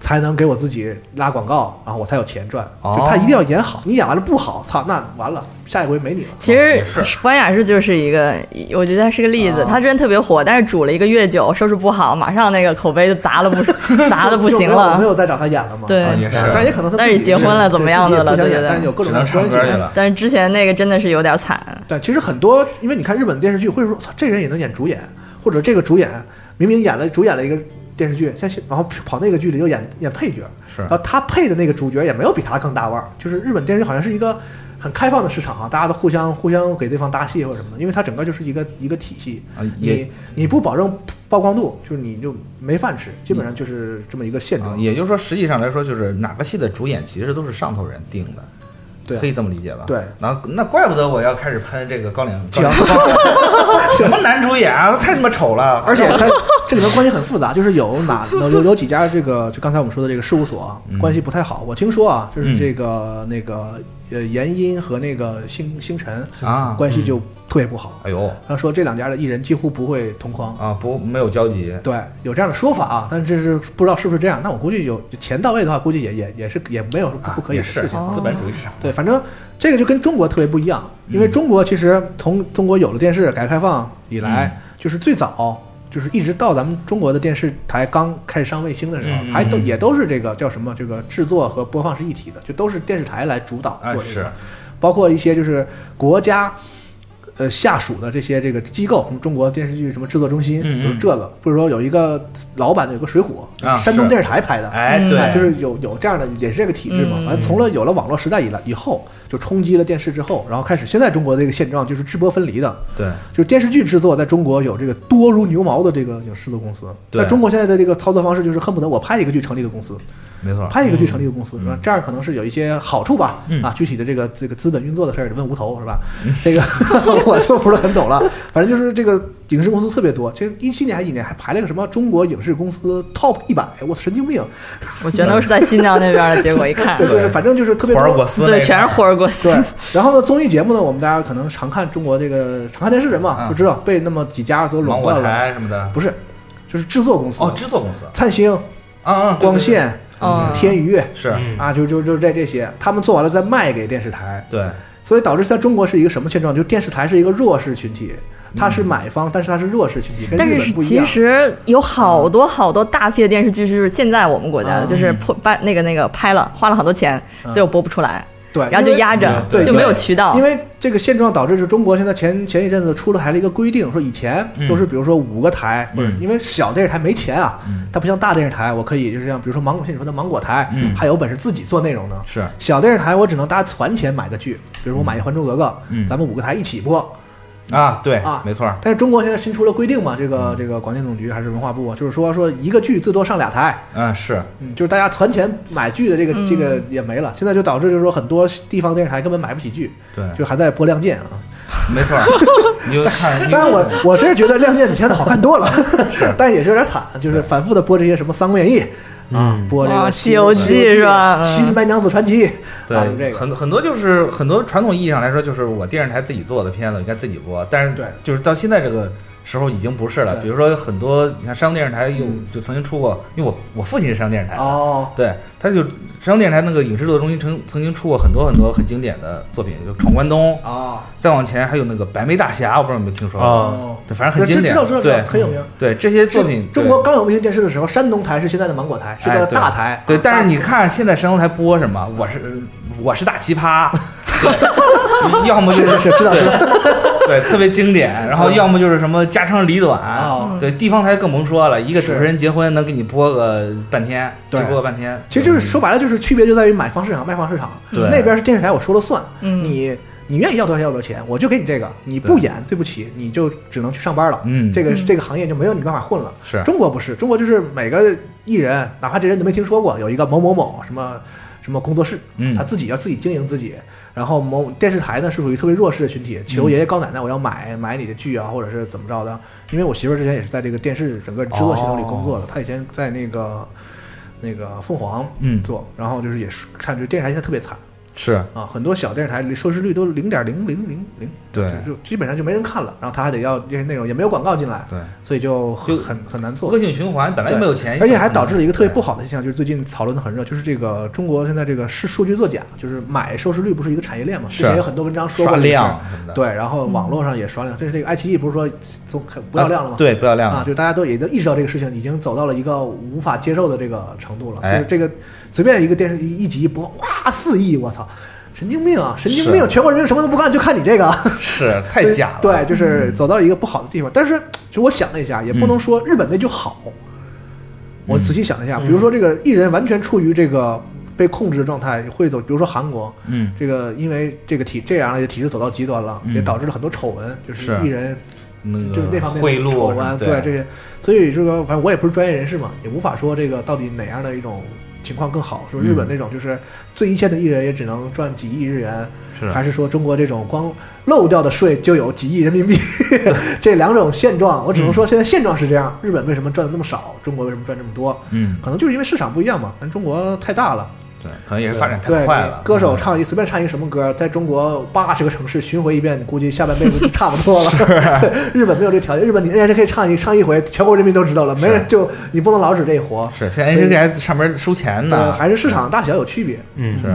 Speaker 7: 才能给我自己拉广告，然后我才有钱赚。
Speaker 3: 哦
Speaker 7: 就他一定要演好，你演完了不好，操，那完了，下一回没你了。
Speaker 8: 其实关雅士就是一个，我觉得他是个例子。他之前特别火，但是煮了一个月酒，收拾不好，马上那个口碑就砸了不砸的不行
Speaker 7: 就没有
Speaker 8: 了
Speaker 7: 没。有再找他演了嘛？
Speaker 8: 对啊
Speaker 3: 也是
Speaker 7: 但也可能他
Speaker 8: 但
Speaker 7: 自
Speaker 8: 是
Speaker 7: 己
Speaker 8: 结婚了，
Speaker 7: 对
Speaker 8: 怎么样
Speaker 7: 自己
Speaker 8: 的
Speaker 7: 也不
Speaker 8: 了，
Speaker 7: 想
Speaker 8: 对
Speaker 7: 演
Speaker 8: 对
Speaker 7: 但是有各
Speaker 3: 只
Speaker 8: 对。
Speaker 7: 种
Speaker 3: 能唱
Speaker 7: 关系
Speaker 3: 歌去了。
Speaker 8: 但是之前那个真的是有点惨，
Speaker 7: 但其实很多，因为你看日本电视剧会说，操，这人也能演主演，或者这个主演明明演了主演了一个电视剧，像现然后跑那个剧里又演演配角，
Speaker 3: 是
Speaker 7: 然后他配的那个主角也没有比他更大腕儿，就是日本电视剧好像是一个很开放的市场啊，大家都互相互相给对方搭戏或者什么的，因为它整个就是一个一个体系
Speaker 3: 啊，也
Speaker 7: 你你不保证曝光度，就是你就没饭吃，基本上就是这么一个现
Speaker 3: 啊
Speaker 7: 状。
Speaker 3: 也就是说，实际上来说，就是哪个戏的主演其实都是上头人定的，
Speaker 7: 对啊
Speaker 3: 可以这么理解吧？
Speaker 7: 对
Speaker 3: 那那怪不得我要开始喷这个高岭
Speaker 7: 行，
Speaker 3: [LAUGHS] 什么男主演啊，太他妈丑了，
Speaker 7: 而且它这里面关系很复杂，就是有哪有有有几家这个就刚才我们说的这个事务所啊
Speaker 3: 嗯
Speaker 7: 关系不太好。我听说啊，就是
Speaker 3: 嗯
Speaker 7: 这个那个呃严音和那个星星辰
Speaker 3: 啊
Speaker 7: 关系就特别不好。
Speaker 3: 哎呦
Speaker 7: 然后说这两家的艺人几乎不会同框，
Speaker 3: 啊，不没有交集，
Speaker 7: 对，有这样的说法啊，但这是不知道是不是这样。那我估计有钱到位的话，估计也也也是也没有不不可
Speaker 3: 啊
Speaker 7: 以哦
Speaker 3: 也
Speaker 7: 的事
Speaker 3: 是
Speaker 7: 情。
Speaker 3: 资本主义市场，
Speaker 7: 对，反正这个就跟中国特别不一
Speaker 3: 嗯
Speaker 7: 样，因为中国其实从中国有了电视改革开放以来，就是最早就是一直到咱们中国的电视台刚开始上卫星的时候，
Speaker 3: 嗯
Speaker 7: 还都
Speaker 3: 嗯
Speaker 7: 也都是这个叫什么这个制作和播放是一体的，就都是电视台来主导做
Speaker 3: 哎
Speaker 7: 这个，
Speaker 3: 是
Speaker 7: 包括一些就是国家。呃，下属的这些这个机构，什么中国电视剧什么制作中心，
Speaker 3: 嗯嗯
Speaker 7: 都是这个，或者说有一个老板的有个《水浒》
Speaker 3: 啊
Speaker 7: 山东
Speaker 3: 是
Speaker 7: 电视台拍的，
Speaker 3: 哎对
Speaker 7: 就是有有这样的，也是这个体制嘛。
Speaker 3: 嗯
Speaker 7: 完、从了有了网络时代以来以后，就冲击了电视之后，然后开始现在中国的这个现状就是制播分离的，
Speaker 3: 对，
Speaker 7: 就是电视剧制作在中国有这个多如牛毛的这个影视制作公司，
Speaker 3: 对
Speaker 7: 在中国现在的这个操作方式就是恨不得我拍一个剧成立一个公司，
Speaker 3: 没错，
Speaker 7: 拍一个剧成立一个公司，是吧？这样可能是有一些好处吧，
Speaker 3: 啊嗯
Speaker 7: 啊，具体的这个这个资本运作的事儿得问无头是吧？
Speaker 3: [LAUGHS]
Speaker 7: 这个我就不是很懂了，反正就是这个影视公司特别多，其实一七年还一年还排了个什么中国影视公司 Top 一百，我神经病，
Speaker 8: 我全都是在新疆那边的，结果一看，
Speaker 7: 对，就是反正就是特别多
Speaker 8: 火，对，全是火尔果斯
Speaker 7: 对，，然后呢，综艺节目呢，我们大家可能常看中国这个常看电视人嘛，就知道被那么几家所
Speaker 3: 芒
Speaker 7: 垄
Speaker 3: 果
Speaker 7: 断
Speaker 3: 嗯
Speaker 7: 了。
Speaker 3: 台什么的，
Speaker 7: 不是，就是制作公司
Speaker 3: 哦，制作公司
Speaker 7: 灿星、
Speaker 3: 啊啊，对
Speaker 7: 光线、
Speaker 3: 嗯
Speaker 7: 天娱
Speaker 3: 是，
Speaker 7: 啊，就就就这这些，他们做完了再卖给电视台，
Speaker 3: 对，
Speaker 7: 所以导致在中国是一个什么现状？就电视台是一个弱势群体，它
Speaker 3: 嗯
Speaker 7: 是买方，但是它是弱势群体，跟
Speaker 8: 但
Speaker 7: 日
Speaker 8: 是
Speaker 7: 本不一
Speaker 8: 其
Speaker 7: 样。
Speaker 8: 实有好多好多大批的电视剧是现在我们国家的，就是破办那个那个拍了，花了很多钱，
Speaker 7: 嗯
Speaker 8: 最后播不出来，
Speaker 7: 对，
Speaker 8: 然后
Speaker 7: 因
Speaker 8: 就
Speaker 7: 为
Speaker 8: 压着，
Speaker 7: 对，
Speaker 8: 就没有渠
Speaker 3: 哦
Speaker 8: 道
Speaker 7: 因。为这个现状导致，是中国现在前前一阵子出了台了一个规定，说以前
Speaker 3: 嗯
Speaker 7: 都是比如说五个台，或者因为小电视台没钱啊，它不像大电视台，我可以就是像比如说芒果，像你说的芒果台，
Speaker 3: 嗯
Speaker 7: 还有本事自己做内容呢。
Speaker 3: 是
Speaker 7: 小电视台我只能大家攒钱买个剧，比如我买一《还珠格格》，
Speaker 3: 嗯
Speaker 7: 咱们五个台一起播，
Speaker 3: 啊，对
Speaker 7: 啊，
Speaker 3: 没错儿，
Speaker 7: 但是中国现在新出了规定嘛，这
Speaker 3: 嗯
Speaker 7: 个这个广电总局还是文化部啊，就是说说一个剧最多上俩台，
Speaker 3: 嗯是，
Speaker 7: 嗯，就是大家存钱买剧的这个、这个也没了，现在就导致就是说很多地方电视台根本买不起剧，
Speaker 3: 对，
Speaker 7: 就还在播《亮剑》啊。
Speaker 3: 没
Speaker 7: [LAUGHS]
Speaker 3: 错儿，你就看， [LAUGHS]
Speaker 7: 但是我我真是觉得《亮剑》比现在好看多了，但是也是有点惨，就是反复的播这些什么《三国演义》
Speaker 3: 嗯
Speaker 7: 啊，播这个
Speaker 8: 哇
Speaker 7: 《
Speaker 8: 哦西游记是吧
Speaker 7: 《新白啊娘子传奇》
Speaker 3: 对
Speaker 7: 啊，就这，个。
Speaker 3: 很很多就是很多传统意义上来说，就是我电视台自己做的片子应该自己播，但是
Speaker 7: 对
Speaker 3: 就是到现在这个时候已经不是了。
Speaker 7: 对嗯
Speaker 3: 比如说很多你看商业电视台有就曾经出过，因为我我父亲是商业电视台的，
Speaker 7: 哦，
Speaker 3: 对，他就商业电视台那个影视制作中心曾曾经出过很多很多很经典的作品，就《闯关东》
Speaker 7: 哦，
Speaker 3: 再往前还有那个《白眉大侠》，我不知道你们听说过，
Speaker 7: 哦
Speaker 3: 对反正很经典，
Speaker 7: 知道知道知道
Speaker 3: 对，
Speaker 7: 很有名。
Speaker 3: 对这些作品，
Speaker 7: 中
Speaker 3: 对
Speaker 7: 国刚有卫星电视的时候，山东台是现在的芒果台，是
Speaker 3: 哎
Speaker 7: 个
Speaker 3: 对
Speaker 7: 大台。
Speaker 3: 对，
Speaker 7: 啊
Speaker 3: 但是
Speaker 7: 大
Speaker 3: 你看现在山东台播什么？我是我是大奇葩， [LAUGHS] 对要么就是
Speaker 7: 是是知道
Speaker 3: 对
Speaker 7: 知道
Speaker 3: 对，特别经典。然后要么就是什么家长里短，
Speaker 7: 哦
Speaker 3: 对，地方台更甭说了，一个主
Speaker 7: 是
Speaker 3: 持人结婚能给你播个半天，直
Speaker 7: 对
Speaker 3: 播个半天。嗯
Speaker 7: 其实就是说白了，就是区别就在于买方市场、卖方市场。
Speaker 3: 对
Speaker 7: 那边是电视台，我说了算。
Speaker 8: 嗯
Speaker 7: 你你愿意要多少钱要多少钱，我就给你这个。你不演，对不起，你就只能去上班了。
Speaker 3: 嗯
Speaker 7: 这个这个行业就没有你办法混了。
Speaker 3: 是
Speaker 7: 中国不是，中国就是每个艺人，哪怕这人都没听说过，有一个某某某什么什么工作室，
Speaker 3: 嗯
Speaker 7: 他自己要自己经营自己。然后某电视台呢是属于特别弱势的群
Speaker 3: 嗯
Speaker 7: 体，求爷爷告奶奶，我要买买你的剧啊，或者是怎么着的。因为我媳妇儿之前也是在这个电视整个制作系统里工
Speaker 3: 哦
Speaker 7: 作的，她以前在那个那个凤凰
Speaker 3: 嗯
Speaker 7: 做，然后就是也是看这电视台现在特别惨
Speaker 3: 是
Speaker 7: 啊，很多小电视台里收视率都零点零零零零，
Speaker 3: 对
Speaker 7: 就就基本上就没人看了，然后他还得要这些内容，也没有广告进来，
Speaker 3: 对，
Speaker 7: 所以就很很很难做
Speaker 3: 恶。性循环，本来就没有钱，
Speaker 7: 而且还导致了一个特别
Speaker 3: 对
Speaker 7: 不好的现象，就是最近讨论的很热，就是这个中国现在这个是数据作假，就是买收视率不是一个产业链嘛？之
Speaker 3: 是
Speaker 7: 前有很多文章说
Speaker 3: 刷
Speaker 7: 过这个事儿
Speaker 3: 量什么的
Speaker 7: 对，然后网络上也刷量，这是这个爱奇艺不是说总不要量了
Speaker 3: 啊
Speaker 7: 吗？
Speaker 3: 对，不要量
Speaker 7: 啊，
Speaker 3: 了，
Speaker 7: 就大家都也都意识到这个事情已经走到了一个无法接受的这个程度了，
Speaker 3: 哎
Speaker 7: 就是这个随便一个电视一一集一播，哇，四亿，我操，神经病啊，神经
Speaker 3: 是
Speaker 7: 病！全国人民什么都不干，就看你这个，
Speaker 3: 是太假了。
Speaker 7: 对，
Speaker 3: 嗯
Speaker 7: 就是走到了一个不好的地方。但是，就我想了一下，也不能说日本那就好。我仔
Speaker 3: 嗯
Speaker 7: 细想了一下，比如说这个艺人完全处于这个被控制的状态，会走，比如说韩国，
Speaker 3: 嗯，
Speaker 7: 这个因为这个体这样的体制走到极端了，
Speaker 3: 嗯
Speaker 7: 也导致了很多丑闻，就是
Speaker 3: 是
Speaker 7: 艺人
Speaker 3: 那个
Speaker 7: 就是那方面
Speaker 3: 贿
Speaker 7: 的丑
Speaker 3: 赂什
Speaker 7: 闻，
Speaker 3: 么
Speaker 7: 对这些，所以这个反正我也不是专业人士嘛，也无法说这个到底哪样的一种情况更好。说日
Speaker 3: 嗯
Speaker 7: 本那种就是最一线的艺人也只能赚几亿日元，
Speaker 3: 是
Speaker 7: 还是说中国这种光漏掉的税就有几亿
Speaker 3: [LAUGHS]
Speaker 7: 人民币？这两种现状，我只能说现在现状是这样。日本为什么赚的那么少？中国为什么赚这么多？
Speaker 3: 嗯
Speaker 7: 可能就是因为市场不一样嘛，咱中国太大了，
Speaker 3: 对，可能也是发展
Speaker 7: 对
Speaker 3: 太，快了。嗯
Speaker 7: 歌手唱一随便唱一什么歌，在中国八十个城市巡回一遍，估计下半辈子就 [LAUGHS] 差不多了。 [LAUGHS] 日本没有这条件，日本你 NHK 唱一唱一回，全国人民都知道了，没人就你不能老指这一活。呃
Speaker 3: 是啊现在 NHK 还上面收钱
Speaker 7: 对，
Speaker 3: 呢，
Speaker 7: 还是市场大小有区别。
Speaker 5: 嗯
Speaker 3: 是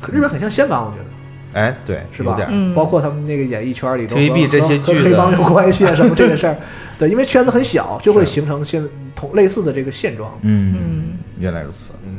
Speaker 7: 可日本很像香港，我觉得。
Speaker 3: 哎，对，
Speaker 7: 是
Speaker 3: 有
Speaker 7: 吧嗯
Speaker 3: 点儿？
Speaker 7: 包括他们那个演艺圈里头和
Speaker 3: TVB 这些
Speaker 7: 和
Speaker 3: 剧
Speaker 7: 和黑
Speaker 3: 的
Speaker 7: 帮有关系啊什么这
Speaker 3: [LAUGHS]
Speaker 7: 个事儿，对，因为圈子很小，就会形成现同类似的这个现状。
Speaker 3: 嗯，原来如此，
Speaker 7: 嗯，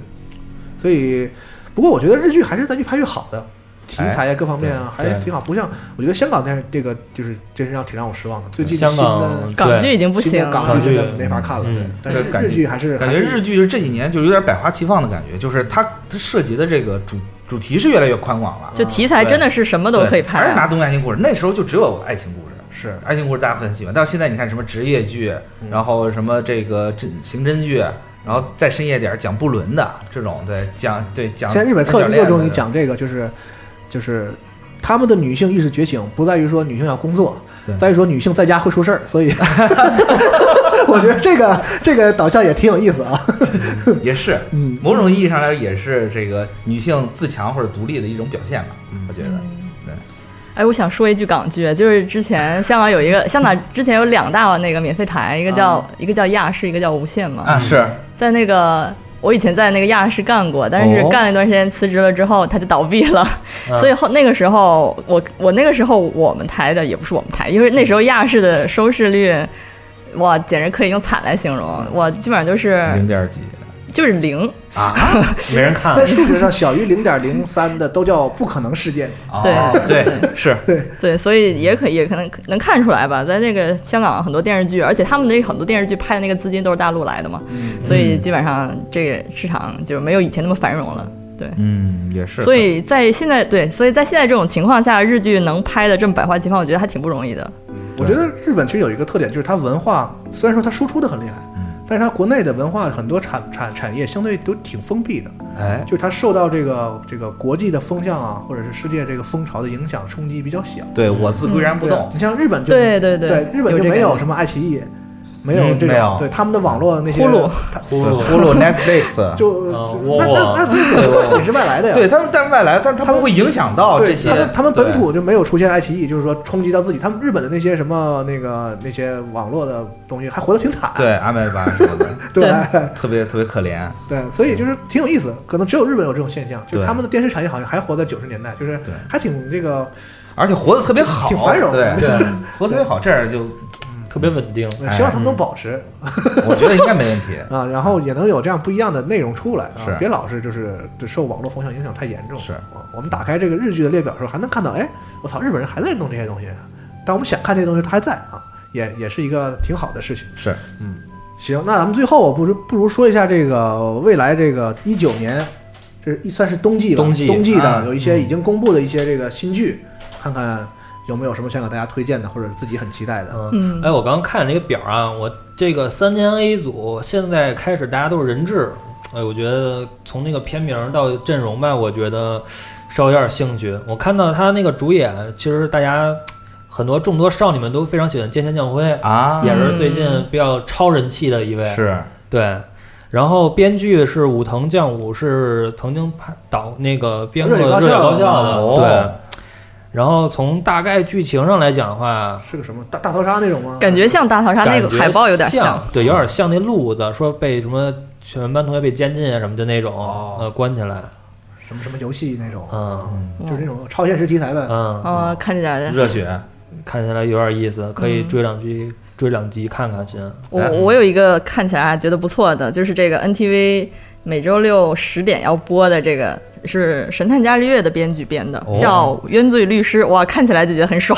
Speaker 7: 所以不过我觉得日剧还是在越拍越好的，题材啊
Speaker 3: 哎
Speaker 7: 各方面啊
Speaker 3: 对
Speaker 7: 还
Speaker 3: 对
Speaker 7: 挺好，不像我觉得香港电视这个就是真是让挺让我失望的，最近
Speaker 3: 香
Speaker 7: 新
Speaker 3: 港
Speaker 7: 的
Speaker 3: 对
Speaker 8: 嗯
Speaker 3: 港剧已经不
Speaker 7: 新的
Speaker 3: 行了
Speaker 7: 港剧真的
Speaker 3: 港剧
Speaker 7: 没法看了，对，但是
Speaker 3: 嗯感觉
Speaker 7: 日剧还是
Speaker 3: 感觉
Speaker 7: 还是
Speaker 3: 日剧是这几年就有点百花齐放的感觉，就是它它涉及的这个主主题是越来越宽广
Speaker 7: 嗯
Speaker 3: 了，
Speaker 8: 就题材真的是什么都可以拍
Speaker 3: 对
Speaker 8: 啊
Speaker 3: 还是拿东亚爱情故事，那时候就只有爱情故事。
Speaker 7: 是
Speaker 3: 爱情故事大家很喜欢，到现在你看什么职业剧，
Speaker 7: 嗯
Speaker 3: 然后什么这个真刑侦剧，然后再深夜点儿讲布伦的这种，对讲对讲。
Speaker 7: 现在日本特
Speaker 3: 讲
Speaker 7: 热
Speaker 3: 恋
Speaker 7: 衷
Speaker 3: 爱
Speaker 7: 于
Speaker 3: 的
Speaker 7: 讲这个，就是就是他们的女性意识觉醒，不在于说女性要工作
Speaker 3: 对，
Speaker 7: 在于说女性在家会出事儿。
Speaker 3: [LAUGHS]
Speaker 7: 所以，我觉得这个这个导向也挺有意思啊。
Speaker 3: 也是，
Speaker 7: 嗯，
Speaker 3: 某种意义上来说也是这个女性自强或者独立的一种表现吧，
Speaker 7: 嗯
Speaker 3: 我觉得，对，
Speaker 8: 哎，我想说一句港剧，就是之前香港有一个香港之前有两大那个免费台，一个叫、一个叫亚视，一个叫无线嘛。
Speaker 3: 啊是，
Speaker 8: 在那个我以前在那个亚视干过，但是
Speaker 3: 哦
Speaker 8: 干了一段时间辞职了之后，它就倒闭了。
Speaker 3: 啊
Speaker 8: [LAUGHS] 所以后那个时候，我我那个时候我们台的也不是我们台，因为那时候亚视的收视率，哇，简直可以用惨来形容，我基本上就是
Speaker 3: 零点几
Speaker 8: 就是零。
Speaker 3: 啊，嗯 [LAUGHS] 没人看啊
Speaker 7: 在数值上小于零点零三的都叫不可能事件。
Speaker 3: 哦
Speaker 8: 对
Speaker 3: 啊对是，
Speaker 8: 对，所以也可也可能能看出来吧，在那个香港很多电视剧，而且他们那很多电视剧拍的那个资金都是大陆来的嘛，
Speaker 5: 嗯
Speaker 8: 所以基本上这个市场就没有以前那么繁荣了。对，
Speaker 3: 嗯，也是，
Speaker 8: 所以在现在对，所以在现在这种情况下，日剧能拍的这么百花齐放，我觉得还挺不容易的。
Speaker 7: 我觉得日本其实有一个特点，就是它文化虽然说它输出的很厉害，
Speaker 3: 嗯
Speaker 7: 但是它国内的文化很多产产产业相对都挺封闭的。
Speaker 3: 哎，
Speaker 7: 就是它受到这个这个国际的风向啊，或者是世界这个风潮的影响冲击比较小。
Speaker 3: 对我自岿然不
Speaker 7: 对啊
Speaker 3: 动，
Speaker 7: 你像日本就
Speaker 8: 对对对
Speaker 7: 对，日本
Speaker 8: 有
Speaker 7: 就
Speaker 8: 这
Speaker 7: 没
Speaker 8: 个
Speaker 7: 有什么爱奇艺，没有
Speaker 3: 嗯
Speaker 7: 这
Speaker 3: 没有
Speaker 7: 种对他们的网络那些
Speaker 3: 呼噜
Speaker 7: 它
Speaker 3: 呼噜呼噜 [LAUGHS] Netflix
Speaker 7: 就
Speaker 3: 嗯我
Speaker 7: 那那那所以也是外也是外来的呀。
Speaker 3: 对他们，但是外来，但他们会影响到这
Speaker 7: 啊对
Speaker 3: 些，
Speaker 7: 他们他们
Speaker 3: 对
Speaker 7: 本土就没有出现爱奇艺，就是说冲击到自己。他们日本的那些什么那个那些网络的东西，还活得挺惨。
Speaker 3: 对阿美巴什么的，
Speaker 7: 对，
Speaker 3: 特别特别可怜，
Speaker 7: [LAUGHS] 对，所以就是挺有意思。可能只有日本有这种现象，就是
Speaker 3: 对
Speaker 7: 他们的电视产业好像还活在九十年代，就是还挺这个，
Speaker 3: 而且活得特别好，
Speaker 7: 挺繁荣
Speaker 3: 对
Speaker 7: 的。
Speaker 3: [LAUGHS] 活得特别好，这样就
Speaker 5: 特别稳定
Speaker 3: 哎
Speaker 7: 希望他们
Speaker 3: 嗯
Speaker 7: 能保持
Speaker 3: 我觉得应该没问题，
Speaker 7: 啊，然
Speaker 5: 嗯
Speaker 7: 后也能有这样不一样的内容出来
Speaker 3: 是
Speaker 7: 啊，别老是就是就受网络风向影响太严重。
Speaker 3: 是
Speaker 7: 啊我们打开这个日剧的列表的时候，还能看到，哎，我操，日本人还在弄这些东西，但我们想看这些东西，它还在啊，也也是一个挺好的事情。
Speaker 3: 是，
Speaker 7: 嗯，行，那咱们最后不如不如说一下这个未来这个一九年，这一算是冬季吧，
Speaker 5: 冬季
Speaker 7: 的、
Speaker 5: 嗯
Speaker 7: 有一些已经公布的一些这个新剧，看看有没有什么想给大家推荐的，或者自己很期待的。
Speaker 8: 嗯
Speaker 5: 哎，我刚看这个表啊，我这个三年 A 组现在开始大家都是人质，哎，我觉得从那个片名到阵容吧，我觉得稍微有点兴趣。我看到他那个主演，其实大家很多众多少女们都非常喜欢菅田将晖
Speaker 3: 啊
Speaker 5: 也是最近
Speaker 8: 嗯
Speaker 5: 比较超人气的一位，
Speaker 3: 是
Speaker 5: 对。然后编剧是武藤将武，是曾经拍导那个编过《
Speaker 7: 热血
Speaker 5: 热
Speaker 7: 高
Speaker 5: 血
Speaker 7: 校
Speaker 5: 高校》的，
Speaker 3: 哦
Speaker 5: 对。然后从大概剧情上来讲的话，
Speaker 7: 是个什么大大逃杀那种吗？
Speaker 8: 感觉像大逃杀那个
Speaker 5: 感觉
Speaker 8: 海报有点
Speaker 5: 像，对，有点像那路子，说被什么全班同学被监禁啊什么的那种，
Speaker 8: 哦
Speaker 5: 呃，关起来，
Speaker 7: 什么什么游戏那种，
Speaker 8: 啊
Speaker 5: 嗯，
Speaker 7: 就是那种超现实题材呗。
Speaker 5: 嗯
Speaker 8: 嗯，看起来
Speaker 3: 热血，
Speaker 5: 看起来有点意思，可以
Speaker 8: 嗯
Speaker 5: 追两集，追两集看看先。
Speaker 8: 我
Speaker 3: 哎
Speaker 8: 我有一个看起来觉得不错的，就是这个 NTV 每周六十点要播的这个是《神探伽利略》的编剧编的
Speaker 5: 哦，
Speaker 8: 叫《冤罪律师》，哇，看起来就觉
Speaker 3: [LAUGHS]
Speaker 8: 得很爽，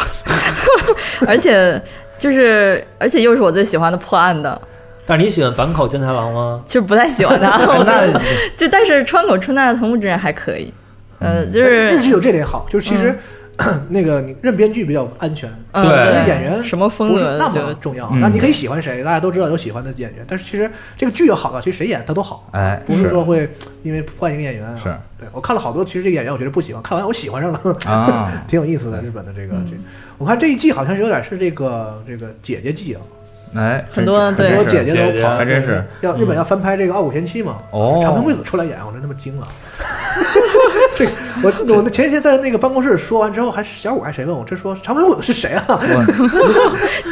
Speaker 8: 而且就是而且又是我最喜欢的破案的，
Speaker 5: 但是你喜欢坂口健太郎吗？，
Speaker 8: 就不太喜欢
Speaker 3: [LAUGHS]
Speaker 8: 他我
Speaker 5: 那
Speaker 8: 就但是川口春奈的《同步之人》还可以，呃，
Speaker 3: 嗯
Speaker 8: 就
Speaker 7: 但
Speaker 8: 是
Speaker 7: 日剧有这点好，就是其实、 [CLEARS THROAT] 那个你认编剧比较安全，
Speaker 8: 嗯
Speaker 7: 其实
Speaker 8: 对
Speaker 7: 演员
Speaker 8: 什么风格
Speaker 7: 不是那
Speaker 8: 就
Speaker 7: 么重要啊
Speaker 3: 嗯，
Speaker 7: 那你可以喜欢谁，大家都知道有喜欢的演员，但是其实这个剧要好的，其实谁演他都好，
Speaker 3: 哎，
Speaker 7: 不是说会因为换一个演员啊。
Speaker 3: 是
Speaker 7: 对我看了好多，其实这个演员我觉得不喜欢，看完我喜欢上了，
Speaker 3: 啊
Speaker 7: [LAUGHS]
Speaker 3: 嗯
Speaker 7: 挺有意思的。日本的这个这，我看这一季好像是有点是这个这个姐姐季啊，
Speaker 3: 哎，
Speaker 8: 很多
Speaker 3: 真是
Speaker 8: 对
Speaker 7: 很多姐姐
Speaker 3: 姐
Speaker 7: 都
Speaker 3: 姐
Speaker 7: 跑，嗯
Speaker 3: 还真是嗯
Speaker 7: 要日本要翻拍这个《傲骨贤妻》嘛，
Speaker 3: 哦
Speaker 7: 长平贵子出来演，我真他妈惊了。 [LAUGHS] 这个我我那前几天在那个办公室说完之后，还小五还谁问我，这说长平贵子是谁啊？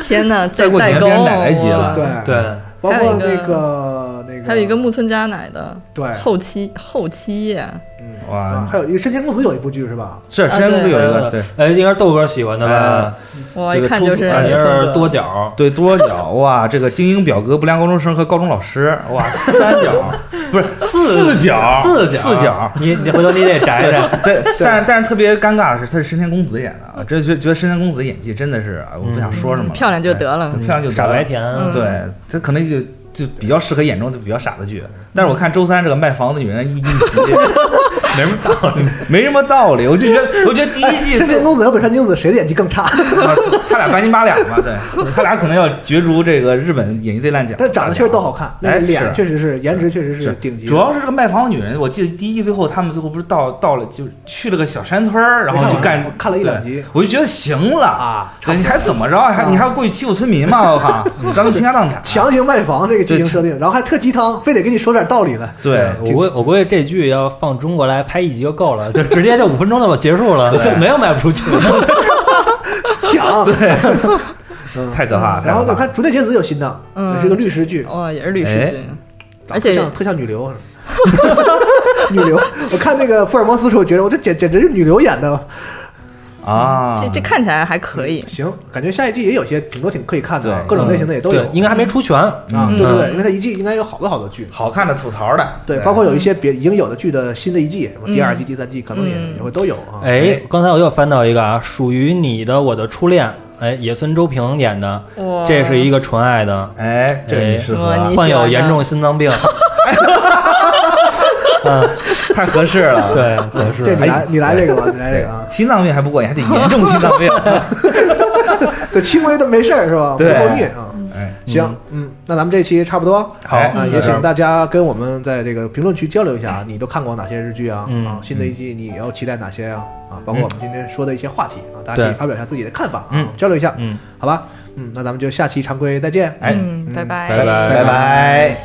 Speaker 8: 天呐，
Speaker 3: 再
Speaker 8: 在
Speaker 3: 过几年
Speaker 8: 代沟
Speaker 3: 变成奶奶级了
Speaker 8: 哇
Speaker 7: 对
Speaker 5: 对，
Speaker 7: 包
Speaker 8: 还有
Speaker 7: 括
Speaker 8: 一个
Speaker 7: 那个那个，
Speaker 8: 还有一个木村佳乃的
Speaker 7: 对
Speaker 8: 后期后期夜，
Speaker 7: 啊
Speaker 3: 哇，
Speaker 7: 还有一个深田恭子有一部剧是吧？
Speaker 3: 是
Speaker 8: 啊
Speaker 3: 深田恭子有一
Speaker 5: 啊
Speaker 3: 个
Speaker 5: 对
Speaker 3: 对，呃
Speaker 5: 哎，应该是豆哥喜欢的吧？
Speaker 8: 我
Speaker 3: 这
Speaker 8: 一
Speaker 3: 个
Speaker 8: 看
Speaker 3: 出
Speaker 8: 就
Speaker 3: 自
Speaker 8: 是
Speaker 3: 哎
Speaker 5: 也
Speaker 8: 风
Speaker 5: 啊是
Speaker 8: 格
Speaker 5: 多角，
Speaker 3: 对多角哇，这个精英表哥不良高中生和高中老师哇，三角不是四角
Speaker 5: 四角
Speaker 3: 四角。
Speaker 5: 你你回头你
Speaker 3: [LAUGHS]
Speaker 5: 得摘摘。
Speaker 3: 对，但但是特别尴尬的是，他是深田恭子演的啊，这就觉得深田恭子演技真的是，哎我不想说什么了，
Speaker 8: 漂亮就得了
Speaker 3: 对，漂亮就得
Speaker 5: 傻
Speaker 3: 了
Speaker 5: 白甜，
Speaker 8: 嗯
Speaker 3: 对他可能就就比较适合演这种比较傻的剧，但是我看周三这个卖房子女人一逆袭，
Speaker 5: [LAUGHS] 没什么道理。
Speaker 3: [LAUGHS] 没什么道理，我就觉
Speaker 5: [LAUGHS]
Speaker 3: 得我觉得第一季
Speaker 7: 深田恭子和本山精子谁的演技更差？ [LAUGHS]
Speaker 3: 啊 [LAUGHS] 他俩半斤八两嘛，
Speaker 5: [LAUGHS]
Speaker 3: 对他俩可能要角逐这个日本演技最烂奖，
Speaker 7: 但长得确实都好看，那
Speaker 3: 哎
Speaker 7: 个脸
Speaker 3: 是
Speaker 7: 确实是，颜值确实
Speaker 3: 是
Speaker 7: 顶级的。
Speaker 3: 主要是这个卖房的女人，我记得第一季最后他们最后不是到到了就去了个小山村儿，然后就干
Speaker 7: 我看了一两集
Speaker 3: 对我就觉得行了
Speaker 7: 啊
Speaker 3: 对你还怎么着？还你还要过去欺负村民吗？我
Speaker 7: [LAUGHS]
Speaker 3: 靠，让他们倾家荡产。啊
Speaker 7: 强行卖房这个剧情
Speaker 3: 对
Speaker 7: 设定，然后还特鸡汤，非得跟你说点道理
Speaker 3: [LAUGHS]
Speaker 7: 来。
Speaker 3: 对，
Speaker 5: 我估我估计这剧要放中国来拍一集就够了，就直接就五分钟就结束了，就没有卖不出去。
Speaker 7: 强，对，
Speaker 3: 太可怕了。
Speaker 7: 嗯然后
Speaker 3: 太可怕
Speaker 7: 我
Speaker 3: 了
Speaker 7: 看竹内结子有新的，
Speaker 8: 嗯
Speaker 7: 也是个律师剧，
Speaker 8: 哇，也是律师
Speaker 3: 哎
Speaker 8: 剧，而且
Speaker 7: 特像特像女 [LAUGHS] 流。女流，我看那个福尔摩斯时候，觉得我这简简直是女流演的。
Speaker 3: 啊，
Speaker 8: 这这看起来还可以，
Speaker 7: 行，感觉下一季也有些挺多挺可以看的啊，
Speaker 3: 对
Speaker 7: 各种类型的也都有
Speaker 5: 嗯对，应该还没出全。
Speaker 7: 啊，
Speaker 3: 嗯
Speaker 7: 对对对，因为它一季应该有好多好多剧，
Speaker 3: 好看的吐槽的，
Speaker 7: 对，包括有一些别已经有的剧的新的一季，什么第二季、
Speaker 8: 嗯
Speaker 7: 第三季，可能也
Speaker 8: 嗯
Speaker 7: 也会都有啊。
Speaker 5: 哎，刚才我又翻到一个啊，属于你的我的初恋，哎，野村周平演的，
Speaker 8: 哇，
Speaker 5: 这是一个纯爱的，
Speaker 3: 哎，这个你适合
Speaker 8: 哎哇
Speaker 3: 啊，
Speaker 8: 你
Speaker 5: 患
Speaker 8: 喜欢他
Speaker 5: 有严重心脏
Speaker 8: [LAUGHS]
Speaker 5: 病，
Speaker 3: [LAUGHS] 太合适
Speaker 8: [LAUGHS]
Speaker 3: 了。
Speaker 5: 对，合适。
Speaker 7: 这你来，你来这个吧，你来这
Speaker 3: 对
Speaker 7: 个啊。
Speaker 3: 心脏病还不过瘾，还得严重心脏
Speaker 8: [LAUGHS]
Speaker 3: 病。
Speaker 7: 对，轻微的没事儿是吧？不
Speaker 3: 对
Speaker 7: 够虐啊。
Speaker 3: 哎，
Speaker 7: 行，嗯，那咱们这期差不多。
Speaker 3: 好
Speaker 7: 啊，
Speaker 3: 嗯
Speaker 7: 也请大家跟我们在这个评论区交流一下，你都看过哪些日剧啊？
Speaker 5: 嗯
Speaker 7: 啊，新的一季你要期待哪些啊？啊，包括我们今天说的一些话题啊，大家可以
Speaker 5: 对
Speaker 7: 发表一下自己的看法啊
Speaker 5: 嗯，
Speaker 7: 交流一下，
Speaker 5: 嗯，
Speaker 7: 好吧？嗯，那咱们就下期常规再见。
Speaker 3: 哎，
Speaker 8: 嗯，拜拜，
Speaker 3: 拜拜。